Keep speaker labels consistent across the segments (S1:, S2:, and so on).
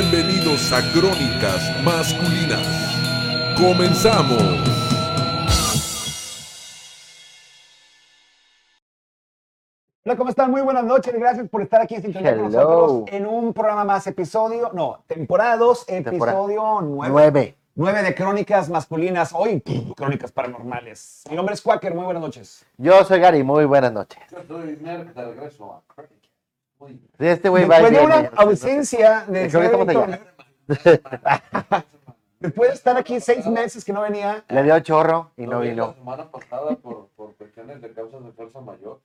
S1: Bienvenidos a Crónicas Masculinas. Comenzamos.
S2: Hola, ¿cómo están? Muy buenas noches. Gracias por estar aquí en sintonía con
S3: Hello.
S2: nosotros en un programa más, episodio, no, temporada 2,
S3: Temporada
S2: episodio 9.
S3: Nueve.
S2: 9 de Crónicas Masculinas. Hoy, pff, Crónicas Paranormales. Mi nombre es Quaker. Muy buenas noches.
S3: Yo soy Gary, muy buenas noches.
S4: Yo soy Merck de regreso a Crónica. Muy bien.
S3: Sí, Este güey va y
S2: Después de
S3: viene,
S2: una
S3: ya no sé,
S2: ausencia de
S3: Creo que
S2: Seven
S3: estamos allá.
S2: Turner, después de estar aquí seis meses que no venía,
S3: no sé. Le dio chorro y no
S4: vi La
S3: vino.
S4: semana pasada por, por cuestiones de causas de fuerza mayor,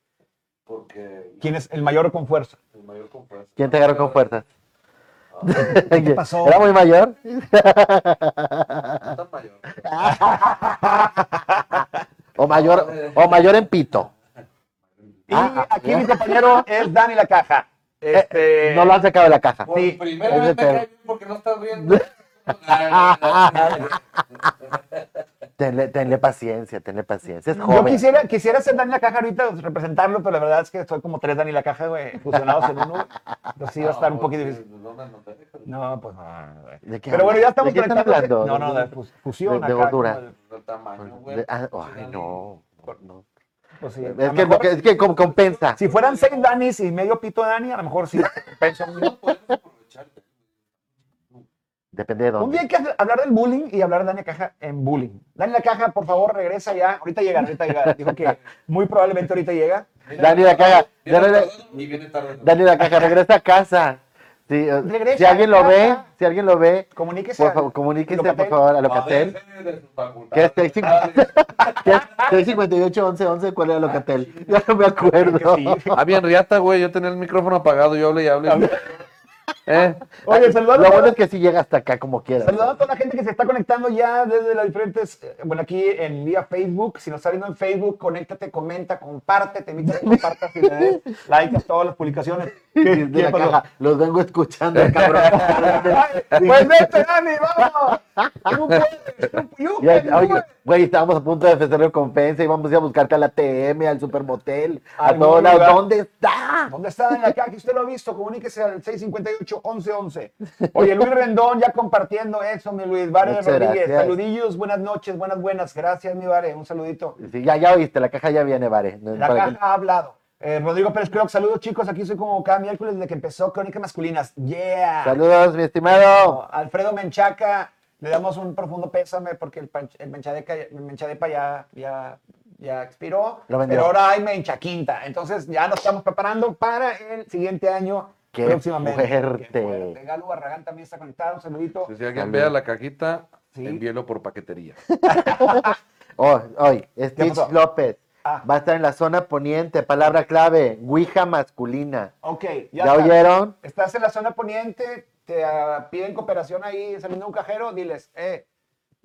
S4: porque
S2: ¿quién es el mayor con fuerza?
S4: el mayor con fuerza.
S3: ¿Quién te agarró con fuerzas?
S2: Ah. pasó?
S3: ¿Era muy mayor?
S4: No tan mayor.
S3: ¿O mayor,
S2: eh.
S3: o mayor en pito?
S2: Y
S3: Ah, Eh,
S2: aquí mi compañero es Dani La Caja. Este,
S3: No lo han sacado de la caja.
S4: Por
S2: Sí,
S4: primera vez me
S3: es de pedo.
S4: cae bien porque no estás riendo. Ay,
S3: Tenle, tenle paciencia, tenle paciencia. Es
S2: Yo
S3: joven.
S2: quisiera, quisiera ser Dani la Caja ahorita, pues, representarlo, pero la verdad es que estoy como tres Dani la Caja, güey, fusionados en uno. Entonces sí va a estar un
S4: no,
S2: poquito
S4: porque
S2: difícil.
S4: no me anoté, déjalo.
S2: No, pues no, güey.
S3: ¿De qué
S2: Pero bueno, ya
S3: hablas?
S2: estamos
S3: ¿De qué están
S2: conectados.
S3: hablando?
S2: No, no, de fus- fusión.
S3: de-
S2: acá,
S3: de gordura.
S2: como de-
S4: pues, Del tamaño, güey.
S3: De- ah, ay, no. no.
S2: pues sí, a
S3: Es
S2: lo
S3: que,
S2: mejor,
S3: es que com- compensa.
S2: Si fueran seis Danis y medio pito Dani, a lo mejor sí. compensa un día.
S4: Puedes aprovecharte.
S3: Depende de
S2: Un
S3: dónde.
S2: día hay que hablar del bullying y hablar de Dani la Caja en bullying. Dani la Caja, por favor, regresa ya. Ahorita llega, ahorita llega. Dijo que muy probablemente ahorita llega.
S4: Mira,
S3: Dani la caga.
S4: viene
S3: Dani la-
S4: tardado Y viene tarde.
S3: Dale la caja, regresa a casa. Sí, eh,
S2: Regresa
S3: si alguien
S2: a
S3: lo ve,
S2: casa.
S3: si alguien lo ve,
S2: Comuníquese.
S3: por
S2: al-
S3: favor, comuníquese
S2: Locatel.
S3: por favor a
S4: Padece
S3: Locatel.
S4: de sus facultades.
S3: ¿Qué es técnico? ¿Qué es? 658 11 11 cuál era Locatel? Ya no me acuerdo.
S2: Creo que sí.
S5: Ah, bien, Riata, güey, yo tenía el micrófono apagado, yo hablé y hablé. ¿Eh?
S2: Oye, saludando
S3: Lo
S2: a
S3: bueno es que sí llega hasta acá como quieras.
S2: Saludando a toda la gente que se está conectando ya desde las diferentes, eh, bueno, aquí en vía Facebook, si nos está viendo en Facebook, conéctate, comenta, comparte, te invito a que compartas y le des like a todas las publicaciones.
S3: Desde la
S2: pasó?
S3: caja, los vengo escuchando, cabrón.
S2: Pues vete, Dani, vamos. Tú puedes, tú- you
S3: Ya,
S2: can do
S3: oye,
S2: it.
S3: güey, estábamos a punto de ofrecer recompensa y vamos a ir a buscarte a la TM, al supermotel, a
S2: Algún
S3: todos lados.
S2: lugar.
S3: ¿Dónde está?
S2: ¿Dónde está Dani acá? Que usted lo ha visto, comuníquese al 658-1111. Oye, Luis Rendón, ya compartiendo eso, mi Luis. Vare
S3: Muchas
S2: Rodríguez,
S3: gracias.
S2: saludillos, buenas noches, buenas, buenas. Gracias, mi Vare, un saludito.
S3: Sí, ya, ya oíste, la caja ya viene, Vare. No,
S2: La
S3: para que-
S2: caja ha hablado. Eh, Rodrigo Pérez Croc, saludos chicos, aquí soy como cada miércoles desde que empezó Crónicas Masculinas. Yeah.
S3: Saludos, mi estimado.
S2: Alfredo Menchaca, le damos un profundo pésame porque el, panch- el Menchadeca- el Menchadepa ya, ya, ya expiró,
S3: Lo vendió.
S2: pero ahora hay Menchaquinta. Entonces ya nos estamos preparando para el siguiente año.
S3: Qué
S2: próximamente.
S3: fuerte.
S2: Qué fuerte. Galo Barragán también está conectado, un saludito.
S5: Si alguien vea la cajita,
S2: Sí.
S5: envíelo por paquetería.
S3: Hoy, hoy, Stitch
S2: pasó?
S3: López
S2: Ah.
S3: va a estar en la zona poniente, palabra clave, Ouija masculina.
S2: Ok, ya,
S3: ¿Ya,
S2: está.
S3: oyeron?
S2: Estás en la zona poniente, te ah, piden cooperación ahí saliendo de un cajero, diles, eh,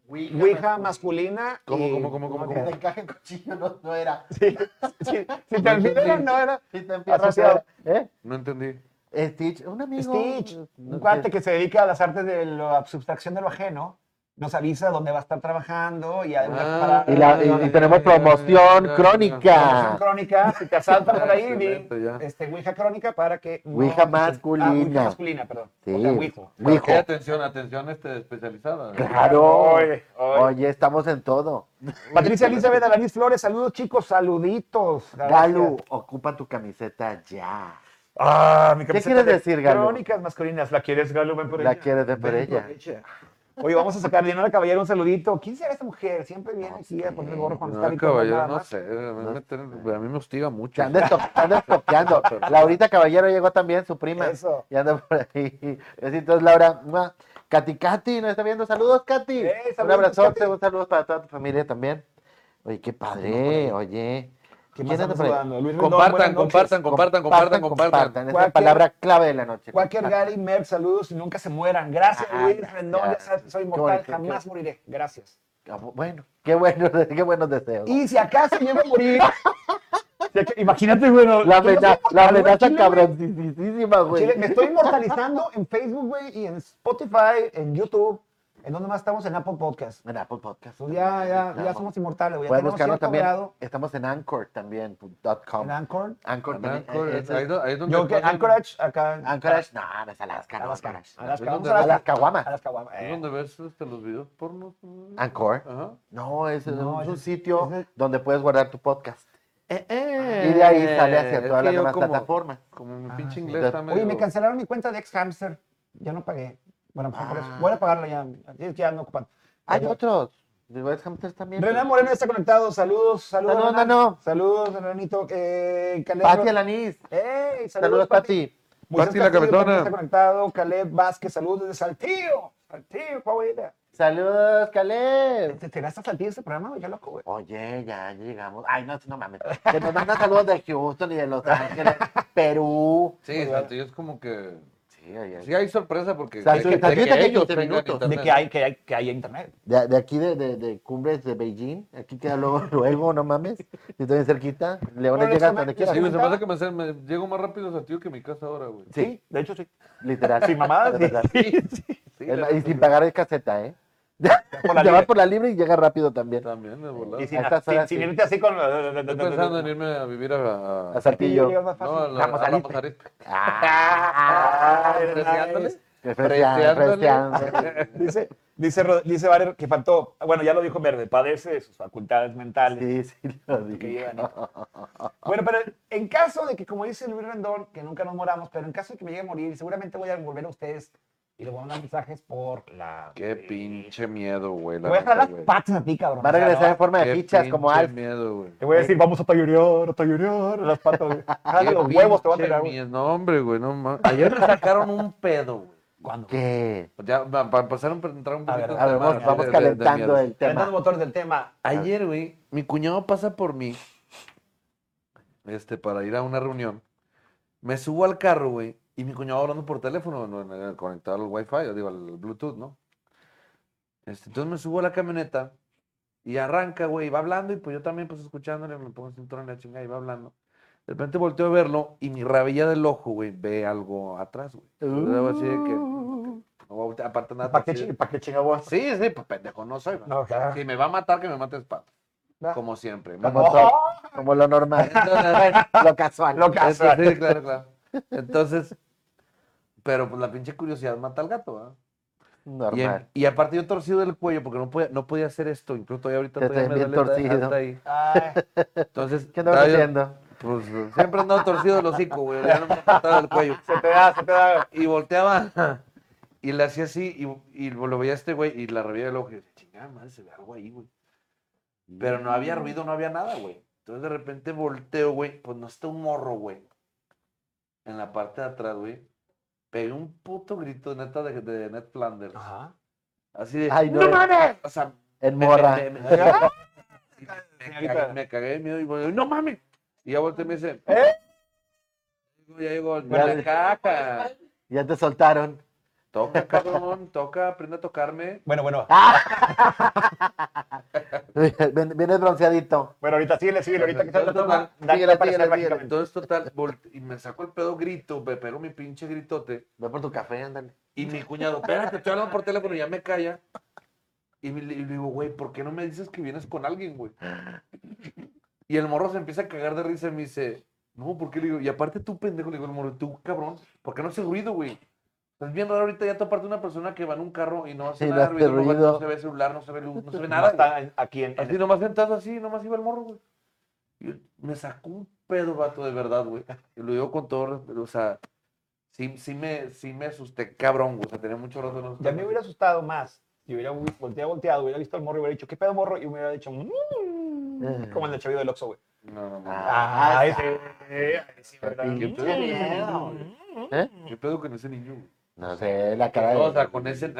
S2: Ouija masculina.
S5: ¿Cómo,
S2: y-
S5: cómo, cómo,
S3: Como
S5: cómo, cómo?
S3: que te encaje en cochino, no, no era.
S2: Sí, sí, si te olvidas, no era.
S3: Sí, te empiezas a-
S2: Asociado.
S3: ¿Eh?
S5: No entendí.
S3: Stitch, un amigo.
S2: Eh, Stitch, un
S3: no sé.
S2: cuate que se dedica a las artes de la abstracción de lo ajeno, nos avisa dónde va a estar trabajando y además
S5: Ah,
S2: para
S3: Y, la- y- y tenemos promoción
S5: Ya, ya, ya.
S2: promoción
S3: crónica.
S2: crónica, si te asaltan por ahí, di,
S5: Excelente, ya.
S2: este, Ouija crónica para que... no-
S3: Ouija
S2: ah,
S3: masculina.
S2: Ouija masculina, perdón.
S3: Sí.
S2: O sea, Ouijo.
S3: Ouija.
S5: Qué atención, atención este especializada.
S3: Claro.
S2: Oye, oye.
S3: Oye, estamos en todo.
S2: Patricia Elizabeth Alanis Flores, saludos chicos, saluditos.
S3: Galu, ocupa tu camiseta ya.
S2: Ah, mi
S3: camiseta quieres de decir, Galo?
S2: Crónicas masculinas, ¿la quieres, Galo? Ven por
S3: La
S2: ella.
S3: quieres ver por
S2: Ven
S3: ella.
S2: ella. Oye, vamos a sacar Diana Caballero un saludito. ¿Quién será esta mujer? Siempre viene aquí a poner el gorro cuando está
S5: No,
S2: bien contenta,
S5: caballero,
S2: nada
S5: Ah, no
S2: más.
S5: sé. A mí, me tienen- a mí me hostiga
S3: Te
S5: mucho.
S3: andas, to- te andas toqueando. Laurita Caballero llegó también, su prima.
S2: Eso.
S3: Y anda por ahí. Así, Entonces, Laura, ¡mua! Katy, Katy, nos está viendo. Saludos, Katy.
S2: Eh,
S3: un
S2: saludos,
S3: abrazote,
S2: Katy.
S3: un saludo para toda tu familia también. Oye, qué padre, oye.
S2: ¿Quién
S3: ¿Quién
S2: más
S3: anda
S2: anda
S3: por ahí?
S2: saludando? Luis Rendón, buenas
S5: Compartan,
S2: noches.
S5: compartan, compartan, compartan, compartan.
S3: compartan. Esa es
S2: Cualquier-
S3: la palabra clave de la noche. Ah,
S2: Cualquier
S3: Compartan.
S2: Gary, Merck, saludos y nunca se mueran. Gracias,
S3: Ah,
S2: Luis
S3: gracias.
S2: Rendón. Ya sabes, soy
S3: Qué
S2: inmortal,
S3: bonito, qué
S2: jamás
S3: bonito.
S2: moriré. Gracias.
S3: Ah, bu- Bueno, qué, bueno, qué buenos deseos.
S2: Y si acaso llego a morir. si aca- Imagínate, güey. no-
S3: la
S2: yo no soy
S3: amenaza, la
S2: inmortal, güey,
S3: amenaza
S2: Chile, güey.
S3: cabroncísima, güey.
S2: Chile, me estoy inmortalizando en Facebook, güey, y en Spotify, en YouTube. ¿En dónde más estamos? En Apple Podcast.
S3: En Apple pues, Podcast.
S2: Entonces, ya, ya, ya
S3: Estamos.
S2: somos inmortales, güey. Ya
S3: Pueden
S2: tenemos
S3: buscarnos
S2: cierto
S3: también.
S2: grado
S3: Estamos en Anchor también, dot com.
S2: en Anchor.
S3: Anchor también.
S5: Anchor,
S3: eh,
S5: es-
S3: ese-
S5: ahí do- ahí es donde
S2: Yo que
S5: ponen-
S2: Anchorage, acá.
S3: Anchorage, no, no es Alaska, no,
S2: Alaska.
S3: Anchorage.
S2: Alaska.
S5: Es
S2: Vamos
S5: donde-
S2: a
S3: A
S2: Alaska.
S3: las caguamas.
S2: A las caguamas.
S5: Es
S2: eh.
S5: donde ves este, los videos porno.
S3: Anchor.
S5: Ajá.
S3: No, es, es
S2: No,
S3: un- es un
S2: ese-
S3: sitio
S2: ese-
S3: donde puedes guardar tu podcast.
S5: eh,
S3: Y de ahí sale hacia
S5: es
S3: todas
S5: que
S3: las
S5: yo
S3: demás
S5: como-
S3: plataformas.
S5: Como mi
S2: Ah,
S5: pinche
S2: sí.
S5: inglés está medio...
S2: Oye, me cancelaron mi cuenta de ex hamster. Ya no pagué. Bueno, a lo mejor por
S3: Ah.
S2: eso. Voy a pagarla ya. Es que ya no ocupan.
S3: Hay
S2: Pero-
S3: otros. De West Hamsters también.
S2: Renan Moreno está conectado. Saludos, saludos.
S3: Saludos,
S2: Renan.
S3: Nano.
S2: Saludos, Renanito. Eh, Caleb.
S3: Pati Alanis.
S2: Ey,
S3: Saludos, Pati.
S2: Moisés
S5: Pati la
S2: Castillo
S5: cabezona.
S2: también Está conectado. Caleb Vázquez, saludos desde Saltillo. Saltillo, Coahuila.
S3: Saludos, Caleb.
S2: ¿Te te vas a Saltillo este programa? güey? Qué loco, güey.
S3: Oye, ya llegamos. Ay, no, no mames. Que nos mandan saludos de Houston y de Los Ángeles, Perú.
S5: Sí, Santillo es como que...
S3: Sí, oye.
S5: Sí hay sorpresa porque...
S3: Saltillo-
S5: de
S3: Saltillo
S5: de
S3: tiene
S5: ellos
S3: 15
S5: tengan
S3: minutos.
S5: internet.
S2: De que hay, que hay, que hay internet.
S3: Pues De, de aquí, de, de, de Cumbres de Beijing. Aquí queda luego, luego no mames. Si estoy bien cerquita, Leones
S2: Bueno,
S3: llega
S2: eso
S3: hasta
S2: me-
S3: donde
S5: Sí,
S3: quiera.
S5: güey, se me hace que me, hace- me llego más rápido a que mi casa ahora, güey.
S3: Sí,
S2: de hecho sí.
S3: literal.
S2: Sin mamadas,
S3: De
S2: sí.
S3: verdad.
S5: Sí,
S3: Es
S5: la
S3: más, Y
S5: neta,
S3: sin
S5: sí.
S3: pagar el caseta, ¿eh?
S2: Por la
S3: Te vas
S2: libre.
S3: por la libre y llega rápido también.
S5: También, de volada.
S2: Y sin,
S5: Estoy
S3: A estas
S2: sin-
S3: horas
S2: sin
S3: sí.
S2: irte así con...
S5: pensando en irme a vivir a...
S3: A
S2: Saltillo.
S5: a-
S3: Saltillo.
S2: llegas más
S5: no, a
S2: fácil.
S5: la-
S3: Ramos
S5: a Ramos
S3: Arizpe.
S5: Arizpe.
S3: Ah,
S2: Ay,
S5: Freseándole.
S2: nice.
S3: Freseando,
S5: Freseándole.
S3: freseando.
S2: Dice, dice, Rod- dice Valer que faltó, bueno, ya lo dijo Verde, padece de sus facultades mentales.
S3: Sí, sí, lo
S2: que
S3: digo.
S2: llevan, ¿no? Bueno, pero en caso de que, como dice Luis Rendón, que nunca nos moramos, pero en caso de que me llegue a morir, seguramente voy a volver a ustedes y les voy a mandar mensajes por la... eh,
S5: Qué pinche miedo, güey.
S2: Te
S5: la
S2: voy a
S5: neta,
S2: jalar las
S5: güey.
S2: patas a ti, cabrón.
S3: Va a
S2: O sea,
S3: regresar
S2: no,
S3: en forma de
S5: Qué
S3: fichas como
S5: pinche
S3: Alf.
S5: miedo, güey.
S2: Te voy a decir, vamos a Toyurior, a Toyurior, las patas. güey. Ah, de
S5: Qué
S2: los huevos te voy a
S5: pinche
S2: tirar, güey.
S5: miedo. No, hombre, güey, no mames. Ayer me sacaron un pedo, güey.
S2: ¿Cuándo?
S3: ¿Qué?
S5: Ya, va- para empezar a entrar un
S2: A
S5: poquito
S2: ver,
S5: en
S3: A ver,
S5: tema
S3: vamos,
S5: de-
S3: vamos
S5: de- de- de
S3: calentando
S5: mierda.
S3: el
S2: Calentando
S3: tema.
S2: motores del tema.
S5: Ayer, güey, mi cuñado pasa por mí este, para ir a una reunión. Me subo al carro, güey, y mi cuñado hablando por teléfono, no, no, conectado al Wi-Fi, yo digo, al Bluetooth, ¿no? Este, entonces me subo a la camioneta y arranca, güey, y va hablando, y pues yo también, pues escuchándole, me pongo el cinturón en la chingada y va hablando. De repente volteo a verlo y mi rabilla del ojo, güey, ve algo atrás, güey. Entonces, hago así de que,
S3: Uh.
S5: no voy a voltear, aparte nada.
S2: ¿Para
S5: está
S2: qué,
S5: chido.
S2: chi- Ah, pa' qué chingo vos?
S5: Sí, sí, pues pendejo, no soy. ¿verdad?
S2: No, claro.
S5: Si me va a matar, que me mate de espada.
S2: Va.
S5: Como siempre.
S3: Como
S5: Bueno,
S3: todo, Como lo normal.
S5: entonces-
S3: Lo casual.
S2: Lo
S5: entonces,
S2: casual.
S5: sí, claro, claro. Entonces, pero pues la pinche curiosidad mata al gato, ¿verdad? Y,
S3: Normal.
S5: y aparte yo torcido del cuello porque no podía, no podía hacer esto, incluso todavía ahorita
S3: Te
S5: todavía me
S3: ves bien
S5: duele hasta-
S3: torcido.
S5: hasta ahí.
S2: Ay,
S5: Entonces,
S3: ¿Qué andabas
S5: estaba yo-
S3: haciendo?
S5: Pues siempre he andado torcido el hocico, güey. Ya no me apartaba del cuello.
S2: se te da, se te da.
S5: Y volteaba y le hacía así y, y lo veía a este güey y la revía del ojo. Y decía, chingada madre, se ve algo ahí, güey. Pero no había ruido, no había nada, güey. Entonces de repente volteo, güey. Pues no está un morro, güey. En la parte de atrás, güey. Pegué un puto grito neta de, de Ned Flanders.
S2: Ajá.
S5: Así de.
S3: Ay, no.
S5: mames! O sea,
S3: En
S5: me-
S3: morra.
S5: Me, me- me-
S2: Ajá.
S5: me cagué, me cagué de miedo y volví, ¡no mames! Y ya volteé y me dice.
S2: ¿Eh?
S5: Ya digo,
S3: Ya
S5: la
S3: le-
S5: caca.
S3: Ya te soltaron.
S5: Toca, cabrón, toca, aprende a tocarme.
S2: Bueno, bueno.
S3: Ven- Vienes bronceadito.
S2: Bueno, ahorita síguele, síguele. Ahorita que se
S5: Entonces, total,
S2: va a aparecer
S3: síguele,
S2: mágicamente.
S5: Entonces, total, volte- y me sacó el pedo grito, me pegó mi pinche gritote.
S3: Ve por tu café, ándale.
S5: Y mi cuñado, espérate, estoy hablando por teléfono, ya me calla. Y me- le le digo, güey, ¿por qué no me dices que vienes con alguien, güey? Y el morro se empieza a cagar de risa y me dice, no, ¿por qué? Le digo, y aparte tú, pendejo, le digo, el morro, tú, cabrón, ¿por qué no haces ruido, güey? Pues, Es bien raro ahorita ya toparte una persona que va en un carro y no hace
S3: Sí, no
S5: nada de
S3: hace
S5: ruido, no,
S3: ruido.
S5: no se ve celular, no se ve luz, no se ve
S2: Nada,
S5: nada. güey.
S2: está en- aquí en, en-
S5: Así nomás sentado así, nomás iba el morro, güey. Y me sacó un pedo, vato, de verdad, güey. Y lo digo con todo respeto, o sea, sí, sí, me, sí me asusté, cabrón, güey. O sea, tenía mucho rato. No
S2: Ya me hubiera asustado más. Si hubiera vu- volteado, volteado, hubiera visto al morro y hubiera dicho, ¿qué pedo morro? Y me hubiera dicho, "Mm", como el del chavito del Oxxo, güey.
S5: No, no, no.
S3: Ah,
S2: Ay, sí. ay, sí, ¿verdad?
S5: ¿Qué
S3: pinche
S5: pedo, güey?
S3: miedo. ¿Eh?
S5: ¿Qué pedo con ese niño? güey?
S3: No sé, la cara de.
S5: No, o sea, con ese...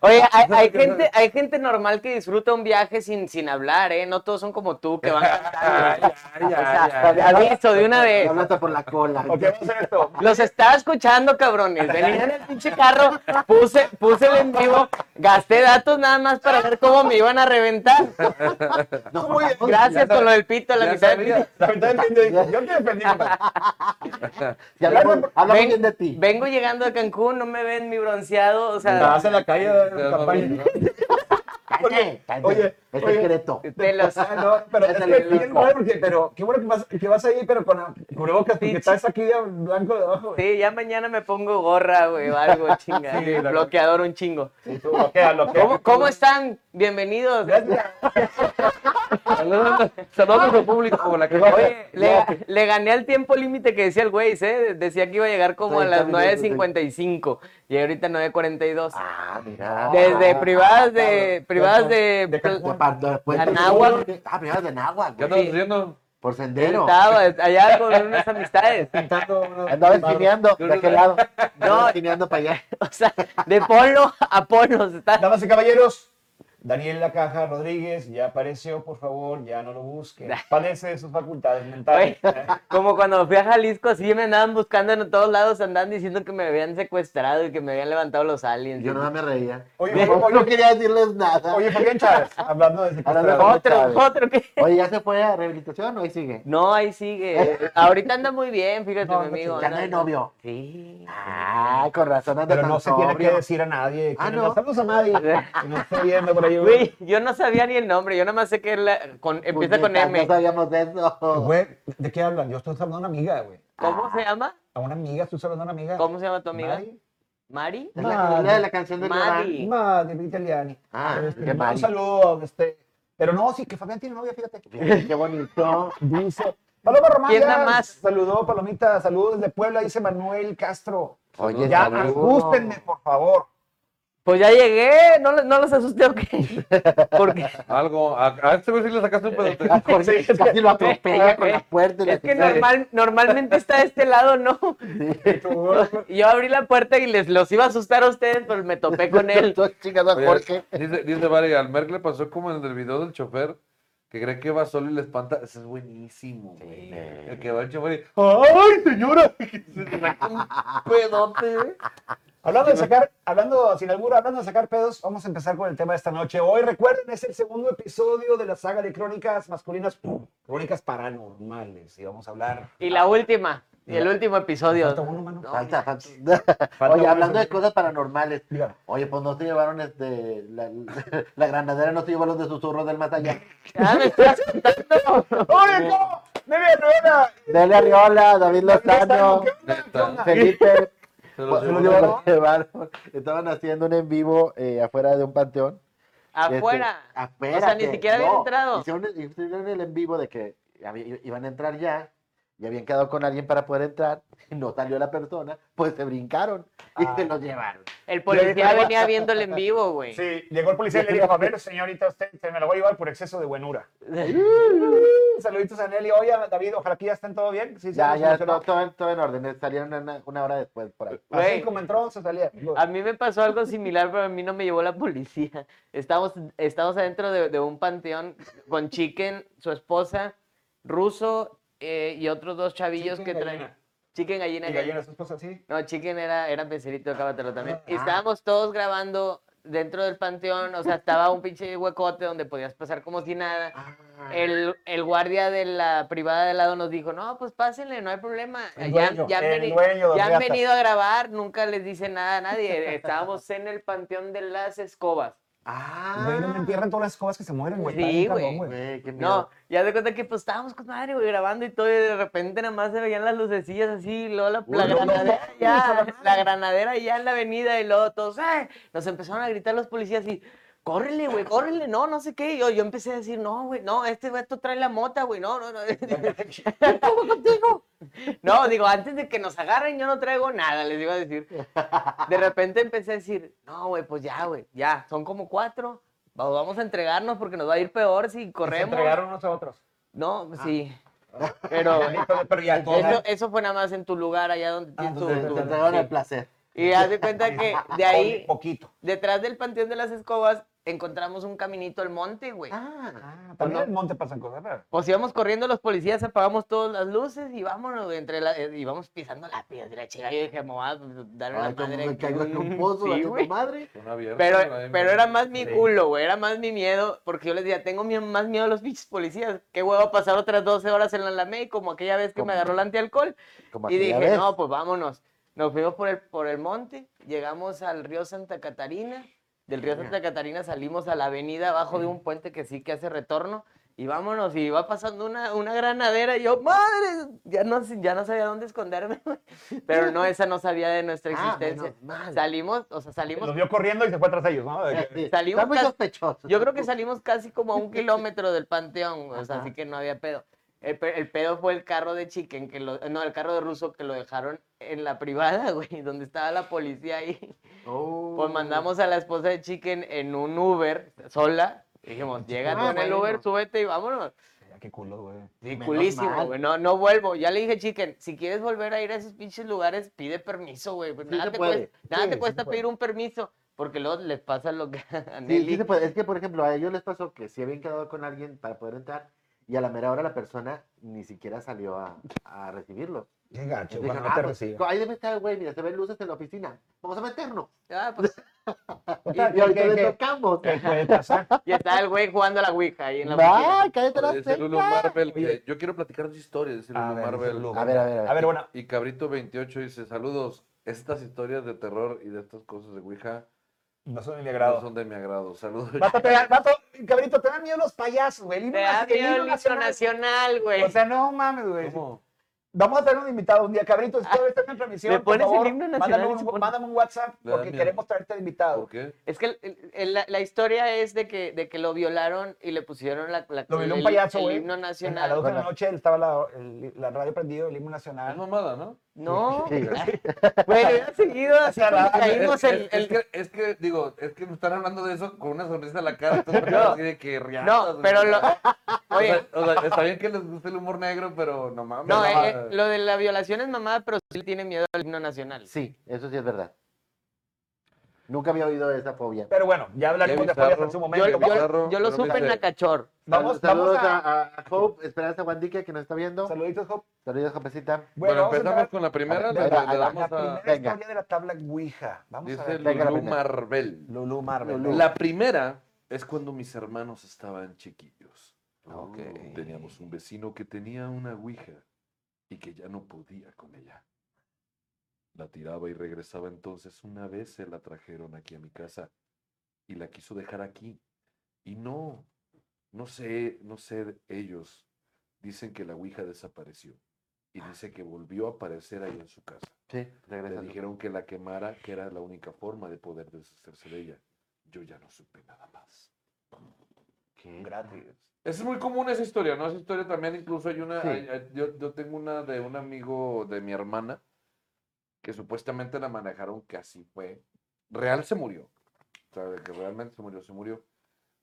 S6: Oye, hay, hay
S5: que no-
S6: gente, hay gente normal que disfruta un viaje sin, sin hablar, ¿eh? No todos son como tú que van
S5: Ay,
S6: cantando.
S5: ay,
S6: O
S5: ay,
S6: sea,
S5: ay.
S6: aviso de una vez.
S3: Habla hasta por la cola.
S2: Ok, vamos a hacer esto.
S6: Los estaba escuchando, cabrones. Venía en el pinche carro, puse, puse el en vivo, gasté datos nada más para ver cómo me iban a reventar.
S3: No,
S6: Gracias con lo del pito, la
S5: Ya
S6: mitad del
S5: sabía.
S6: pito.
S2: La mitad del pin dice, yo te defendí, compadre.
S3: Ya hablamos, hablamos bien de ti.
S6: Vengo llegando de Cancún, no me ven mi bronceado, o sea,
S2: Estabas en la calle de campaña.
S3: Cállate, cállate.
S2: oye,
S3: es
S2: oye.
S3: secreto.
S6: de los...
S2: Ah, no, pero es
S3: Es el
S2: que bien
S3: loco.
S2: mal, porque, pero qué bueno que vas, que vas ahí, pero con la cubrebocas, porque
S6: Pinche.
S2: estás aquí de blanco debajo. güey.
S6: Sí, ya mañana me pongo gorra, güey, o algo, chinga.
S2: Sí, la-
S6: Bloqueador un chingo.
S2: Tú, bloquea, bloquea.
S6: ¿Cómo, cómo están? Bienvenidos.
S2: Gracias.
S5: Saludos saludos a nuestro público como la que
S6: Oye, le, le gané al tiempo límite que decía el güey, ¿eh? Decía que iba a llegar como a las
S3: 30 minutos,
S6: 9.55 y ahorita 9.42.
S3: Ah, mira.
S6: Desde privadas de. privadas de.
S2: De
S6: pl-
S3: De pa- de puente-
S6: Anáhuac.
S3: Ah, primero de Anáhuac,
S5: ¿Qué
S3: güey.
S5: andas haciendo?
S3: Por sendero.
S6: estaba allá con unas amistades.
S2: Pintando una-
S3: Andaba esquineando, de aquel lado.
S6: No.
S3: Andaba esquineando para allá.
S6: O sea, de polo a polo. se está-
S2: Damas y caballeros, Daniel La Caja Rodríguez ya apareció, por favor, ya no lo busquen. Padece de sus facultades mentales.
S6: Como cuando fui a Jalisco, así me andaban buscando en todos lados, andaban diciendo que me habían secuestrado y que me habían levantado los aliens.
S3: Yo no me reía.
S2: Oye,
S3: no,
S2: oye,
S3: no quería decirles nada.
S2: Oye, Fabián Chávez, hablando de
S3: Hablando
S2: secuestrado.
S3: de-
S6: Otro,
S3: Chávez.
S6: otro que.
S3: Oye, ¿ya se fue a rehabilitación o ahí sigue?
S6: No, ahí sigue. Ahorita anda muy bien, fíjate,
S2: No,
S6: mi
S2: no,
S6: amigo.
S3: Ya no hay
S6: anda-
S3: novio.
S6: Sí.
S3: Ah, con razón anda
S2: Pero
S3: tan
S2: no se tiene que
S3: sobrio.
S2: decir a nadie.
S3: Ah,
S2: que
S3: ¿no?
S2: No estamos a nadie. Que no esté viendo por ahí.
S6: Güey, yo no sabía ni el nombre, yo nada más sé que la- con-
S3: Pues
S6: empieza con
S3: Puñetas,
S6: M.
S3: No sabíamos de eso.
S2: Güey, ¿de qué hablan? Yo estoy hablando a una amiga, güey.
S6: ¿Cómo se llama?
S2: A una amiga, estoy hablando a una amiga.
S6: ¿Cómo se llama tu amiga?
S2: Mari.
S6: ¿Mari?
S3: Es la, es la de la canción de Mari.
S6: Mari.
S2: Ma, de Italiani.
S3: Ah,
S2: Este,
S3: qué
S2: Un
S3: Mari.
S2: saludo, este. Pero no, sí, que Fabián tiene novia, fíjate.
S3: Qué bonito.
S2: Dice. Paloma Román.
S6: ¿Quién da
S2: ya
S6: más?
S2: Saludó, Palomita. Saludos desde Puebla, dice Manuel Castro.
S3: Oye,
S2: ya,
S3: saludos.
S2: ajustenme, por favor.
S6: Pues ya llegué, no, lo- no los asusté, ok. Porque
S5: Algo. A, a este güey sí le sacaste un pedote.
S3: A Jorge casi lo atropella con la puerta. y le
S6: es que
S3: dice,
S6: normal, normalmente está de este lado, ¿no? Y Yo abrí la puerta y les los iba a asustar a ustedes, pero me topé con él.
S3: Tú chingas a
S5: Oye,
S3: Jorge.
S5: Dice, dice Vale, al Merck le pasó como en el video del chofer, que cree que va solo y le espanta. Eso es buenísimo, güey. El que va el chofer y, ¡ay, señora! Y se saca un pedote, ¿eh? güey.
S2: Hablando de sacar, hablando sin albur, hablando de sacar pedos, vamos a empezar con el tema de esta noche. Hoy, recuerden, es el segundo episodio de la saga de crónicas masculinas, crónicas paranormales. Y vamos a hablar.
S6: Y la última, y el último episodio.
S2: Falta uno, mano.
S6: No,
S3: Falta, falta. Oye,
S2: uno,
S3: hablando de
S2: sí.
S3: cosas paranormales.
S2: Diga.
S3: Oye, pues no te llevaron este. La, la granadera no te llevó los de susurros del más allá.
S6: Ya me estás asustando.
S2: ¡Oye, cómo! ¡Me viene, Rivera!
S3: Dele Arriola, David Lozano,
S2: ¿Qué onda? ¿Qué
S5: Neta.
S2: onda?
S3: Felipe.
S5: Se lo
S3: pues, se
S5: llevó.
S3: los
S2: llevaron?
S3: llevaron. Estaban haciendo un en vivo eh, afuera de un panteón. Este,
S6: Afuera.
S3: afuera,
S6: O sea, ni
S3: que-
S6: siquiera habían
S3: no,
S6: entrado.
S3: Hicieron, el- hicieron el en vivo de que había- iban a entrar ya y habían quedado con alguien para poder entrar. No salió la persona, pues se brincaron y
S2: Ah.
S3: se los llevaron.
S6: El policía venía viéndole en vivo, güey.
S2: Sí, llegó el policía y le dijo, a ver, señorita, usted se me la voy a llevar por exceso de buenura. Saluditos a Nelly. Oye, David, ojalá que ya estén todo bien. Sí, sí,
S3: Ya,
S2: nos
S3: ya,
S2: emocionó.
S3: todo, todo, todo en orden. eh, Salieron una, una hora después por ahí.
S2: Así
S6: Güey.
S2: como entró, se salía.
S6: A mí me pasó algo similar, pero a mí no me llevó la policía. Estábamos, estábamos adentro de, de un panteón con Chicken, su esposa, Ruso eh, y otros dos chavillos
S2: Chicken,
S6: que traen.
S2: gallina.
S6: Chicken, gallina,
S2: Y
S6: gallina. Eh,
S2: gallina, Ah. su esposa, sí.
S6: No, Chicken era, era becerito, cábatelo también. Y estábamos todos grabando dentro del panteón, o sea, estaba un pinche huecote donde podías pasar como si nada.
S2: Ah.
S6: El, el guardia de la privada de al lado nos dijo, no, pues pásenle, no hay problema.
S2: El
S6: ya
S2: dueño,
S6: ya han,
S2: el
S6: veni-
S2: dueño, don
S6: ya han
S2: Gatas.
S6: venido a grabar, nunca les dice nada a nadie. Estábamos en el panteón de las escobas.
S2: Güey, no me
S3: Ah,
S2: entierran todas las cosas que se mueren, güey.
S6: Sí,
S2: Está bien cabrón,
S6: güey.
S3: güey, qué miedo.
S6: No, ya de cuenta que pues estábamos con madre, güey, grabando y todo, y de repente nada más se veían las lucecillas así, y luego la, la
S2: no, no, no,
S6: granadera
S2: no, no,
S6: ya,
S2: no, no.
S6: la granadera ya en la avenida, y luego todos, ¡eh! Nos empezaron a gritar los policías y, córrele, güey, córrele, no, no sé qué, y yo, yo empecé a decir, no, güey, no, este güey, esto trae la mota, güey, no, no, no. No, digo, antes de que nos agarren, yo no traigo nada, les iba a decir. De repente empecé a decir, no, güey, pues ya, güey, ya, son como cuatro. va- Vamos a entregarnos porque nos va a ir peor si
S2: Se
S6: corremos.
S2: entregaron unos a otros.
S6: No, sí. Pero
S2: Pero ya
S6: eso, eso fue nada más en tu lugar, allá donde
S2: Ah,
S6: tienes tu-
S3: Te,
S2: donde
S6: tu-
S3: te entregaron
S6: sí.
S3: el placer.
S6: Y haz de cuenta que de ahí,
S2: Poquito.
S6: detrás del Panteón de las Escobas, encontramos un caminito al monte, güey.
S3: Ah,
S2: Ah, también
S6: no?
S2: en el monte pasan cosas raras.
S6: Pues íbamos corriendo los policías, apagamos todas las luces y vámonos, güey, entre la, eh, íbamos pisando la piedra, chica. Yo dije, me voy a dar una
S3: ahora todo el
S6: madre.
S3: mundo
S6: aquí".
S3: cayó en un pozo
S6: Sí,
S3: haciendo
S6: güey.
S3: madre.
S5: Una abierta,
S6: Pero,
S5: una de-
S6: pero era más mi
S3: Sí.
S6: culo, güey, era más mi miedo, porque yo les decía, tengo mie- más miedo a los bichos policías, qué huevo pasar otras 12 horas en la Alamey, como aquella vez que
S3: Como-
S6: me agarró el antialcohol,
S3: Como
S6: y
S3: aquella
S6: dije,
S3: vez.
S6: no, pues vámonos. Nos fuimos por el, por el monte, llegamos al río Santa Catarina. Del río Santa Catarina salimos a la avenida abajo de un puente que sí que hace retorno. Y vámonos, y va pasando una, una granadera. Y yo, madre, ya no, sé- ya no sabía dónde esconderme. güey. Pero no, esa no sabía de nuestra
S3: Ah,
S6: existencia.
S3: menos mal.
S6: salimos, o sea, salimos.
S2: Los vio corriendo y se fue tras ellos, ¿no? De que-
S3: Sí,
S6: salimos
S3: Eh, Está muy
S6: casi-
S3: sospechoso.
S6: Yo creo que salimos casi como a un kilómetro del panteón, güey, o sea,
S3: Ajá.
S6: así que no había pedo. El, pe- el pedo fue el carro de Chicken, que lo, no, el carro de Ruso que lo dejaron en la privada, güey, donde estaba la policía ahí.
S3: Oh.
S6: Pues mandamos a la esposa de Chicken en un Uber sola. Dijimos, llega tú
S3: Ah,
S6: en el
S3: bueno.
S6: Uber, súbete y vámonos.
S2: Ya, qué culo, güey.
S6: Sí,
S3: Menos
S6: culísimo,
S3: mal.
S6: güey. No, no vuelvo. Ya le dije, Chicken, si quieres volver a ir a esos pinches lugares, pide permiso, güey. pues
S3: Sí
S6: nada
S3: se
S6: te,
S3: puede.
S6: cuesta, nada
S3: Sí,
S6: te
S3: sí
S6: cuesta
S3: se puede.
S6: pedir un permiso, porque luego les pasa lo que a
S3: Sí,
S6: Nelly.
S3: sí se puede. Es que, por ejemplo, a ellos les pasó que si habían quedado con alguien para poder entrar y a la mera hora la persona ni siquiera salió a, a recibirlo.
S2: Qué gacho,
S3: Entonces
S2: cuando no
S3: dijeron,
S2: te
S3: "Ah, pues,
S2: reciben.
S3: ahí debe estar el güey, mira, se ven luces en la oficina. Vamos a meternos.
S6: Ah, pues,
S2: O
S3: Y,
S2: sea,
S3: y ahorita
S2: que-
S3: le
S2: que-
S3: tocamos.
S2: que puede pasar?
S6: Y está el güey jugando a la Ouija ahí en la
S3: Va,
S6: oficina.
S3: cállate la
S5: Oye, ese Lulu
S3: seca.
S5: Marvel, que
S2: Oye.
S5: yo quiero platicar dos historias de ese Lulu
S2: dice
S5: Marvel.
S2: Lulu.
S3: A ver, a ver, a ver.
S2: A ver, bueno.
S5: Y Cabrito 28 dice, saludos, estas historias de terror y de estas cosas de Ouija
S2: No son de mi
S5: no
S2: agrado.
S5: son de mi agrado. Saludos.
S2: Vato, te da- vato, cabrito, te dan miedo los payasos, güey. El himno
S6: Te da
S2: naci- el
S6: miedo
S2: himno
S6: el himno nacional, güey.
S2: O sea, no mames, güey.
S5: ¿Cómo?
S2: Vamos a tener un invitado un día, cabrito. Si todavía estás en transmisión,
S6: Ah, ¿le
S2: por
S6: pones el
S2: favor,
S6: himno nacional
S2: mándame
S6: y
S2: un,
S6: se pone?
S2: mándame un WhatsApp
S5: Le da
S2: porque
S5: miedo.
S2: queremos traerte de invitado.
S5: ¿Por qué?
S6: es que el- el- el- la, la historia es de que, de que lo violaron y le pusieron la, la-
S2: Lo violó
S6: el,
S2: un payaso,
S6: el
S2: güey.
S6: himno
S2: A las
S6: nacional.
S2: 12 de la
S3: Bueno.
S2: noche estaba la, el- la radio prendido, el himno
S5: Es
S2: nacional.
S5: mamada, Ah, ¿no?
S6: No,
S3: Sí.
S6: güey, hubiera seguido así
S2: O sea,
S6: como
S2: la-
S6: caímos
S5: Ah, es,
S6: el-
S5: es-
S6: el-
S5: es que, es que, digo, es que me están hablando de eso con una sonrisa en la cara. entonces me quedo así de que riatas,
S6: No,
S5: güey.
S6: pero lo...
S5: O sea,
S6: Oye,
S5: o sea, está bien que les guste el humor negro, pero ah, no mames.
S6: no,
S5: no
S6: eh, eh,
S5: mames.
S6: lo de la violación es mamada, pero sí tiene miedo al himno nacional.
S3: Sí, eso sí es verdad. Nunca había oído esa fobia.
S2: Pero bueno, ya hablaremos
S5: Qué
S2: de fobias en
S5: bizarro.
S2: su
S6: Yo,
S2: momento.
S6: yo-
S2: vamos,
S5: bizarro,
S6: yo lo
S5: pero
S6: supe en
S5: dice-
S6: Acachor.
S2: vamos,
S3: Saludos
S2: vamos a...
S3: a, a Hope, Esperanza Guandique que nos está viendo.
S2: Saluditos, Job.
S3: Saludos, Jopecita.
S5: Bueno,
S2: Bueno, vamos a
S5: empezamos
S2: entrar
S5: con la primera.
S3: A
S5: le-
S3: ver,
S5: le-
S3: ahí va, ahí
S5: le
S3: va.
S5: damos
S2: la
S5: a...
S2: primera
S3: venga.
S2: historia de la tabla Ouija. Vamos a
S5: Dice
S2: ver.
S3: venga la
S5: Lulu
S3: primera.
S5: Marvel.
S2: Lulú Marvel.
S3: Lulú.
S5: La primera es cuando mis hermanos estaban chiquillos. Oh,
S3: Ok.
S5: Teníamos un vecino que tenía una ouija y que ya no podía con ella. La tiraba y regresaba entonces. Una vez se la trajeron aquí a mi casa y la quiso dejar aquí. Y no, no sé, no sé, ellos dicen que la ouija desapareció y dice que volvió a aparecer ahí en su casa.
S3: Sí,
S5: Le
S3: regresa.
S5: dijeron que la quemara, que era la única forma de poder deshacerse de ella. Yo ya no supe nada más.
S2: Gratis.
S5: Es muy común esa historia, ¿no? Esa historia también incluso hay una...
S3: Sí.
S5: hay- hay- yo, yo tengo una de un amigo de mi hermana que supuestamente la manejaron que así fue. Real se murió. O sea, de que realmente se murió, se murió.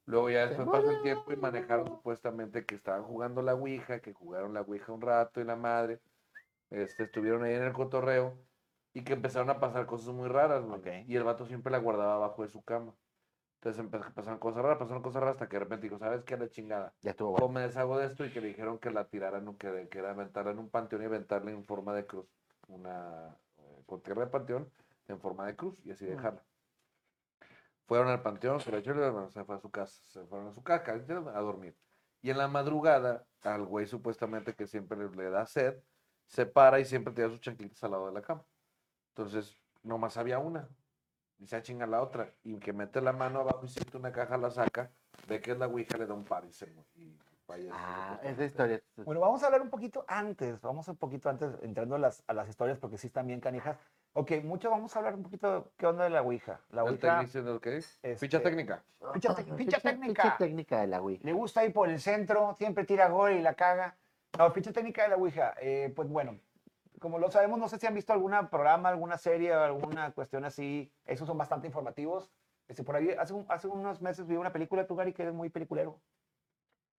S5: Luego ya después pasó el tiempo y manejaron supuestamente que estaban jugando la Ouija, que jugaron la Ouija un rato y la madre. Este, estuvieron ahí en el cotorreo y que empezaron a pasar cosas muy raras, güey.
S2: Ok.
S5: Y el vato siempre la guardaba abajo de su cama. Entonces empe- pasaron cosas raras, pasaron cosas raras hasta que de repente dijo, ¿sabes qué? La chingada.
S3: Ya estuvo
S5: O
S3: bueno.
S5: me deshago de esto y que le dijeron que la tiraran, o que, de- que era aventarla en un panteón y aventarla en forma de cruz. Una, eh, con tierra de panteón, en forma de cruz y así dejarla. Fueron al panteón, se la echó, bueno, se fue a su casa, se fueron a su casa a dormir. Y en la madrugada, al güey supuestamente que siempre le, le da sed, se para y siempre tira sus chanclitas al lado de la cama. Entonces, nomás había una. Y se chinga la otra. Y que mete la mano abajo y siente una caja, la saca, ve que es la ouija, le da un par y se mu- y fallece,
S3: Ah, esa
S5: supuestamente.
S3: historia.
S2: Bueno, vamos a hablar un poquito antes, vamos un poquito antes entrando a las, a las historias porque sí están bien canijas. Ok, mucho vamos a hablar un poquito de qué onda de la Ouija. La
S5: El
S2: Ouija,
S5: tecnicismo, ¿ok?
S2: este,
S5: Ficha técnica.
S2: Ficha tec- ficha técnica.
S3: Ficha técnica de la Wii.
S2: le gusta ir por el centro, siempre tira gol y la caga. No, ficha técnica de la Ouija. eh, pues bueno, como lo sabemos, no sé si han visto algún programa, alguna serie, alguna cuestión así. Esos son bastante informativos. Este, por ahí, hace, un- hace unos meses vi una película, tú, Gary, que eres muy peliculero.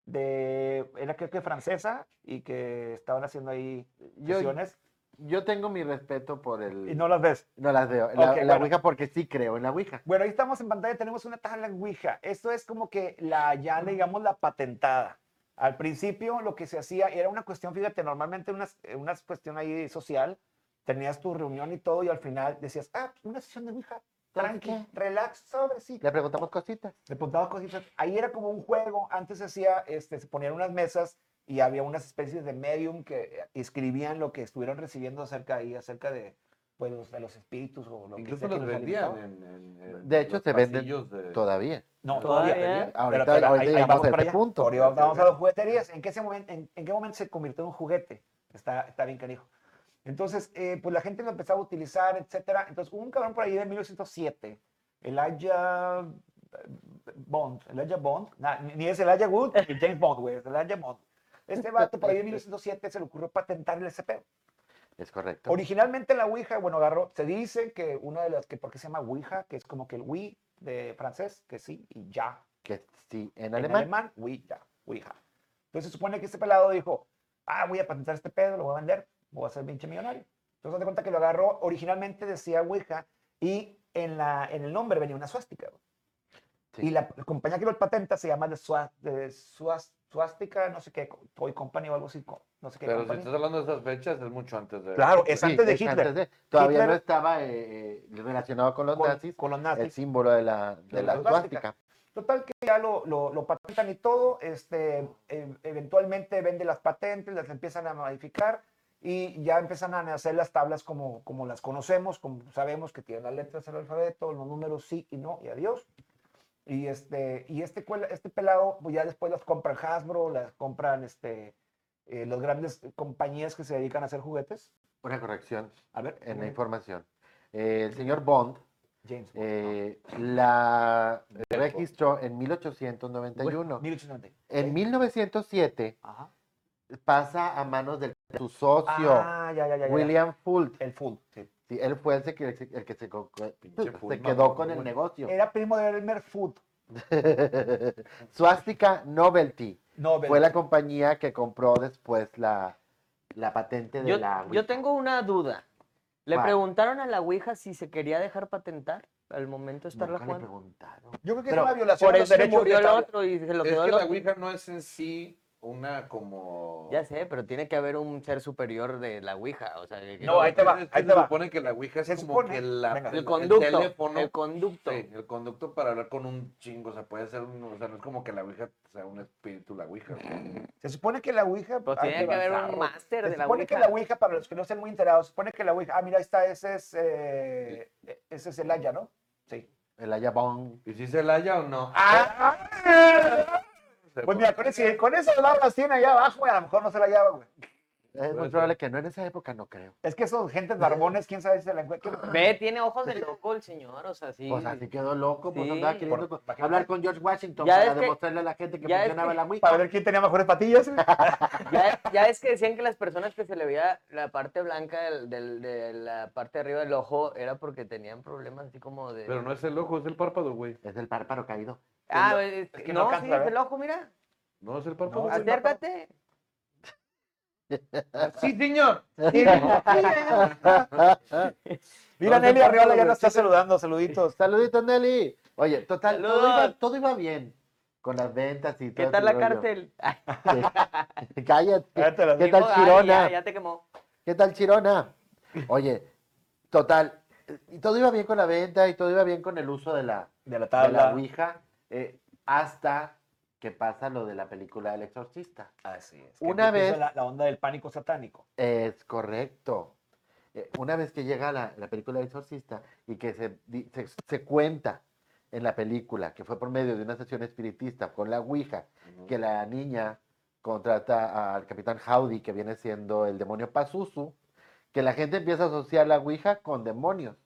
S2: De, era creo que francesa y que estaban haciendo ahí
S3: Yo-
S2: sesiones.
S3: yo tengo mi respeto por el.
S2: Y no las ves.
S3: no las veo. En la,
S2: Ok,
S3: en la
S2: bueno.
S3: Ouija porque sí creo en la Ouija.
S2: Bueno, ahí estamos en pantalla, tenemos una tabla Ouija. Esto es como que la, ya le digamos, la patentada. Al principio lo que se hacía era una cuestión, fíjate, normalmente una, una cuestión ahí social, tenías tu reunión y todo y al final decías, ah, una sesión de Ouija, tranqui, relax, sobre sí.
S3: Le preguntamos cositas.
S2: Le preguntaba cositas. Ahí era como un juego, antes se hacía, este, se ponían unas mesas y había unas especies de medium que eh, escribían lo que estuvieron recibiendo acerca ahí, acerca de, pues, los- de los espíritus o lo que
S5: Incluso
S2: sea que
S5: los
S2: los
S5: vendían.
S2: alimentaba.
S5: en- en- en
S3: De hecho,
S5: los
S3: se venden
S5: pasillos de-
S3: Todavía.
S2: No,
S6: Todavía.
S2: todavía.
S3: Ahorita-
S2: Pero- pero
S3: ahorita
S2: ahí- ahí
S3: llegamos
S2: vamos
S3: a
S2: para
S3: ese
S2: allá.
S3: punto.
S2: Ahorita vamos a las jugueterías. ¿En qué, ese momento, en, en qué momento se convirtió en un juguete? Está, está bien canijo. Entonces, eh, pues la gente lo empezaba a utilizar, etcétera. Entonces, hubo un cabrón por ahí de 1907, Elijah eh, Bond, Elijah Bond, nah, ni ni es Elijah Wood ni James Bond, güey, es Elijah Bond. Este vato por ahí de 1907 se le ocurrió patentar el SP.
S3: Es correcto.
S2: Originalmente la Ouija, bueno, agarró, se dice que una de las que, porque se llama Ouija, que es como que el Wii de francés, que sí, y ya,
S3: que sí, en
S2: en
S3: alemán.
S2: alemán, Ouija, Ouija. Entonces se supone que este pelado dijo, ah, voy a patentar este pedo, lo voy a vender, voy a ser pinche millonario. Entonces haz de cuenta que lo agarró, originalmente decía Ouija, y en, la, en el nombre venía una suástica. güey.
S3: Sí.
S2: Y la compañía que lo patenta se llama de Swaz- de Swaz- Suástica, no sé qué, Toy Company o algo así, co- no sé qué.
S5: Pero si
S2: company.
S5: estás hablando de esas fechas, es mucho antes de.
S2: Claro, es
S3: Sí,
S2: antes de
S3: es
S2: Hitler,
S3: antes de- todavía
S2: Hitler-
S3: no estaba eh, eh, relacionado con los
S2: con,
S3: nazis,
S2: con los
S3: el
S2: nazis.
S3: símbolo de la, de
S2: De
S3: la
S2: la suástica.
S3: suástica.
S2: Total que ya lo, lo, lo patentan y todo, este, e- eventualmente venden las patentes, las empiezan a modificar y ya empiezan a hacer las tablas como, como las conocemos, como sabemos que tienen las letras del alfabeto, los números sí y no y adiós. Y este, y este, cuela- este pelado, pues ya después las compran Hasbro, las compran este, eh, las grandes compañías que se dedican a hacer juguetes.
S3: Una corrección
S2: A ver,
S3: en la
S2: un-
S3: información. Eh, el señor Bond
S2: James Bond,
S3: eh, la registró en 1891.
S2: 1890.
S3: En 1907
S2: Ajá.
S3: pasa a manos de su socio,
S2: Ah, ya, ya, ya, ya, ya.
S3: William Fult.
S2: El full, sí.
S3: Sí, él fue el, se- el se- el que se, co- co-
S5: Pinche
S3: se
S5: Fult,
S3: quedó
S5: mamón,
S3: con el
S5: güey.
S3: negocio.
S2: Era primo de Elmer Food.
S3: Suástica Novelty.
S2: No,
S3: fue la compañía que compró después la, la patente de
S6: Yo,
S3: la
S6: yo
S3: Ouija.
S6: tengo una duda. Le
S3: ¿Cuál?
S6: preguntaron a la Ouija si se quería dejar patentar al momento de estarla
S3: Nunca le
S6: jugando.
S3: preguntaron.
S2: Yo creo que
S3: Pero,
S2: es una violación
S6: Por
S2: de
S6: eso
S2: los
S6: se
S2: derechos
S6: murió
S2: de
S6: el
S2: tabla.
S6: otro y se lo
S5: Es
S6: quedó
S5: que
S6: el
S5: la
S6: otro.
S5: Ouija no es en sí una como.
S6: Ya sé, pero tiene que haber un ser superior de la Ouija. O sea, que- que-
S2: No, ahí te va,
S5: Es que
S2: ahí
S5: se
S2: te va.
S5: supone que la Ouija es
S2: Se
S5: como
S2: supone-
S5: que la-
S2: venga.
S6: el conducto. El,
S5: teléfono.
S6: conducto.
S5: Sí, el conducto para hablar con un chingo. O sea, puede ser un. O sea, no es como que la Ouija sea un espíritu, la Ouija. güey.
S2: Se supone que la Ouija.
S6: Pues
S2: Ay,
S6: tiene
S2: Ah, qué
S6: que haber
S2: bastardo.
S6: un máster
S2: Se
S6: de la
S2: supone
S6: Ouija.
S2: que la Ouija, para los que no estén muy enterados, se supone que la Ouija. Ah, mira, ahí está, ese es. eh, ese es el Aya, ¿no? Sí.
S3: El Ayabón.
S5: ¿Y si se la halla o
S2: Ah,
S5: no? ¡Ah! Se
S2: Pues
S5: puede.
S2: mira, con, ese, con esas barbas tiene allá abajo, güey, a lo mejor no se la hallaba, güey.
S3: Es muy
S5: Puede
S3: probable que no en esa época, no creo.
S2: Es que esos gentes barbones, quién sabe si se la encuentran.
S6: Ve, tiene ojos de loco el señor, o sea, sí.
S3: Pues así quedó loco, pues
S6: Sí.
S3: andaba queriendo co- hablar con George Washington
S6: Ya
S3: para
S6: es que-
S3: demostrarle a la gente que
S6: ya es
S3: funcionaba
S6: que-
S3: la
S2: Para
S3: Ouija.
S2: ver quién tenía mejores patillas. güey.
S6: Ya, ya es que decían que las personas que se le veía la parte blanca del, del- de la parte de arriba del ojo era porque tenían problemas así como de...
S5: Pero no es el ojo, es el párpado, güey.
S3: Es el párpado caído.
S6: ah, es-
S2: es que no
S6: no, sí,
S2: alcanza a
S6: es
S2: ver.
S6: el ojo, mira.
S5: No es el párpado.
S2: No,
S5: güey.
S2: es el párpado.
S6: Acércate.
S5: Sí, señor.
S2: Mira,
S3: No,
S2: Nelly
S3: no, no,
S2: Arriola ya
S3: güey,
S2: nos está
S3: sí, sí.
S2: saludando, saluditos.
S3: Saluditos, Nelly. Oye, total, todo
S6: Saludos.
S3: iba, todo iba bien con las ventas y todo.
S6: ¿Qué
S3: ese
S6: tal la
S3: rollo.
S6: cárcel? Ay,
S3: Sí. Cállate.
S2: Cállate las-
S3: ¿Qué
S6: ni
S3: tal
S6: modo, ay,
S3: Girona?
S6: ya, ya te quemó.
S3: ¿Qué tal, Chirona? Oye, total, eh, y todo iba bien con la venta y todo iba bien con el uso de la,
S2: De la
S3: de la
S2: tabla.
S3: Ouija, eh, hasta que pasa lo de la película del exorcista.
S2: Así es. que
S3: Una
S2: empieza
S3: vez-
S2: La, la onda del pánico satánico.
S3: Es correcto. Eh, una vez que llega la, la película del exorcista y que se, di- se, se cuenta en la película que fue por medio de una sesión espiritista con la Ouija, que la niña contrata al capitán Howdy, que viene siendo el demonio Pazuzu, que la gente empieza a asociar la Ouija con demonios.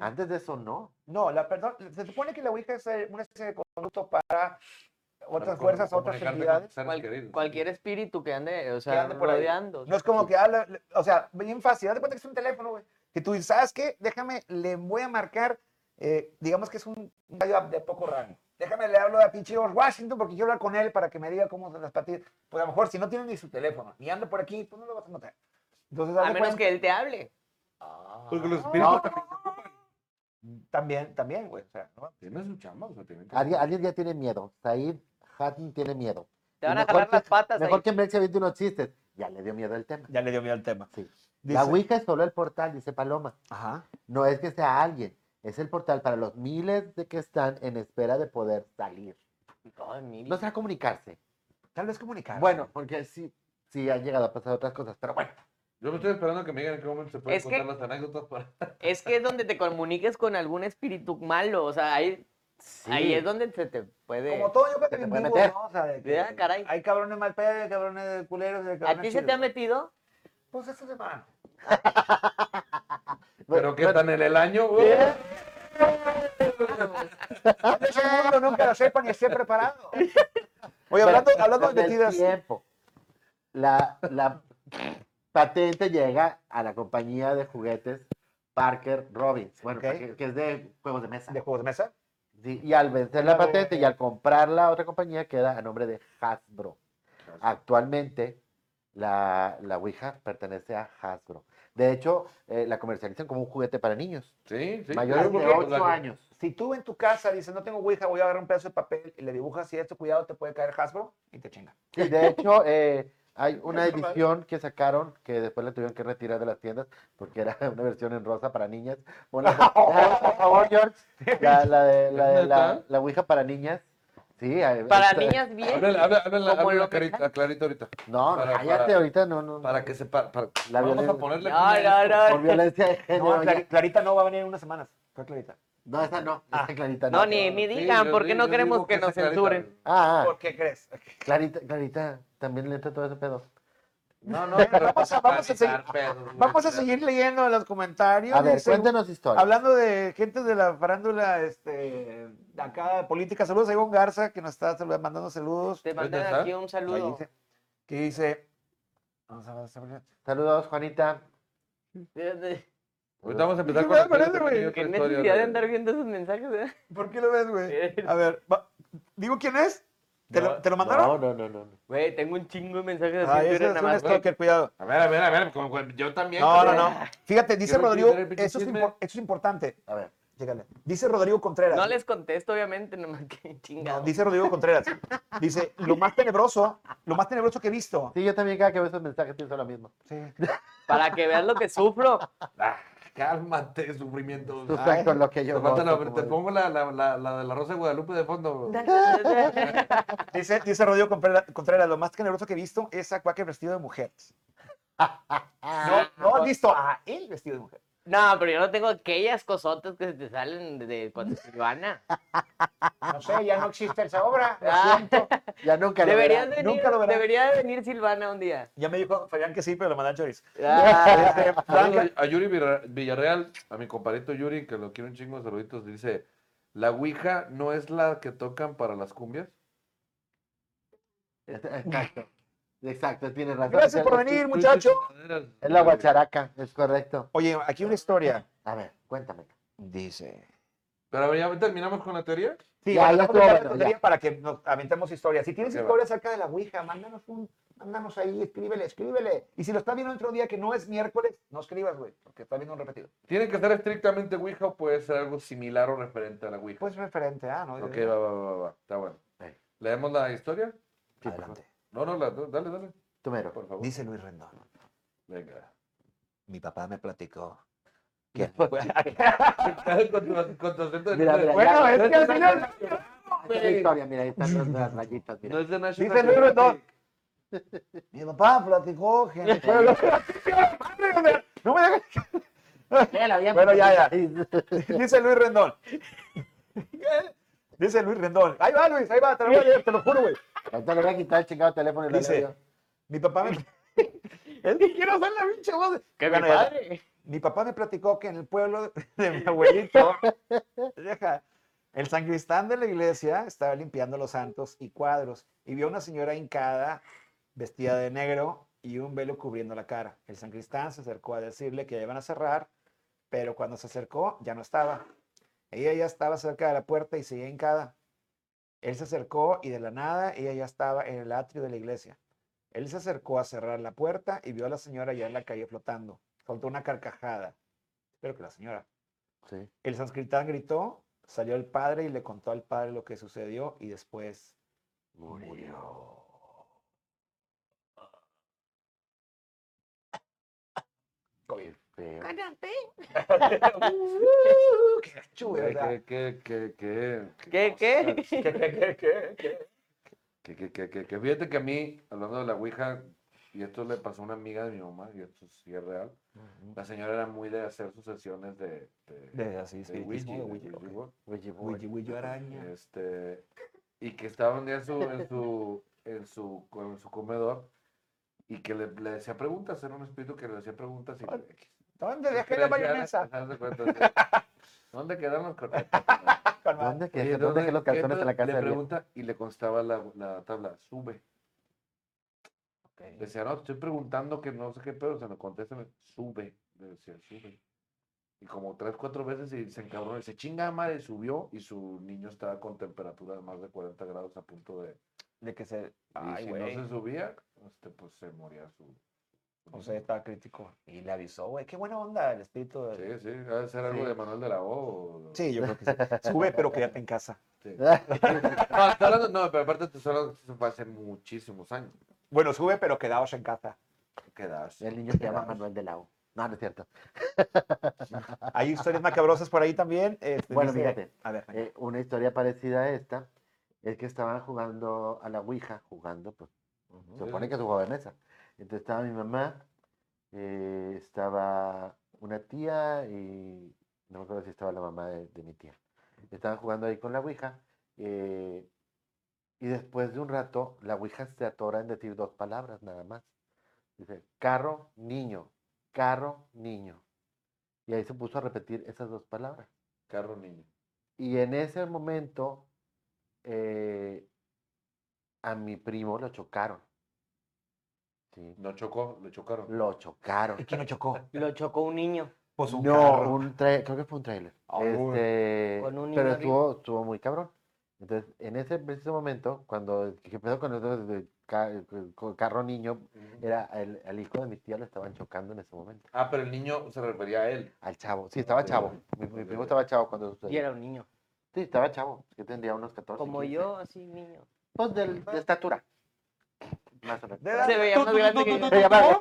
S3: Antes de eso no.
S2: No, la perdón, se supone que la Ouija es eh, una especie de conducto para otras
S5: Para
S2: fuerzas,
S5: con-
S2: otras
S5: comunicarte con
S2: entidades.
S5: seres
S6: Cual-
S5: queridos.
S6: cualquier espíritu que ande, o sea,
S2: Que ande por ahí.
S6: rodeando.
S2: No es como que habla, le- o sea, bien fácil, date cuenta que es un teléfono, güey. Que tú dices, ¿sabes qué? Déjame, le voy a marcar, eh, digamos que es un un gallo de poco rango. Déjame, le hablo a pinche George Washington porque quiero hablar con él para que me diga cómo son las partidas. Pues a lo mejor si no tiene ni su teléfono, ni anda por aquí, pues no lo vas a notar. Entonces, haz
S6: A
S2: de
S6: menos
S2: cuenta-
S6: que él te hable.
S5: Porque
S6: Oh.
S5: los espíritus
S2: No.
S5: también.
S2: Ah. También, también, güey. O sea, no,
S5: Tienen su chamba, o sea, tienen que.
S3: Alguien, alguien ya tiene miedo. Said Hatton tiene miedo.
S6: Te
S3: Y
S6: van a
S3: mejor
S6: jalar
S3: que-
S6: las patas ahí.
S3: Mejor que Mex se aviente unos chistes. Ya le dio miedo el tema.
S2: ya le dio miedo al tema.
S3: Sí. La
S2: Dice-
S3: Ouija es solo el portal, dice Paloma.
S2: Ajá.
S3: No es que sea alguien, es el portal para los miles de que están en espera de poder salir.
S6: Ay, mira.
S3: No será comunicarse.
S2: Tal vez comunicar.
S3: Bueno, porque sí, sí han llegado a pasar otras cosas, pero bueno.
S5: Yo me estoy esperando que me digan en qué momento se pueden
S6: Es que-
S5: contar las anécdotas para.
S6: Es que es donde te comuniques con algún espíritu malo. O sea, ahí, ahí es donde se te puede.
S2: Como todo, yo creo
S3: Se
S2: eh, que
S3: te
S2: en
S3: puede
S2: vivo,
S3: meter.
S2: ¿no? O sea, de que
S6: Ya, caray.
S2: hay cabrones mal pedo, hay cabrones de culeros, hay cabrones
S6: ¿A ti se te ha
S2: chidos.
S6: metido?
S2: Pues esta semana.
S5: Pero que están en el año, güey.
S2: Ese mundo nunca lo sepa ni esté preparado. Oye, hablando,
S3: Pero
S2: hablando de
S3: con el
S2: metidas.
S3: tiempo, la, la patente llega a la compañía de juguetes Parker Robbins, bueno,
S2: Ok.
S3: que, que es de juegos de mesa.
S2: ¿De juegos de mesa?
S3: Sí, y al vencer la patente y al comprarla otra compañía queda a nombre de Hasbro. Actualmente la, la Ouija pertenece a Hasbro. De hecho, eh, la comercializan como un juguete para niños,
S5: Sí, pues, sí.
S3: mayores
S5: Yo
S3: de
S5: creo que-
S3: 8 años.
S2: Si tú en tu casa dices, no tengo Ouija, voy a agarrar un pedazo de papel y le dibujas y esto, cuidado, te puede caer Hasbro y te chinga.
S3: Y de hecho, eh, hay una edición que sacaron que después la tuvieron que retirar de las tiendas porque era una versión en rosa para niñas. Bueno,
S5: Oh,
S3: por favor, George, la, la de, la, de la, la Ouija para niñas. Sí, hay-
S6: Para
S3: está-
S6: niñas bien.
S5: Háblale, háblale, háblale,
S6: Como
S5: háblale
S6: lo
S5: a Clarita- a Clarita ahorita.
S3: No, no,
S5: Para-
S3: cállate,
S5: para-
S3: ahorita no, no.
S5: Para que sepa. Para...
S3: La
S5: Vamos a
S3: violencia.
S5: ponerle.
S6: No, no, no.
S3: Por violencia de género.
S2: Eh, No,
S3: ya.
S2: Clar- Clarita no va a venir en unas semanas. Fue Clarita.
S3: No, esa no, esa Clarita no.
S6: No, ni, ni digan, porque no queremos que nos censuren.
S3: Ah, ah,
S2: ¿Por qué crees?
S3: Clarita, Clarita, también le entra todo ese pedo.
S5: No, no,
S2: pero vamos a- vamos a seguir- Vamos a seguir leyendo los comentarios.
S3: A ver,
S2: Dice,
S3: cuéntanos historia.
S2: Hablando de gente de la farándula, este, de acá de política, saludos a Ivonne Garza, que nos está salu- mandando saludos.
S6: Te mandan
S5: ¿Ahorita está?
S6: aquí un
S2: Ahí
S6: saludo.
S2: dice- que dice, vamos a ver, vamos a ver.
S3: Saludos, Juanita.
S6: Qué
S5: Ahorita vamos a empezar
S2: ¿Qué
S5: con
S2: me
S5: la historia,
S2: parece,
S5: porque
S2: güey?
S5: yo otra historia
S6: necesidad de andar viendo esos mensajes. ¿eh?
S2: ¿por qué lo ves, güey? A ver, va- digo quién es. ¿Te, lo, te lo mandaron?
S3: No, no, no, no. no.
S6: Güey, tengo un chingo de mensajes así.
S2: Ay,
S6: en
S2: ese
S6: Twitter
S2: es
S6: nada
S2: un
S6: más, güey.
S2: stalker, cuidado.
S5: A ver, a ver, a ver. como- como- Yo también.
S2: No, no,
S5: cabrón.
S2: no. Fíjate, dice
S5: no quiero
S2: Rodrigo,
S5: ver el pinche
S2: eso es,
S5: chisme.
S2: impor- eso es importante.
S3: A ver.
S2: Chécale. Dice Rodrigo Contreras.
S6: No les contesto, obviamente, nomás que chingado.
S2: No, dice Rodrigo Contreras. Dice, lo más tenebroso, lo más tenebroso que he visto.
S3: Sí, yo también cada que veo esos mensajes pienso lo mismo.
S2: Sí.
S6: Para que veas lo que sufro.
S5: Ah, cálmate, sufrimiento.
S3: Tú
S5: Ah,
S3: sabes con lo que
S5: te
S3: yo
S5: falta la-
S3: gozo, como
S5: te
S3: de-
S5: pongo la, la, la, la de la Rosa de Guadalupe de fondo. güey.
S2: Dice, dice Rodrigo Contreras, Contreras, lo más tenebroso que he visto es a Quaker vestido de mujer.
S3: Ah,
S2: No, no has visto a él vestido de mujer.
S6: No, pero yo no tengo aquellas cosotas que se te salen de cuando se Ivana.
S2: No sé, ya no existe esa obra. lo
S6: Ah.
S2: siento.
S3: ya nunca lo
S6: Deberías
S3: verás.
S6: venir,
S2: nunca lo verás.
S6: debería venir Silvana un día.
S2: Ya me dijo Fabián que sí, pero le mandan choris.
S6: Ah,
S2: Este, Franca,
S5: Saludos A Yuri Villar- Villarreal, a mi compadrito Yuri, que lo quiero un chingo de saluditos, dice, ¿la Ouija no es la que tocan para las cumbias?
S3: Exacto. Exacto, tienes razón.
S2: gracias
S3: Es-
S2: por
S3: es-
S2: venir, muchacho.
S3: Es la guacharaca, es correcto.
S2: Oye, aquí una historia.
S3: A ver, cuéntame.
S2: Dice.
S5: Pero a ver, ya terminamos con la teoría.
S2: Sí, pues,
S3: Ya,
S2: ya,
S3: ya estuvo bueno, ya.
S2: para que nos aventemos historias. Si tienes
S5: Ok, va.
S2: historias acerca de la Ouija, mándanos un. Mándanos ahí, escríbele, escríbele. Y si lo está viendo otro día que no es miércoles, no escribas, güey, porque está viendo un repetido.
S5: ¿Tiene que ser estrictamente Ouija o puede ser algo similar o referente a la Ouija?
S2: Pues referente, ah, no.
S5: ok, va, va, va, va, va, está bueno.
S3: Ahí.
S5: ¿Leemos la historia?
S3: Sí, por
S2: Adelante.
S5: No, no, la, dale, dale,
S3: favor. Tú mero.
S5: por favor.
S2: Dice Luis Rendón.
S5: Venga.
S2: Mi papá me platicó.
S5: con tu, con tu acento de-
S3: Mira, mira,
S5: Bueno,
S3: ya.
S2: Bueno, es que al
S3: Ahí
S2: final.
S3: está la historia, mira, ahí están las- las rayitas, mira.
S5: no es de National
S2: Dice Luis Rendón.
S5: Geographic.
S2: Mi papá platicó, gente. Bueno, no me dejes.
S3: Léela bien,
S2: Bueno, ya,
S3: ya.
S2: Dice Luis Rendón. Dice Luis Rendón. Ahí va, Luis, ahí va, te lo, voy a leer, te lo juro, güey.
S3: Ahorita le voy a quitar el chingado teléfono y lo
S2: Dice,
S3: leo yo.
S2: Mi papá me. es que quiero hacer la pinche voz. de-
S6: que
S2: Bueno,
S6: mi
S2: ya-
S6: padre.
S2: Mi papá me platicó que en el pueblo de mi abuelito, deja, el sancristán de la iglesia estaba limpiando los santos y cuadros y vio a una señora hincada, vestida de negro y un velo cubriendo la cara. El sancristán se acercó a decirle que ya iban a cerrar, pero cuando se acercó ya no estaba. Ella ya estaba cerca de la puerta y seguía hincada. Él se acercó y de la nada ella ya estaba en el atrio de la iglesia. Él se acercó a cerrar la puerta y vio a la señora ya en la calle flotando. Soltó una carcajada. Espero que la señora.
S3: Sí.
S2: El sanscritán gritó, salió el padre y le contó al padre lo que sucedió y después murió.
S3: Qué feo.
S2: Qué gacho, güey, o sea,
S5: ¿Qué, qué, qué, qué,
S6: ¿Qué, qué?
S5: Que, que, que, que, que fíjate que a mí, hablando de la Ouija, y esto le pasó a una amiga de mi mamá, y esto sí es real,
S2: Mm,
S5: la señora era muy de hacer sus sesiones de, de,
S2: De así,
S5: de Ouija,
S2: espiritismo,
S5: de
S2: de Ouija,
S5: Ouija
S2: ok.
S5: board,
S3: Ouija board.
S2: Ouija, Ouija araña.
S5: este, y que estaba un día en su, en su, en su, co- en su comedor, y que le, le decía preguntas, era un espíritu que le hacía preguntas y...
S2: ¿Dónde
S5: que
S2: dejé
S5: le
S2: la
S5: hacía-
S2: mayonesa?
S5: haz de cuenta, así, ¿Dónde quedaron los cornetas?
S2: Con madre.
S3: ¿Dónde, que,
S5: Oye,
S3: ¿dónde,
S5: ¿dónde-
S3: dejé los calzones
S5: entonces
S3: en la casa
S5: Le
S3: de Ariel?
S5: pregunta y le constaba la, la tabla, sube. Le decía, no, te estoy preguntando que no sé qué pero se me contesta, sube. Le decía, sube. Y como tres, cuatro veces y se encabronó, y dice, chinga madre, subió y su niño estaba con temperatura de más de 40 grados a punto de...
S2: De que se.
S5: y
S2: Ay,
S5: si
S2: güey.
S5: no se subía, este, pues se moría su... su
S2: O sea,
S5: niño.
S2: estaba crítico. Y le avisó, güey. Qué buena onda el espíritu. de-
S5: Sí, sí, debe ser algo
S2: Sí.
S5: de Manuel de la O. o-
S2: Sí, yo creo que sí. Sube, pero quédate en casa.
S5: sí. No, estoy hablando- no, pero aparte te estoy hablando que eso fue hace muchísimos años.
S2: Bueno, sube, pero quedaos en casa.
S5: Quedarse.
S3: El niño se llama Manuel de la O. No, no es cierto.
S2: Hay historias macabrosas por ahí también. este,
S3: Bueno,
S2: dice-
S3: fíjate.
S2: A ver,
S3: Eh, una historia parecida a esta es que estaban jugando a la Ouija, jugando, pues, se supone que se jugaba en esa. Entonces estaba mi mamá, eh, estaba una tía y no me acuerdo si estaba la mamá de, de mi tía. Estaban jugando ahí con la Ouija eh, y después de un rato la Ouija se atora en decir dos palabras nada más. Dice, carro, niño, carro, niño. Y ahí se puso a repetir esas dos palabras.
S5: Carro niño.
S3: Y en ese momento, eh, a mi primo lo chocaron. Sí,
S5: No chocó, lo chocaron.
S3: Lo chocaron.
S2: ¿quién lo chocó?
S6: Lo chocó un niño.
S2: Pues un
S3: no,
S2: carro.
S3: un tra- creo que fue un trailer.
S5: Ah, bueno.
S6: Con un niño
S3: pero
S6: arriba.
S3: estuvo, estuvo muy cabrón. Entonces, en ese preciso momento, cuando que empezó con el de ca- con carro niño, era el, al hijo de mi tía lo estaban chocando en ese momento.
S5: Ah, pero el niño se refería a él.
S3: Al chavo. Sí, estaba
S5: Ok,
S3: chavo.
S5: ok,
S3: Mi, mi
S5: ok,
S3: primo
S5: ok.
S3: estaba chavo cuando
S6: Y
S3: sucedió.
S6: era un niño.
S3: Sí, estaba chavo. Que tendría unos 14.
S6: Como
S3: 15.
S6: yo, así, niño.
S3: Pues del- de estatura. Más o menos.
S2: De edad.
S6: Se veía más grande que yo.
S3: Se llamaba-